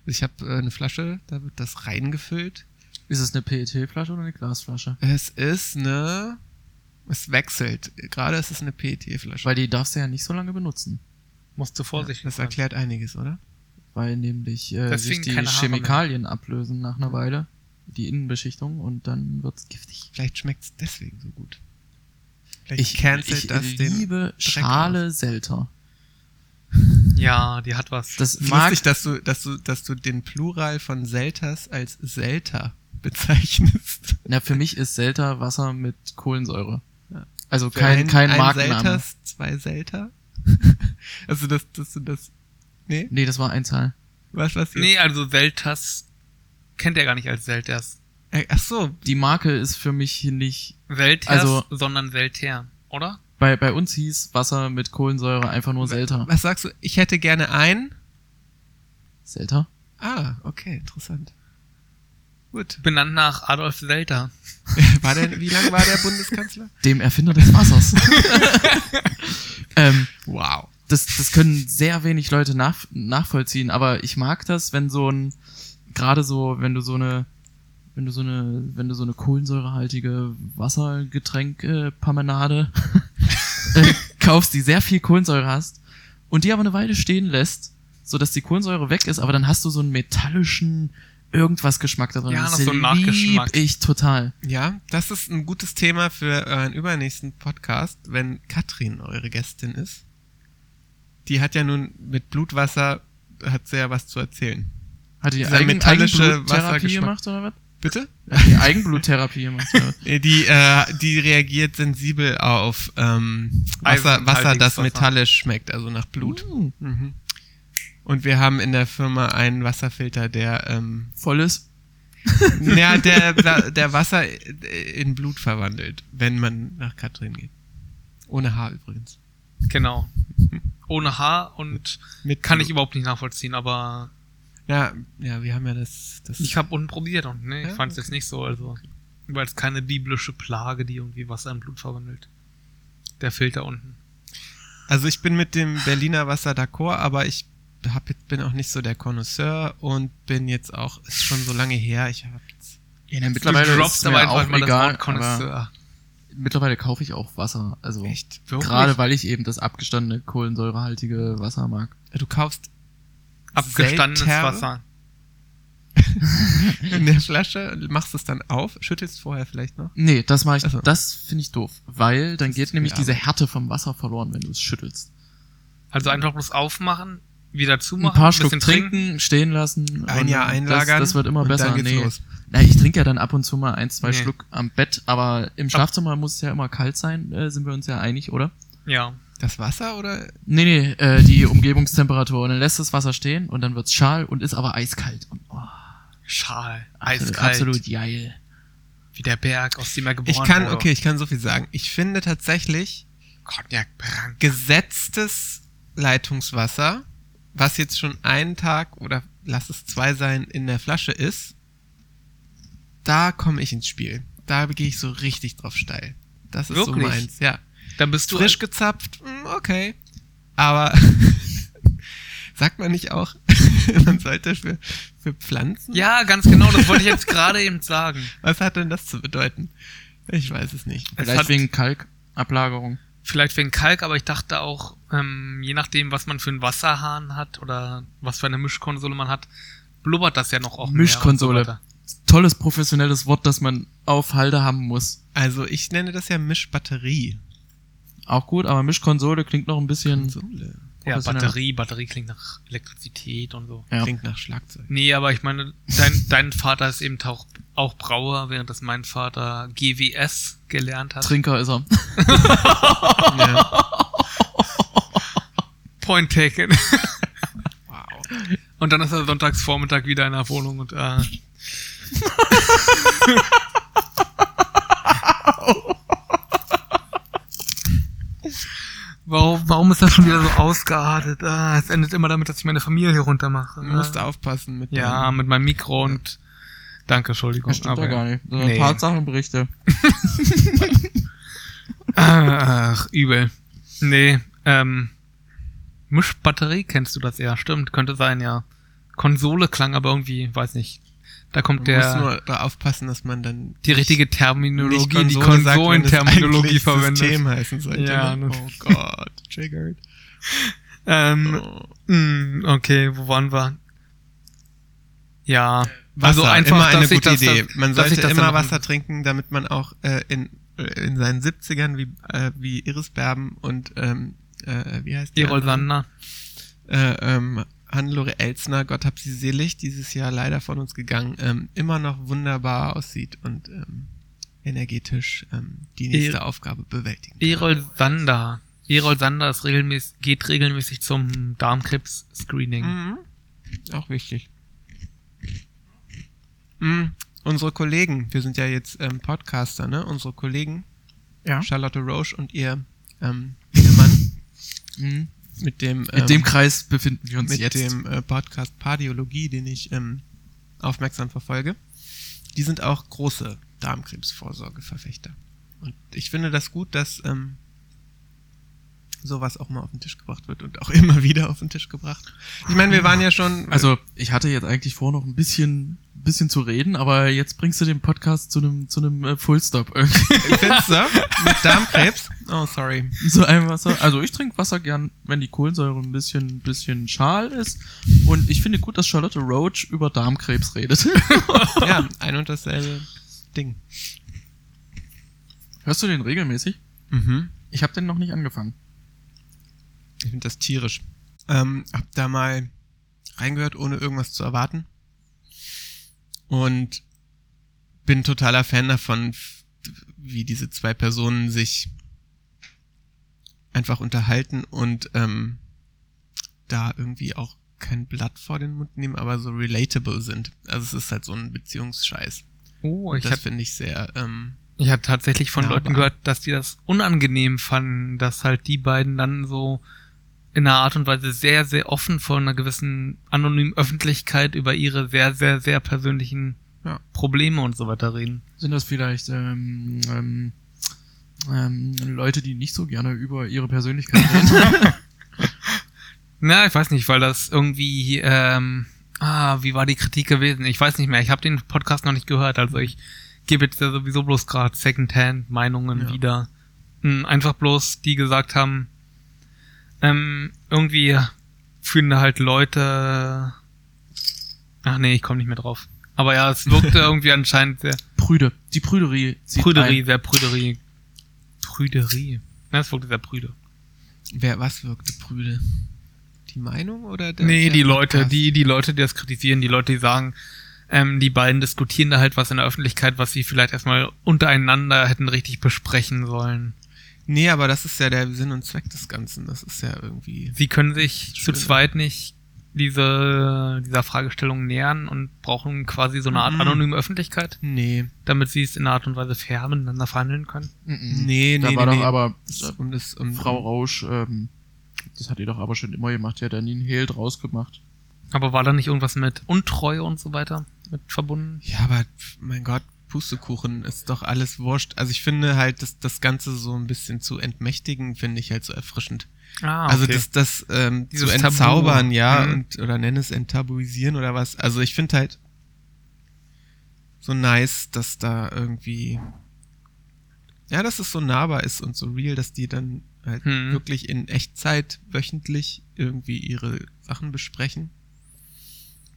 Speaker 1: Also ich habe äh, eine Flasche, da wird das reingefüllt
Speaker 4: Ist es eine PET-Flasche oder eine Glasflasche?
Speaker 1: es ist eine. Es wechselt. Gerade ist es eine E PET-Flasche.
Speaker 4: Weil die darfst du ja nicht so lange benutzen.
Speaker 2: Musst du vorsichtig
Speaker 1: Das
Speaker 2: sein.
Speaker 1: erklärt einiges, oder?
Speaker 4: weil nämlich äh, sich
Speaker 2: Deswegen
Speaker 4: die
Speaker 2: keine Haare mehr.
Speaker 4: Chemikalien ablösen nach einer Weile, die Innenbeschichtung, und dann wird's giftig.
Speaker 1: Vielleicht schmeckt's deswegen so gut. Vielleicht
Speaker 4: Ich,
Speaker 1: cancelt
Speaker 4: ich
Speaker 1: das den.
Speaker 4: liebe Schale Selter.
Speaker 2: Ja, die hat was.
Speaker 4: Das mag
Speaker 1: Lustig, dass du, dass du, dass du den Plural von Selters als Selter bezeichnest.
Speaker 4: Na, für mich ist Selter Wasser mit Kohlensäure.
Speaker 1: Ja.
Speaker 4: Also kein,
Speaker 1: ein,
Speaker 4: kein
Speaker 1: ein
Speaker 4: Markenname.
Speaker 1: Selters, zwei Selter. also das, das, das, das. Nee,
Speaker 4: Nee, das war Einzahl.
Speaker 1: was, was jetzt?
Speaker 2: nee, also Selters kennt er gar nicht als Selters.
Speaker 1: Äh, Ach so,
Speaker 4: Die Marke ist für mich hier nicht.
Speaker 2: Selters,
Speaker 4: Also-
Speaker 2: sondern Selter, oder?
Speaker 4: Bei, bei uns hieß Wasser mit Kohlensäure einfach nur Selter.
Speaker 1: was sagst du? Ich hätte gerne ein.
Speaker 4: Selter?
Speaker 1: Ah, okay, interessant. Gut.
Speaker 2: Benannt nach Adolf Selter.
Speaker 1: War der, wie lange war der Bundeskanzler?
Speaker 4: Dem Erfinder des Wassers. ähm,
Speaker 1: Wow.
Speaker 4: das, das können sehr wenig Leute nach, nachvollziehen, aber ich mag das, wenn so ein, gerade so, wenn du so eine, wenn du so eine, wenn du so eine kohlensäurehaltige Wassergetränk-Pamanade äh, kaufst, die sehr viel Kohlensäure hast und die aber eine Weile stehen lässt, sodass die Kohlensäure weg ist, aber dann hast du so einen metallischen irgendwas Geschmack da drin.
Speaker 2: Ja, noch
Speaker 4: Das
Speaker 2: so ein Nachgeschmack.
Speaker 4: lieb ich total.
Speaker 1: Ja, das ist ein gutes Thema für euren übernächsten Podcast, wenn Katrin eure Gästin ist. Die hat ja nun mit Blutwasser, hat sehr ja was zu erzählen.
Speaker 4: Hat die
Speaker 1: Dieser
Speaker 4: Eigen
Speaker 1: metallische
Speaker 4: Eigenbluttherapie
Speaker 1: Wassergeschmack.
Speaker 4: gemacht oder was?
Speaker 1: Bitte?
Speaker 4: Hat die Eigenbluttherapie gemacht oder was?
Speaker 1: Nee, Die, äh, die reagiert sensibel auf ähm, Wasser,
Speaker 2: Eisenhaltiges
Speaker 1: Wasser, das
Speaker 2: Wasser.
Speaker 1: metallisch schmeckt, also nach Blut.
Speaker 4: Hm,
Speaker 1: Mhm. Und wir haben in der Firma einen Wasserfilter, der, ähm,
Speaker 4: volles
Speaker 1: ja, der, der, der Wasser in Blut verwandelt, wenn man nach Katrin geht. Ohne Haar übrigens.
Speaker 2: Genau. Ohne Haar und
Speaker 1: Mit
Speaker 2: kann
Speaker 1: Blut.
Speaker 2: ich überhaupt nicht nachvollziehen, aber
Speaker 1: Ja, ja, wir haben ja das. das
Speaker 2: ich habe unten probiert und ne, ich
Speaker 1: Ja,
Speaker 2: fand es jetzt nicht so. Also weil es keine biblische Plage, die irgendwie Wasser in Blut verwandelt. Der Filter unten.
Speaker 1: also ich bin mit dem Berliner Wasser d'accord, aber ich hab, jetzt- bin auch nicht so der Connoisseur und bin jetzt auch, ist schon so lange her, ich habe jetzt.
Speaker 4: Ja, dann
Speaker 2: du
Speaker 4: mittlerweile
Speaker 2: droppst
Speaker 4: ist
Speaker 2: aber
Speaker 4: mir
Speaker 2: einfach
Speaker 4: auch
Speaker 2: mal
Speaker 4: egal,
Speaker 2: das Wort Connoisseur.
Speaker 4: mittlerweile kaufe ich auch Wasser. Also
Speaker 1: Echt?
Speaker 2: Wirklich?
Speaker 4: gerade weil ich eben das abgestandene kohlensäurehaltige Wasser mag.
Speaker 1: Du kaufst
Speaker 2: Abgestandenes
Speaker 1: Selter?
Speaker 2: Wasser.
Speaker 1: in der Flasche, machst es dann auf, schüttelst vorher vielleicht noch.
Speaker 4: Nee, das mache ich.
Speaker 1: Also.
Speaker 4: Das finde ich doof, weil dann geht nämlich
Speaker 1: ja.
Speaker 4: diese Härte vom Wasser verloren, wenn du es schüttelst.
Speaker 2: Also einfach bloß aufmachen, wieder
Speaker 4: Ein
Speaker 2: zumachen,
Speaker 4: paar Schluck trinken, stehen lassen.
Speaker 1: Ein
Speaker 4: und
Speaker 1: Jahr einlagern.
Speaker 4: Das, das wird immer
Speaker 1: und
Speaker 4: besser.
Speaker 1: Dann geht's
Speaker 4: nee.
Speaker 1: los.
Speaker 4: Na, ich trinke ja dann ab und zu mal ein, zwei
Speaker 2: Nee.
Speaker 4: Schluck am Bett, aber im Schlafzimmer muss es ja immer kalt sein. Äh, sind wir uns ja einig, oder?
Speaker 2: Ja.
Speaker 1: Das Wasser oder?
Speaker 4: Nee, nee, äh, die Umgebungstemperatur. Und dann lässt das Wasser stehen und dann wird's schal und ist aber eiskalt. Und, oh,
Speaker 2: Schal.
Speaker 4: absolut,
Speaker 2: Eiskalt.
Speaker 4: absolut geil.
Speaker 2: Wie der Berg, aus dem er geboren
Speaker 1: Ich kann,
Speaker 2: wurde.
Speaker 1: okay, ich kann so viel sagen. Ich finde tatsächlich
Speaker 2: Cognac Brank.
Speaker 1: gesetztes Leitungswasser, was jetzt schon einen Tag oder lass es zwei sein in der Flasche ist, da komme ich ins Spiel. Da gehe ich so richtig drauf steil. Das ist so
Speaker 2: Wirklich?
Speaker 1: meins, ja.
Speaker 2: Dann bist du
Speaker 1: Frisch gezapft, mm, okay. Aber sagt man nicht auch, man sollte für, für Pflanzen?
Speaker 2: Ja, ganz genau, das wollte ich jetzt gerade eben sagen.
Speaker 1: Was hat denn das zu bedeuten? Ich weiß es nicht.
Speaker 2: Es
Speaker 4: Vielleicht
Speaker 2: hat-
Speaker 4: wegen Kalkablagerung.
Speaker 2: Vielleicht wegen Kalk, aber ich dachte auch, ähm, je nachdem, was man für einen Wasserhahn hat oder was für eine Mischkonsole man hat, blubbert das ja noch auch mehr und so
Speaker 4: Mischkonsole.
Speaker 2: weiter.
Speaker 4: Tolles professionelles Wort, das man auf Halde haben muss.
Speaker 1: Also ich nenne das ja Mischbatterie.
Speaker 4: Auch gut, aber Mischkonsole klingt noch ein bisschen.
Speaker 1: Konsole.
Speaker 2: ja,
Speaker 4: Professionell.
Speaker 2: Batterie, Batterie klingt nach Elektrizität und so.
Speaker 4: Ja.
Speaker 1: Klingt nach Schlagzeug.
Speaker 2: Nee, aber ich meine, dein, dein Vater ist eben auch, auch Brauer, während das mein Vater GWS gelernt hat.
Speaker 4: Trinker ist er.
Speaker 1: Ja.
Speaker 2: Point taken.
Speaker 1: Wow.
Speaker 2: Und dann ist er sonntags Vormittag wieder in der Wohnung und äh, Warum, warum ist das schon wieder so ausgeartet? Ah, es endet immer damit, dass ich meine Familie runtermache.
Speaker 1: Du musst aufpassen mit
Speaker 2: ja, mit meinem Mikro und danke, Entschuldigung.
Speaker 4: Das stimmt ja gar nicht. So
Speaker 2: Nee.
Speaker 4: Tatsachenberichte.
Speaker 2: Ach, übel. Nee, ähm, Mischbatterie kennst du das eher, stimmt, könnte sein, ja. Konsole klang aber irgendwie, weiß nicht. Da kommt
Speaker 1: der. Man muss
Speaker 2: der
Speaker 1: nur da aufpassen, dass man dann
Speaker 2: die richtige
Speaker 1: nicht
Speaker 2: Terminologie,
Speaker 1: Konsole
Speaker 2: die
Speaker 1: sagt, wenn es
Speaker 2: Konsolenterminologie
Speaker 1: eigentlich
Speaker 2: verwendet.
Speaker 1: System heißen sollte.
Speaker 2: Ja,
Speaker 1: ne?
Speaker 2: ne.
Speaker 1: Oh Gott, triggered.
Speaker 2: Ähm,
Speaker 1: Oh.
Speaker 2: mh, okay, wo waren wir? Ja,
Speaker 1: Wasser,
Speaker 2: also einfach,
Speaker 1: immer eine
Speaker 2: dass ich
Speaker 1: gute
Speaker 2: das dann-
Speaker 1: Idee. Man
Speaker 2: dass ich
Speaker 1: sollte
Speaker 2: das
Speaker 1: immer
Speaker 2: dann-
Speaker 1: Wasser trinken, damit man auch äh, in, äh, in seinen 70ern wie, äh, wie Iris Berben und ähm, äh, wie heißt die
Speaker 2: Erol
Speaker 1: andere?
Speaker 2: Sander.
Speaker 1: äh, ähm, Hannelore Elsner, Gott hab sie selig, dieses Jahr leider von uns gegangen, ähm, immer noch wunderbar aussieht und ähm, energetisch ähm, die nächste
Speaker 2: E-
Speaker 1: Aufgabe bewältigen. kann.
Speaker 2: Erol Sander. Erol Sander ist regelmäßig, geht regelmäßig zum Darmkrebs-Screening.
Speaker 1: Mhm. Auch wichtig. Mhm. Unsere Kollegen, wir sind ja jetzt ähm, Podcaster, ne? Unsere Kollegen,
Speaker 2: Ja.
Speaker 1: Charlotte Roche und ihr ähm, Ehemann
Speaker 4: Mhm.
Speaker 1: mit dem, ähm,
Speaker 4: In dem Kreis befinden wir uns
Speaker 1: mit
Speaker 4: jetzt.
Speaker 1: dem äh, Podcast Pardiologie, den ich ähm, aufmerksam verfolge, die sind auch große Darmkrebsvorsorgeverfechter. Und ich finde das gut, dass ähm, sowas auch mal auf den Tisch gebracht wird und auch immer wieder auf den Tisch gebracht. Ich meine, wir waren ja schon, äh,
Speaker 4: also, ich hatte jetzt eigentlich vor, noch ein bisschen, bisschen zu reden, aber jetzt bringst du den Podcast zu einem, zu einem äh, Fullstop irgendwie.
Speaker 1: Findest du? Mit Darmkrebs? Oh, sorry.
Speaker 4: so ein Wasser. Also, ich trinke Wasser gern, wenn die Kohlensäure ein bisschen, bisschen schal ist. Und ich finde gut, dass Charlotte Roach über Darmkrebs redet.
Speaker 1: Ja, ein und dasselbe Ding.
Speaker 4: Hörst du den regelmäßig?
Speaker 1: Mhm.
Speaker 4: Ich habe den noch nicht angefangen.
Speaker 1: Ich finde das tierisch. Ähm, hab da mal reingehört, ohne irgendwas zu erwarten. Und bin totaler Fan davon, f- wie diese zwei Personen sich einfach unterhalten und ähm, da irgendwie auch kein Blatt vor den Mund nehmen, aber so relatable sind. Also es ist halt so ein Beziehungsscheiß.
Speaker 2: Oh, ich
Speaker 1: Das
Speaker 2: hatte,
Speaker 1: finde ich sehr ähm,
Speaker 2: ich hatte tatsächlich von
Speaker 1: Ja,
Speaker 2: Leuten
Speaker 1: aber-
Speaker 2: gehört, dass die das unangenehm fanden, dass halt die beiden dann so in einer Art und Weise sehr, sehr offen vor einer gewissen anonymen Öffentlichkeit über ihre sehr, sehr, sehr persönlichen
Speaker 1: Ja.
Speaker 2: Probleme und so weiter reden.
Speaker 4: Sind das vielleicht ähm, ähm, ähm, Leute, die nicht so gerne über ihre Persönlichkeit reden?
Speaker 2: Na, ich weiß nicht, weil das irgendwie, ähm, ah, wie war die Kritik gewesen? Ich weiß nicht mehr. Ich habe den Podcast noch nicht gehört, also ich gebe jetzt ja sowieso bloß gerade Secondhand-Meinungen
Speaker 1: Ja.
Speaker 2: wieder. Hm, einfach bloß, die gesagt haben, ähm, irgendwie fühlen da halt Leute. Ach nee, ich komme nicht mehr drauf. Aber ja, es wirkte irgendwie anscheinend sehr
Speaker 4: Prüde. Die Prüderie. zieht
Speaker 2: Prüderie,
Speaker 4: ein.
Speaker 2: sehr Prüderie. Prüderie. Na, es wirkte sehr prüde.
Speaker 1: Wer was wirkte prüde? Die Meinung oder der
Speaker 2: Nee,
Speaker 1: der
Speaker 2: die Leute,
Speaker 1: Podcast?
Speaker 2: die, die Leute, die das kritisieren, die Leute, die sagen, ähm, die beiden diskutieren da halt was in der Öffentlichkeit, was sie vielleicht erstmal untereinander hätten richtig besprechen sollen.
Speaker 1: Nee, aber das ist ja der Sinn und Zweck des Ganzen. Das ist ja irgendwie.
Speaker 2: Sie können sich zu
Speaker 1: Schön.
Speaker 2: zweit nicht diese, dieser Fragestellung nähern und brauchen quasi so eine Art
Speaker 1: Mhm.
Speaker 2: anonyme Öffentlichkeit,
Speaker 1: Nee.
Speaker 2: damit sie es in einer Art und Weise fair miteinander verhandeln können.
Speaker 4: Mhm.
Speaker 1: Nee, nee,
Speaker 4: da
Speaker 1: nee.
Speaker 4: war
Speaker 1: nee.
Speaker 4: doch aber
Speaker 1: Es ist um das, um
Speaker 4: Frau Rausch, ähm, das hat die doch aber schon immer gemacht, die hat da nie einen Hehl draus gemacht.
Speaker 2: Aber war da nicht irgendwas mit Untreue und so weiter mit verbunden?
Speaker 1: Ja, aber pf, mein Gott, Pustekuchen ist doch alles wurscht. Also ich finde halt, das, das Ganze so ein bisschen zu entmächtigen, finde ich halt so erfrischend.
Speaker 2: Ah,
Speaker 1: Also das, das ähm, zu
Speaker 2: Dieses
Speaker 1: entzaubern,
Speaker 2: Tabu.
Speaker 1: ja,
Speaker 2: Mhm.
Speaker 1: und oder nenn es enttabuisieren oder was. Also ich finde halt so nice, dass da irgendwie ja, dass es so nahbar ist und so real, dass die dann halt
Speaker 2: Mhm.
Speaker 1: wirklich in Echtzeit wöchentlich irgendwie ihre Sachen besprechen.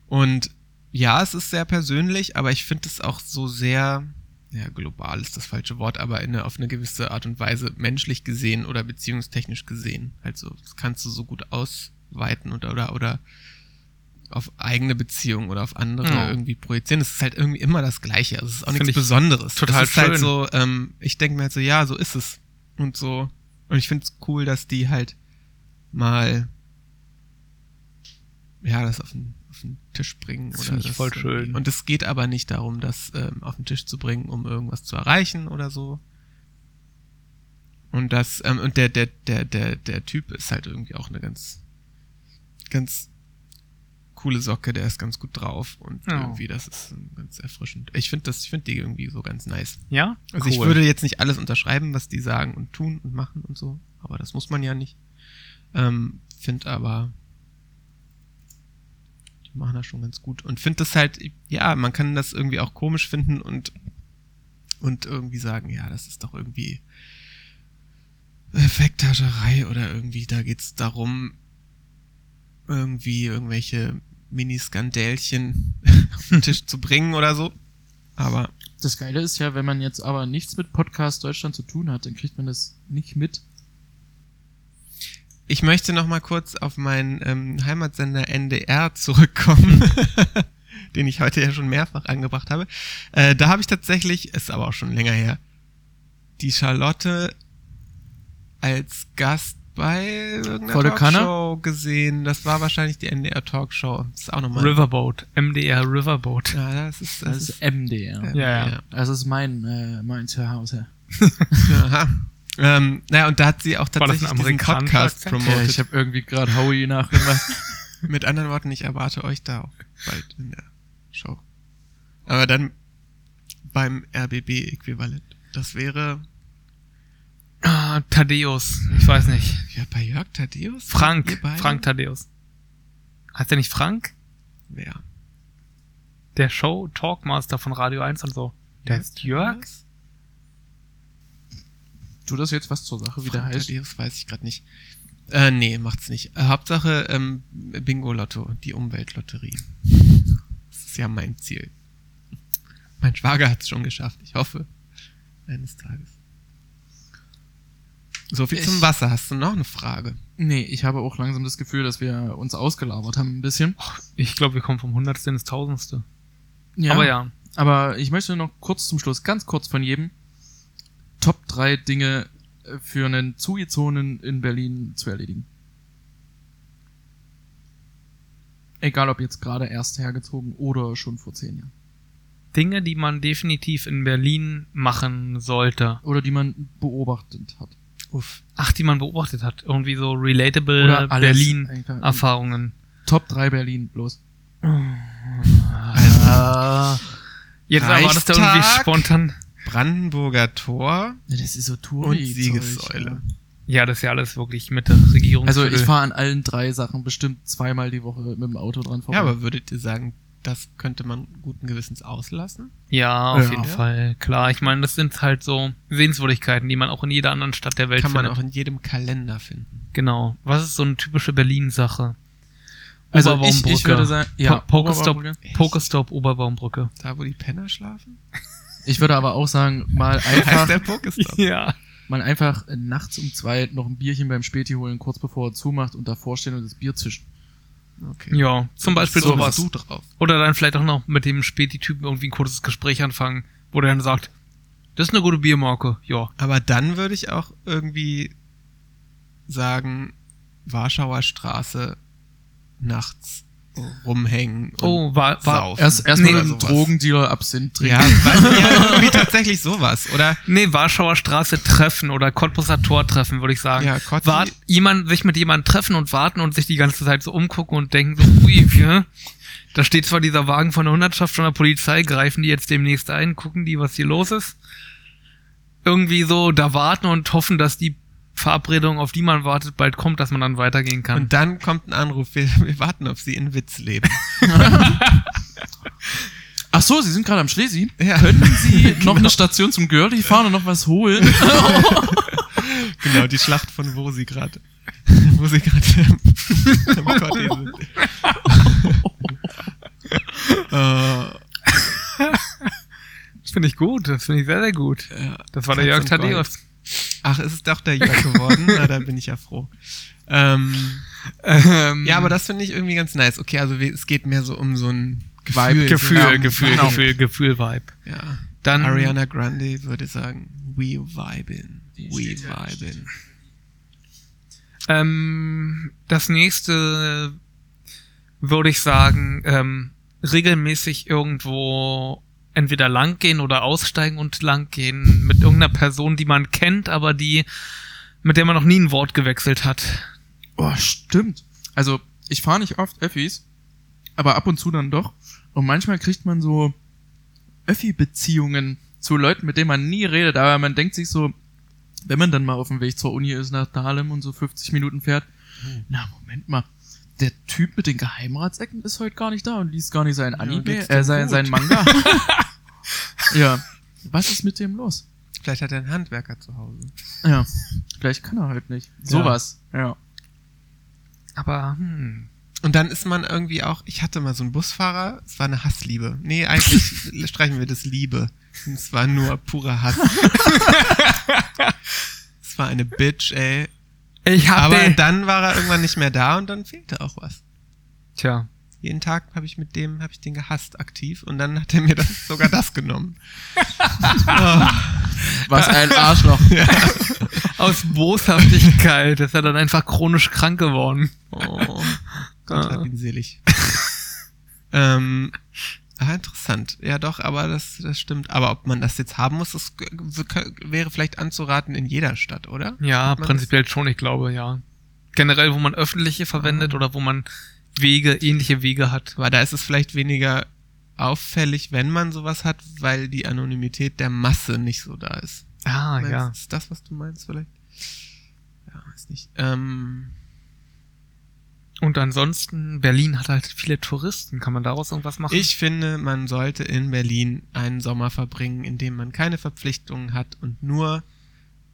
Speaker 1: Und ja, es ist sehr persönlich, aber ich finde es auch so sehr, ja, global ist das falsche Wort, aber in eine, auf eine gewisse Art und Weise menschlich gesehen oder beziehungstechnisch gesehen. Also, das kannst du so gut ausweiten und, oder, oder auf eigene Beziehungen oder auf andere
Speaker 2: Ja.
Speaker 1: irgendwie projizieren. Es ist halt irgendwie immer das Gleiche. Also, es ist auch
Speaker 2: Find
Speaker 1: nichts
Speaker 2: ich
Speaker 1: Besonderes.
Speaker 2: total
Speaker 1: es ist halt
Speaker 2: schön.
Speaker 1: so, ähm, ich denke mir halt so, ja, so ist es. Und so. Und ich finde es cool, dass die halt mal ja, das auf den, auf den Tisch bringen.
Speaker 2: Das find ich voll schön.
Speaker 1: irgendwie- Und es geht aber nicht darum, das ähm, auf den Tisch zu bringen, um irgendwas zu erreichen oder so. Und das, ähm, und der, der, der, der, der Typ ist halt irgendwie auch eine ganz, ganz coole Socke, der ist ganz gut drauf und
Speaker 2: Ja.
Speaker 1: irgendwie, das ist ähm, ganz erfrischend. Ich finde das, ich finde die irgendwie so ganz nice.
Speaker 2: ja?
Speaker 1: Also ich würde jetzt nicht alles unterschreiben, was die sagen und tun und machen und so, aber das muss man ja nicht. Ähm, find aber, die machen das schon ganz gut und find das halt, ja, man kann das irgendwie auch komisch finden und und irgendwie sagen, ja, das ist doch irgendwie Effekthascherei oder irgendwie, da geht's darum, irgendwie irgendwelche Mini-Skandälchen auf den Tisch zu bringen oder so. Aber
Speaker 4: Das Geile ist ja, wenn man jetzt aber nichts mit Podcast Deutschland zu tun hat, dann kriegt man das nicht mit.
Speaker 1: ich möchte noch mal kurz auf meinen ähm, Heimatsender NDR zurückkommen, den ich heute ja schon mehrfach angebracht habe. Äh, da habe ich tatsächlich, ist aber auch schon länger her, die Charlotte als Gast bei
Speaker 4: Volle
Speaker 1: irgendeiner
Speaker 4: Kanne?
Speaker 1: Talkshow gesehen. Das war wahrscheinlich die NDR Talkshow. Ist auch nochmal.
Speaker 2: Riverboat, MDR Riverboat.
Speaker 1: Ja, das ist, das
Speaker 4: Das
Speaker 1: ist ähm,
Speaker 4: ist MDR.
Speaker 2: Ja, ja.
Speaker 4: Das ist mein, äh, mein Zuhause.
Speaker 1: Aha. Ähm, naja, und da hat sie auch
Speaker 2: War das ein
Speaker 1: tatsächlich diesen
Speaker 2: amerikanischer
Speaker 1: Podcast
Speaker 2: Akzent?
Speaker 4: Ja,
Speaker 1: promotet.
Speaker 4: ich habe irgendwie gerade Howie nachgemacht.
Speaker 1: Mit anderen Worten, ich erwarte euch da auch bald in der Show. Aber dann beim RBB-Äquivalent. Das wäre
Speaker 2: Ah, Thaddeus, ich weiß nicht.
Speaker 1: ja, bei Jörg Thaddeus?
Speaker 2: Frank,
Speaker 1: Ihr beiden?
Speaker 2: Frank Thaddeus. Heißt der nicht Frank?
Speaker 1: Wer?
Speaker 2: Der Show Talkmaster von Radio 1 und so. Der ist Jörg?
Speaker 1: Thaddeus?
Speaker 4: du das jetzt was zur Sache, wie der
Speaker 1: Frank
Speaker 4: heißt?
Speaker 1: Thaddeus weiß ich gerade nicht. Äh, nee, macht's nicht. Äh, Hauptsache ähm, Bingo-Lotto, die Umweltlotterie. Das ist ja mein Ziel. Mein Schwager hat's schon geschafft, ich hoffe. Eines Tages. So viel
Speaker 4: Ich-
Speaker 1: zum Wasser. Hast du noch eine Frage?
Speaker 4: Nee, ich habe auch langsam das Gefühl, dass wir uns ausgelabert haben ein bisschen.
Speaker 2: Ich glaube, wir kommen vom Hundertsten ins Tausendste.
Speaker 4: Ja.
Speaker 2: Aber ja,
Speaker 4: Aber ich möchte noch kurz zum Schluss, ganz kurz von jedem, Top 3 Dinge äh, für einen Zugezogenen in Berlin zu erledigen. Egal ob jetzt gerade erst hergezogen oder schon vor zehn Jahren.
Speaker 2: Dinge, die man definitiv in Berlin machen sollte.
Speaker 4: Oder die man beobachtet hat.
Speaker 1: Uff.
Speaker 2: Ach, die man beobachtet hat. Irgendwie so
Speaker 1: Äh,
Speaker 2: relatable
Speaker 4: Oder alles eigentlich.
Speaker 2: Berlin-Erfahrungen.
Speaker 4: Top 3 Berlin bloß.
Speaker 2: Ah. Jetzt aber das da irgendwie
Speaker 1: Reichstag.
Speaker 2: spontan.
Speaker 1: Brandenburger Tor
Speaker 4: Das ist so
Speaker 1: und
Speaker 4: Touri.
Speaker 1: Siegessäule.
Speaker 2: Ja, das ist ja alles wirklich mit der Regierung.
Speaker 4: Also ich fahre an allen drei Sachen bestimmt zweimal die Woche mit dem Auto dran vorbei.
Speaker 1: Ja, aber würdet ihr sagen, das könnte man guten Gewissens auslassen?
Speaker 2: Ja, auf
Speaker 4: Ja.
Speaker 2: jeden Fall. Klar, ich meine, das sind halt so Sehenswürdigkeiten, die man auch in jeder anderen Stadt der Welt
Speaker 1: Kann man
Speaker 2: findet.
Speaker 1: auch in jedem Kalender finden.
Speaker 2: Genau. Was ist so eine typische Berlin-Sache?
Speaker 4: also ich, ich würde sagen, ja,
Speaker 2: Po- Pokestop,
Speaker 4: Oberbaumbrücke.
Speaker 2: Pokestop Oberbaumbrücke.
Speaker 1: Da, wo die Penner schlafen?
Speaker 4: Ich würde aber auch sagen, mal
Speaker 1: Heißt
Speaker 4: einfach
Speaker 1: der Pokestop.
Speaker 2: Ja.
Speaker 4: mal einfach nachts um zwei noch ein Bierchen beim Späti holen, kurz bevor er zumacht und davor stehen und das Bier zischen.
Speaker 1: Okay.
Speaker 2: Ja, zum Beispiel
Speaker 1: so
Speaker 2: sowas.
Speaker 1: bist du drauf.
Speaker 2: Oder dann vielleicht auch noch mit dem Späti-Typen irgendwie ein kurzes Gespräch anfangen, wo der dann sagt, das ist eine gute Biermarke. Ja.
Speaker 1: Aber dann würde ich auch irgendwie sagen, Warschauer Straße nachts rumhängen. und
Speaker 2: Oh, war, war,
Speaker 1: saufen
Speaker 4: Erst
Speaker 2: erst
Speaker 1: oder
Speaker 2: mal
Speaker 4: erstmal mit einem
Speaker 1: sowas.
Speaker 4: Drogendealer Absinth
Speaker 1: Ja,
Speaker 4: trinken.
Speaker 1: weil, ja, irgendwie tatsächlich sowas, oder?
Speaker 2: nee, Warschauer Straße treffen oder Cottbusser Tor treffen, würde ich sagen.
Speaker 1: Ja, Kotti,
Speaker 2: Wart, jemand, sich mit jemandem treffen und warten und sich die ganze Zeit so umgucken und denken so, ui, ja, da steht zwar dieser Wagen von der Hundertschaft von der Polizei, greifen die jetzt demnächst ein, gucken die, was hier los ist. Irgendwie so da warten und hoffen, dass die Verabredung, auf die man wartet, bald kommt, dass man dann weitergehen kann.
Speaker 1: Und dann kommt ein Anruf, wir, wir warten, ob sie in Witz leben.
Speaker 4: Ach so, Sie sind gerade am Schlesi.
Speaker 1: Ja.
Speaker 4: Können Sie noch eine Station zum Girlie fahren und noch was holen?
Speaker 1: Genau, die Schlacht von wo sie gerade. Wo sie gerade am- am Kotti sind. äh,
Speaker 2: Das finde ich gut, das finde ich sehr, sehr gut.
Speaker 1: ja.
Speaker 2: Das war der Jörg
Speaker 1: Katz und
Speaker 2: Thaddeus.
Speaker 1: Ach, ist es doch der Jörg geworden? Na, da bin ich ja froh. Ähm,
Speaker 2: Ähm,
Speaker 1: ja, aber das finde ich irgendwie ganz nice. Okay, also wir- es geht mehr so um so ein Gefühl.
Speaker 2: Vibe, Gefühl,
Speaker 1: so ein-
Speaker 2: Gefühl,
Speaker 1: Genau.
Speaker 2: Gefühl, Gefühl, Vibe.
Speaker 1: Ja.
Speaker 2: Dann
Speaker 1: Ariana Grande würde sagen, we vibin, we vibin.
Speaker 2: Ähm, das nächste würde ich sagen, ähm, regelmäßig irgendwo entweder lang gehen oder aussteigen und lang gehen mit irgendeiner Person, die man kennt, aber die mit der man noch nie ein Wort gewechselt hat.
Speaker 4: Oh, stimmt. Also, ich fahre nicht oft Öffis, aber ab und zu dann doch. Und manchmal kriegt man so Öffi-Beziehungen zu Leuten, mit denen man nie redet, aber man denkt sich so, wenn man dann mal auf dem Weg zur Uni ist, nach Dahlem und so 50 Minuten fährt, na, Moment mal, der Typ mit den Geheimratsecken ist heute gar nicht da und liest gar nicht sein Anime,
Speaker 1: geht's
Speaker 4: äh,
Speaker 1: dem
Speaker 4: sein,
Speaker 1: gut?
Speaker 4: sein Manga. ja. Was ist mit dem los?
Speaker 1: Vielleicht hat er einen Handwerker zu Hause.
Speaker 4: Ja. Vielleicht kann er halt nicht. Sowas. ja.
Speaker 2: Aber hm,
Speaker 1: Und dann ist man irgendwie auch, ich hatte mal so einen Busfahrer, es war eine Hassliebe. Nee, eigentlich streichen wir das Liebe. Es war nur purer Hass. es war eine Bitch, ey.
Speaker 2: Ich hab
Speaker 1: Aber
Speaker 2: den.
Speaker 1: dann war er irgendwann nicht mehr da und dann fehlte auch was.
Speaker 2: Tja.
Speaker 1: Jeden Tag habe ich mit dem, habe ich den gehasst aktiv und dann hat er mir das, sogar das genommen.
Speaker 4: Was ein Arschloch.
Speaker 2: Aus Boshaftigkeit ist er dann einfach chronisch krank geworden.
Speaker 1: Oh, Gott
Speaker 2: Ah.
Speaker 1: hab ihn selig. ähm, ah, interessant. Ja, doch, aber das, das stimmt. Aber ob man das jetzt haben muss, das g- w- wäre vielleicht anzuraten in jeder Stadt, oder?
Speaker 2: Ja,
Speaker 1: Hat man
Speaker 2: prinzipiell schon, ich glaube, ja. Generell, wo man öffentliche verwendet
Speaker 1: Ah.
Speaker 2: oder wo man Wege, ähnliche Wege hat.
Speaker 1: Aber da ist es vielleicht weniger auffällig, wenn man sowas hat, weil die Anonymität der Masse nicht so da ist.
Speaker 2: Ah,
Speaker 1: meinst,
Speaker 2: ja.
Speaker 1: Ist das, was du meinst, vielleicht? Ja, weiß nicht. Ähm,
Speaker 2: Und ansonsten, Berlin hat halt viele Touristen. Kann man daraus irgendwas machen?
Speaker 1: ich finde, man sollte in Berlin einen Sommer verbringen, in dem man keine Verpflichtungen hat und nur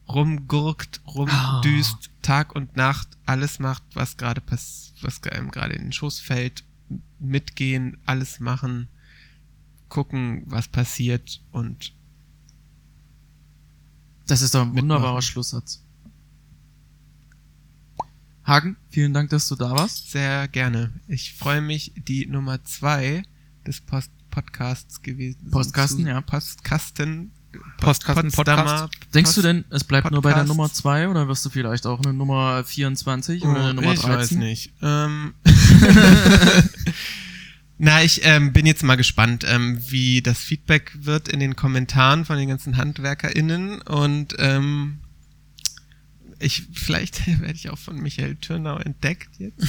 Speaker 1: rumgurkt, rumdüst,
Speaker 2: Ah.
Speaker 1: Tag und Nacht, alles macht, was gerade pass was einem gerade in den Schoß fällt, m- mitgehen, alles machen, gucken, was passiert und
Speaker 4: Das ist doch ein
Speaker 1: Mitmachen.
Speaker 4: wunderbarer Schlusssatz. Hagen, vielen Dank, dass du da warst.
Speaker 1: Sehr gerne. Ich freue mich, die Nummer zwei des Post Podcasts gewesen.
Speaker 4: Postkasten,
Speaker 1: zu-
Speaker 4: ja.
Speaker 1: Postkasten.
Speaker 2: Postkasten,
Speaker 1: Potsdamer
Speaker 4: Denkst
Speaker 1: Post-
Speaker 4: du denn, es bleibt nur bei der
Speaker 1: Podcast.
Speaker 4: Nummer zwei oder wirst du vielleicht auch eine Nummer 24 oder um eine
Speaker 1: Oh,
Speaker 4: Nummer
Speaker 1: ich
Speaker 4: 13?
Speaker 1: weiß nicht. Ähm, Na, ich ähm, bin jetzt mal gespannt, ähm, wie das Feedback wird in den Kommentaren von den ganzen HandwerkerInnen und ähm, ich, vielleicht werde ich auch von Michael Türnau entdeckt jetzt.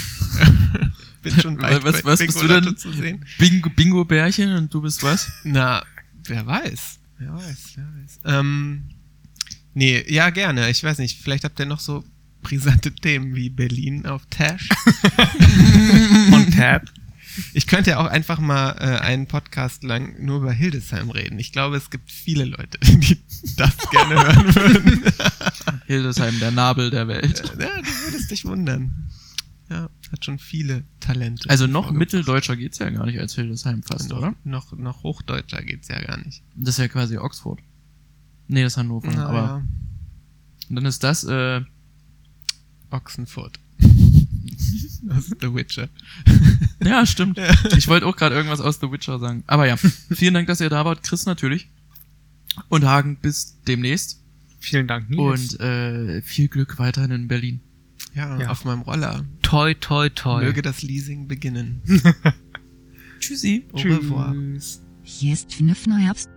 Speaker 1: bin schon weit
Speaker 4: Was-
Speaker 1: bei
Speaker 4: was bist du
Speaker 1: Bigolotto
Speaker 4: denn?
Speaker 1: zu sehen.
Speaker 4: Bingo, Bingo Bärchen und du bist was?
Speaker 1: Na, wer weiß. Wer weiß, wer weiß. Ähm, nee, ja, gerne. Ich weiß nicht, vielleicht habt ihr noch so brisante Themen wie Berlin auf Tash.
Speaker 2: on Tab.
Speaker 1: Ich könnte ja auch einfach mal äh, einen Podcast lang nur über Hildesheim reden. Ich glaube, es gibt viele Leute, die das gerne hören würden.
Speaker 4: Hildesheim, der Nabel der Welt.
Speaker 1: ja, du würdest dich wundern. Ja, hat schon viele Talente.
Speaker 4: Also noch
Speaker 1: Vorge-
Speaker 4: mitteldeutscher geht's ja gar nicht als Hildesheim fast,
Speaker 1: noch,
Speaker 4: oder?
Speaker 1: Noch, noch hochdeutscher geht's ja gar nicht.
Speaker 4: Das ist ja quasi Oxford. Nee, das ist Hannover.
Speaker 1: Na,
Speaker 4: aber
Speaker 1: ja.
Speaker 4: Und dann ist das, äh,
Speaker 1: Ochsenfurt. das ist The Witcher.
Speaker 4: ja, stimmt.
Speaker 1: Ja.
Speaker 4: Ich wollte auch gerade irgendwas aus The Witcher sagen. Aber ja, vielen Dank, dass ihr da wart. Chris natürlich. Und Hagen, bis demnächst.
Speaker 2: Vielen Dank,
Speaker 4: Und äh, viel Glück weiterhin in Berlin.
Speaker 1: Ja,
Speaker 2: Ja.
Speaker 1: auf meinem Roller.
Speaker 2: toi, toi, toi.
Speaker 1: Möge das Leasing beginnen.
Speaker 4: Tschüssi.
Speaker 1: Au revoir.
Speaker 2: Tschüss.
Speaker 3: Hier ist FNÜF Neuherbst,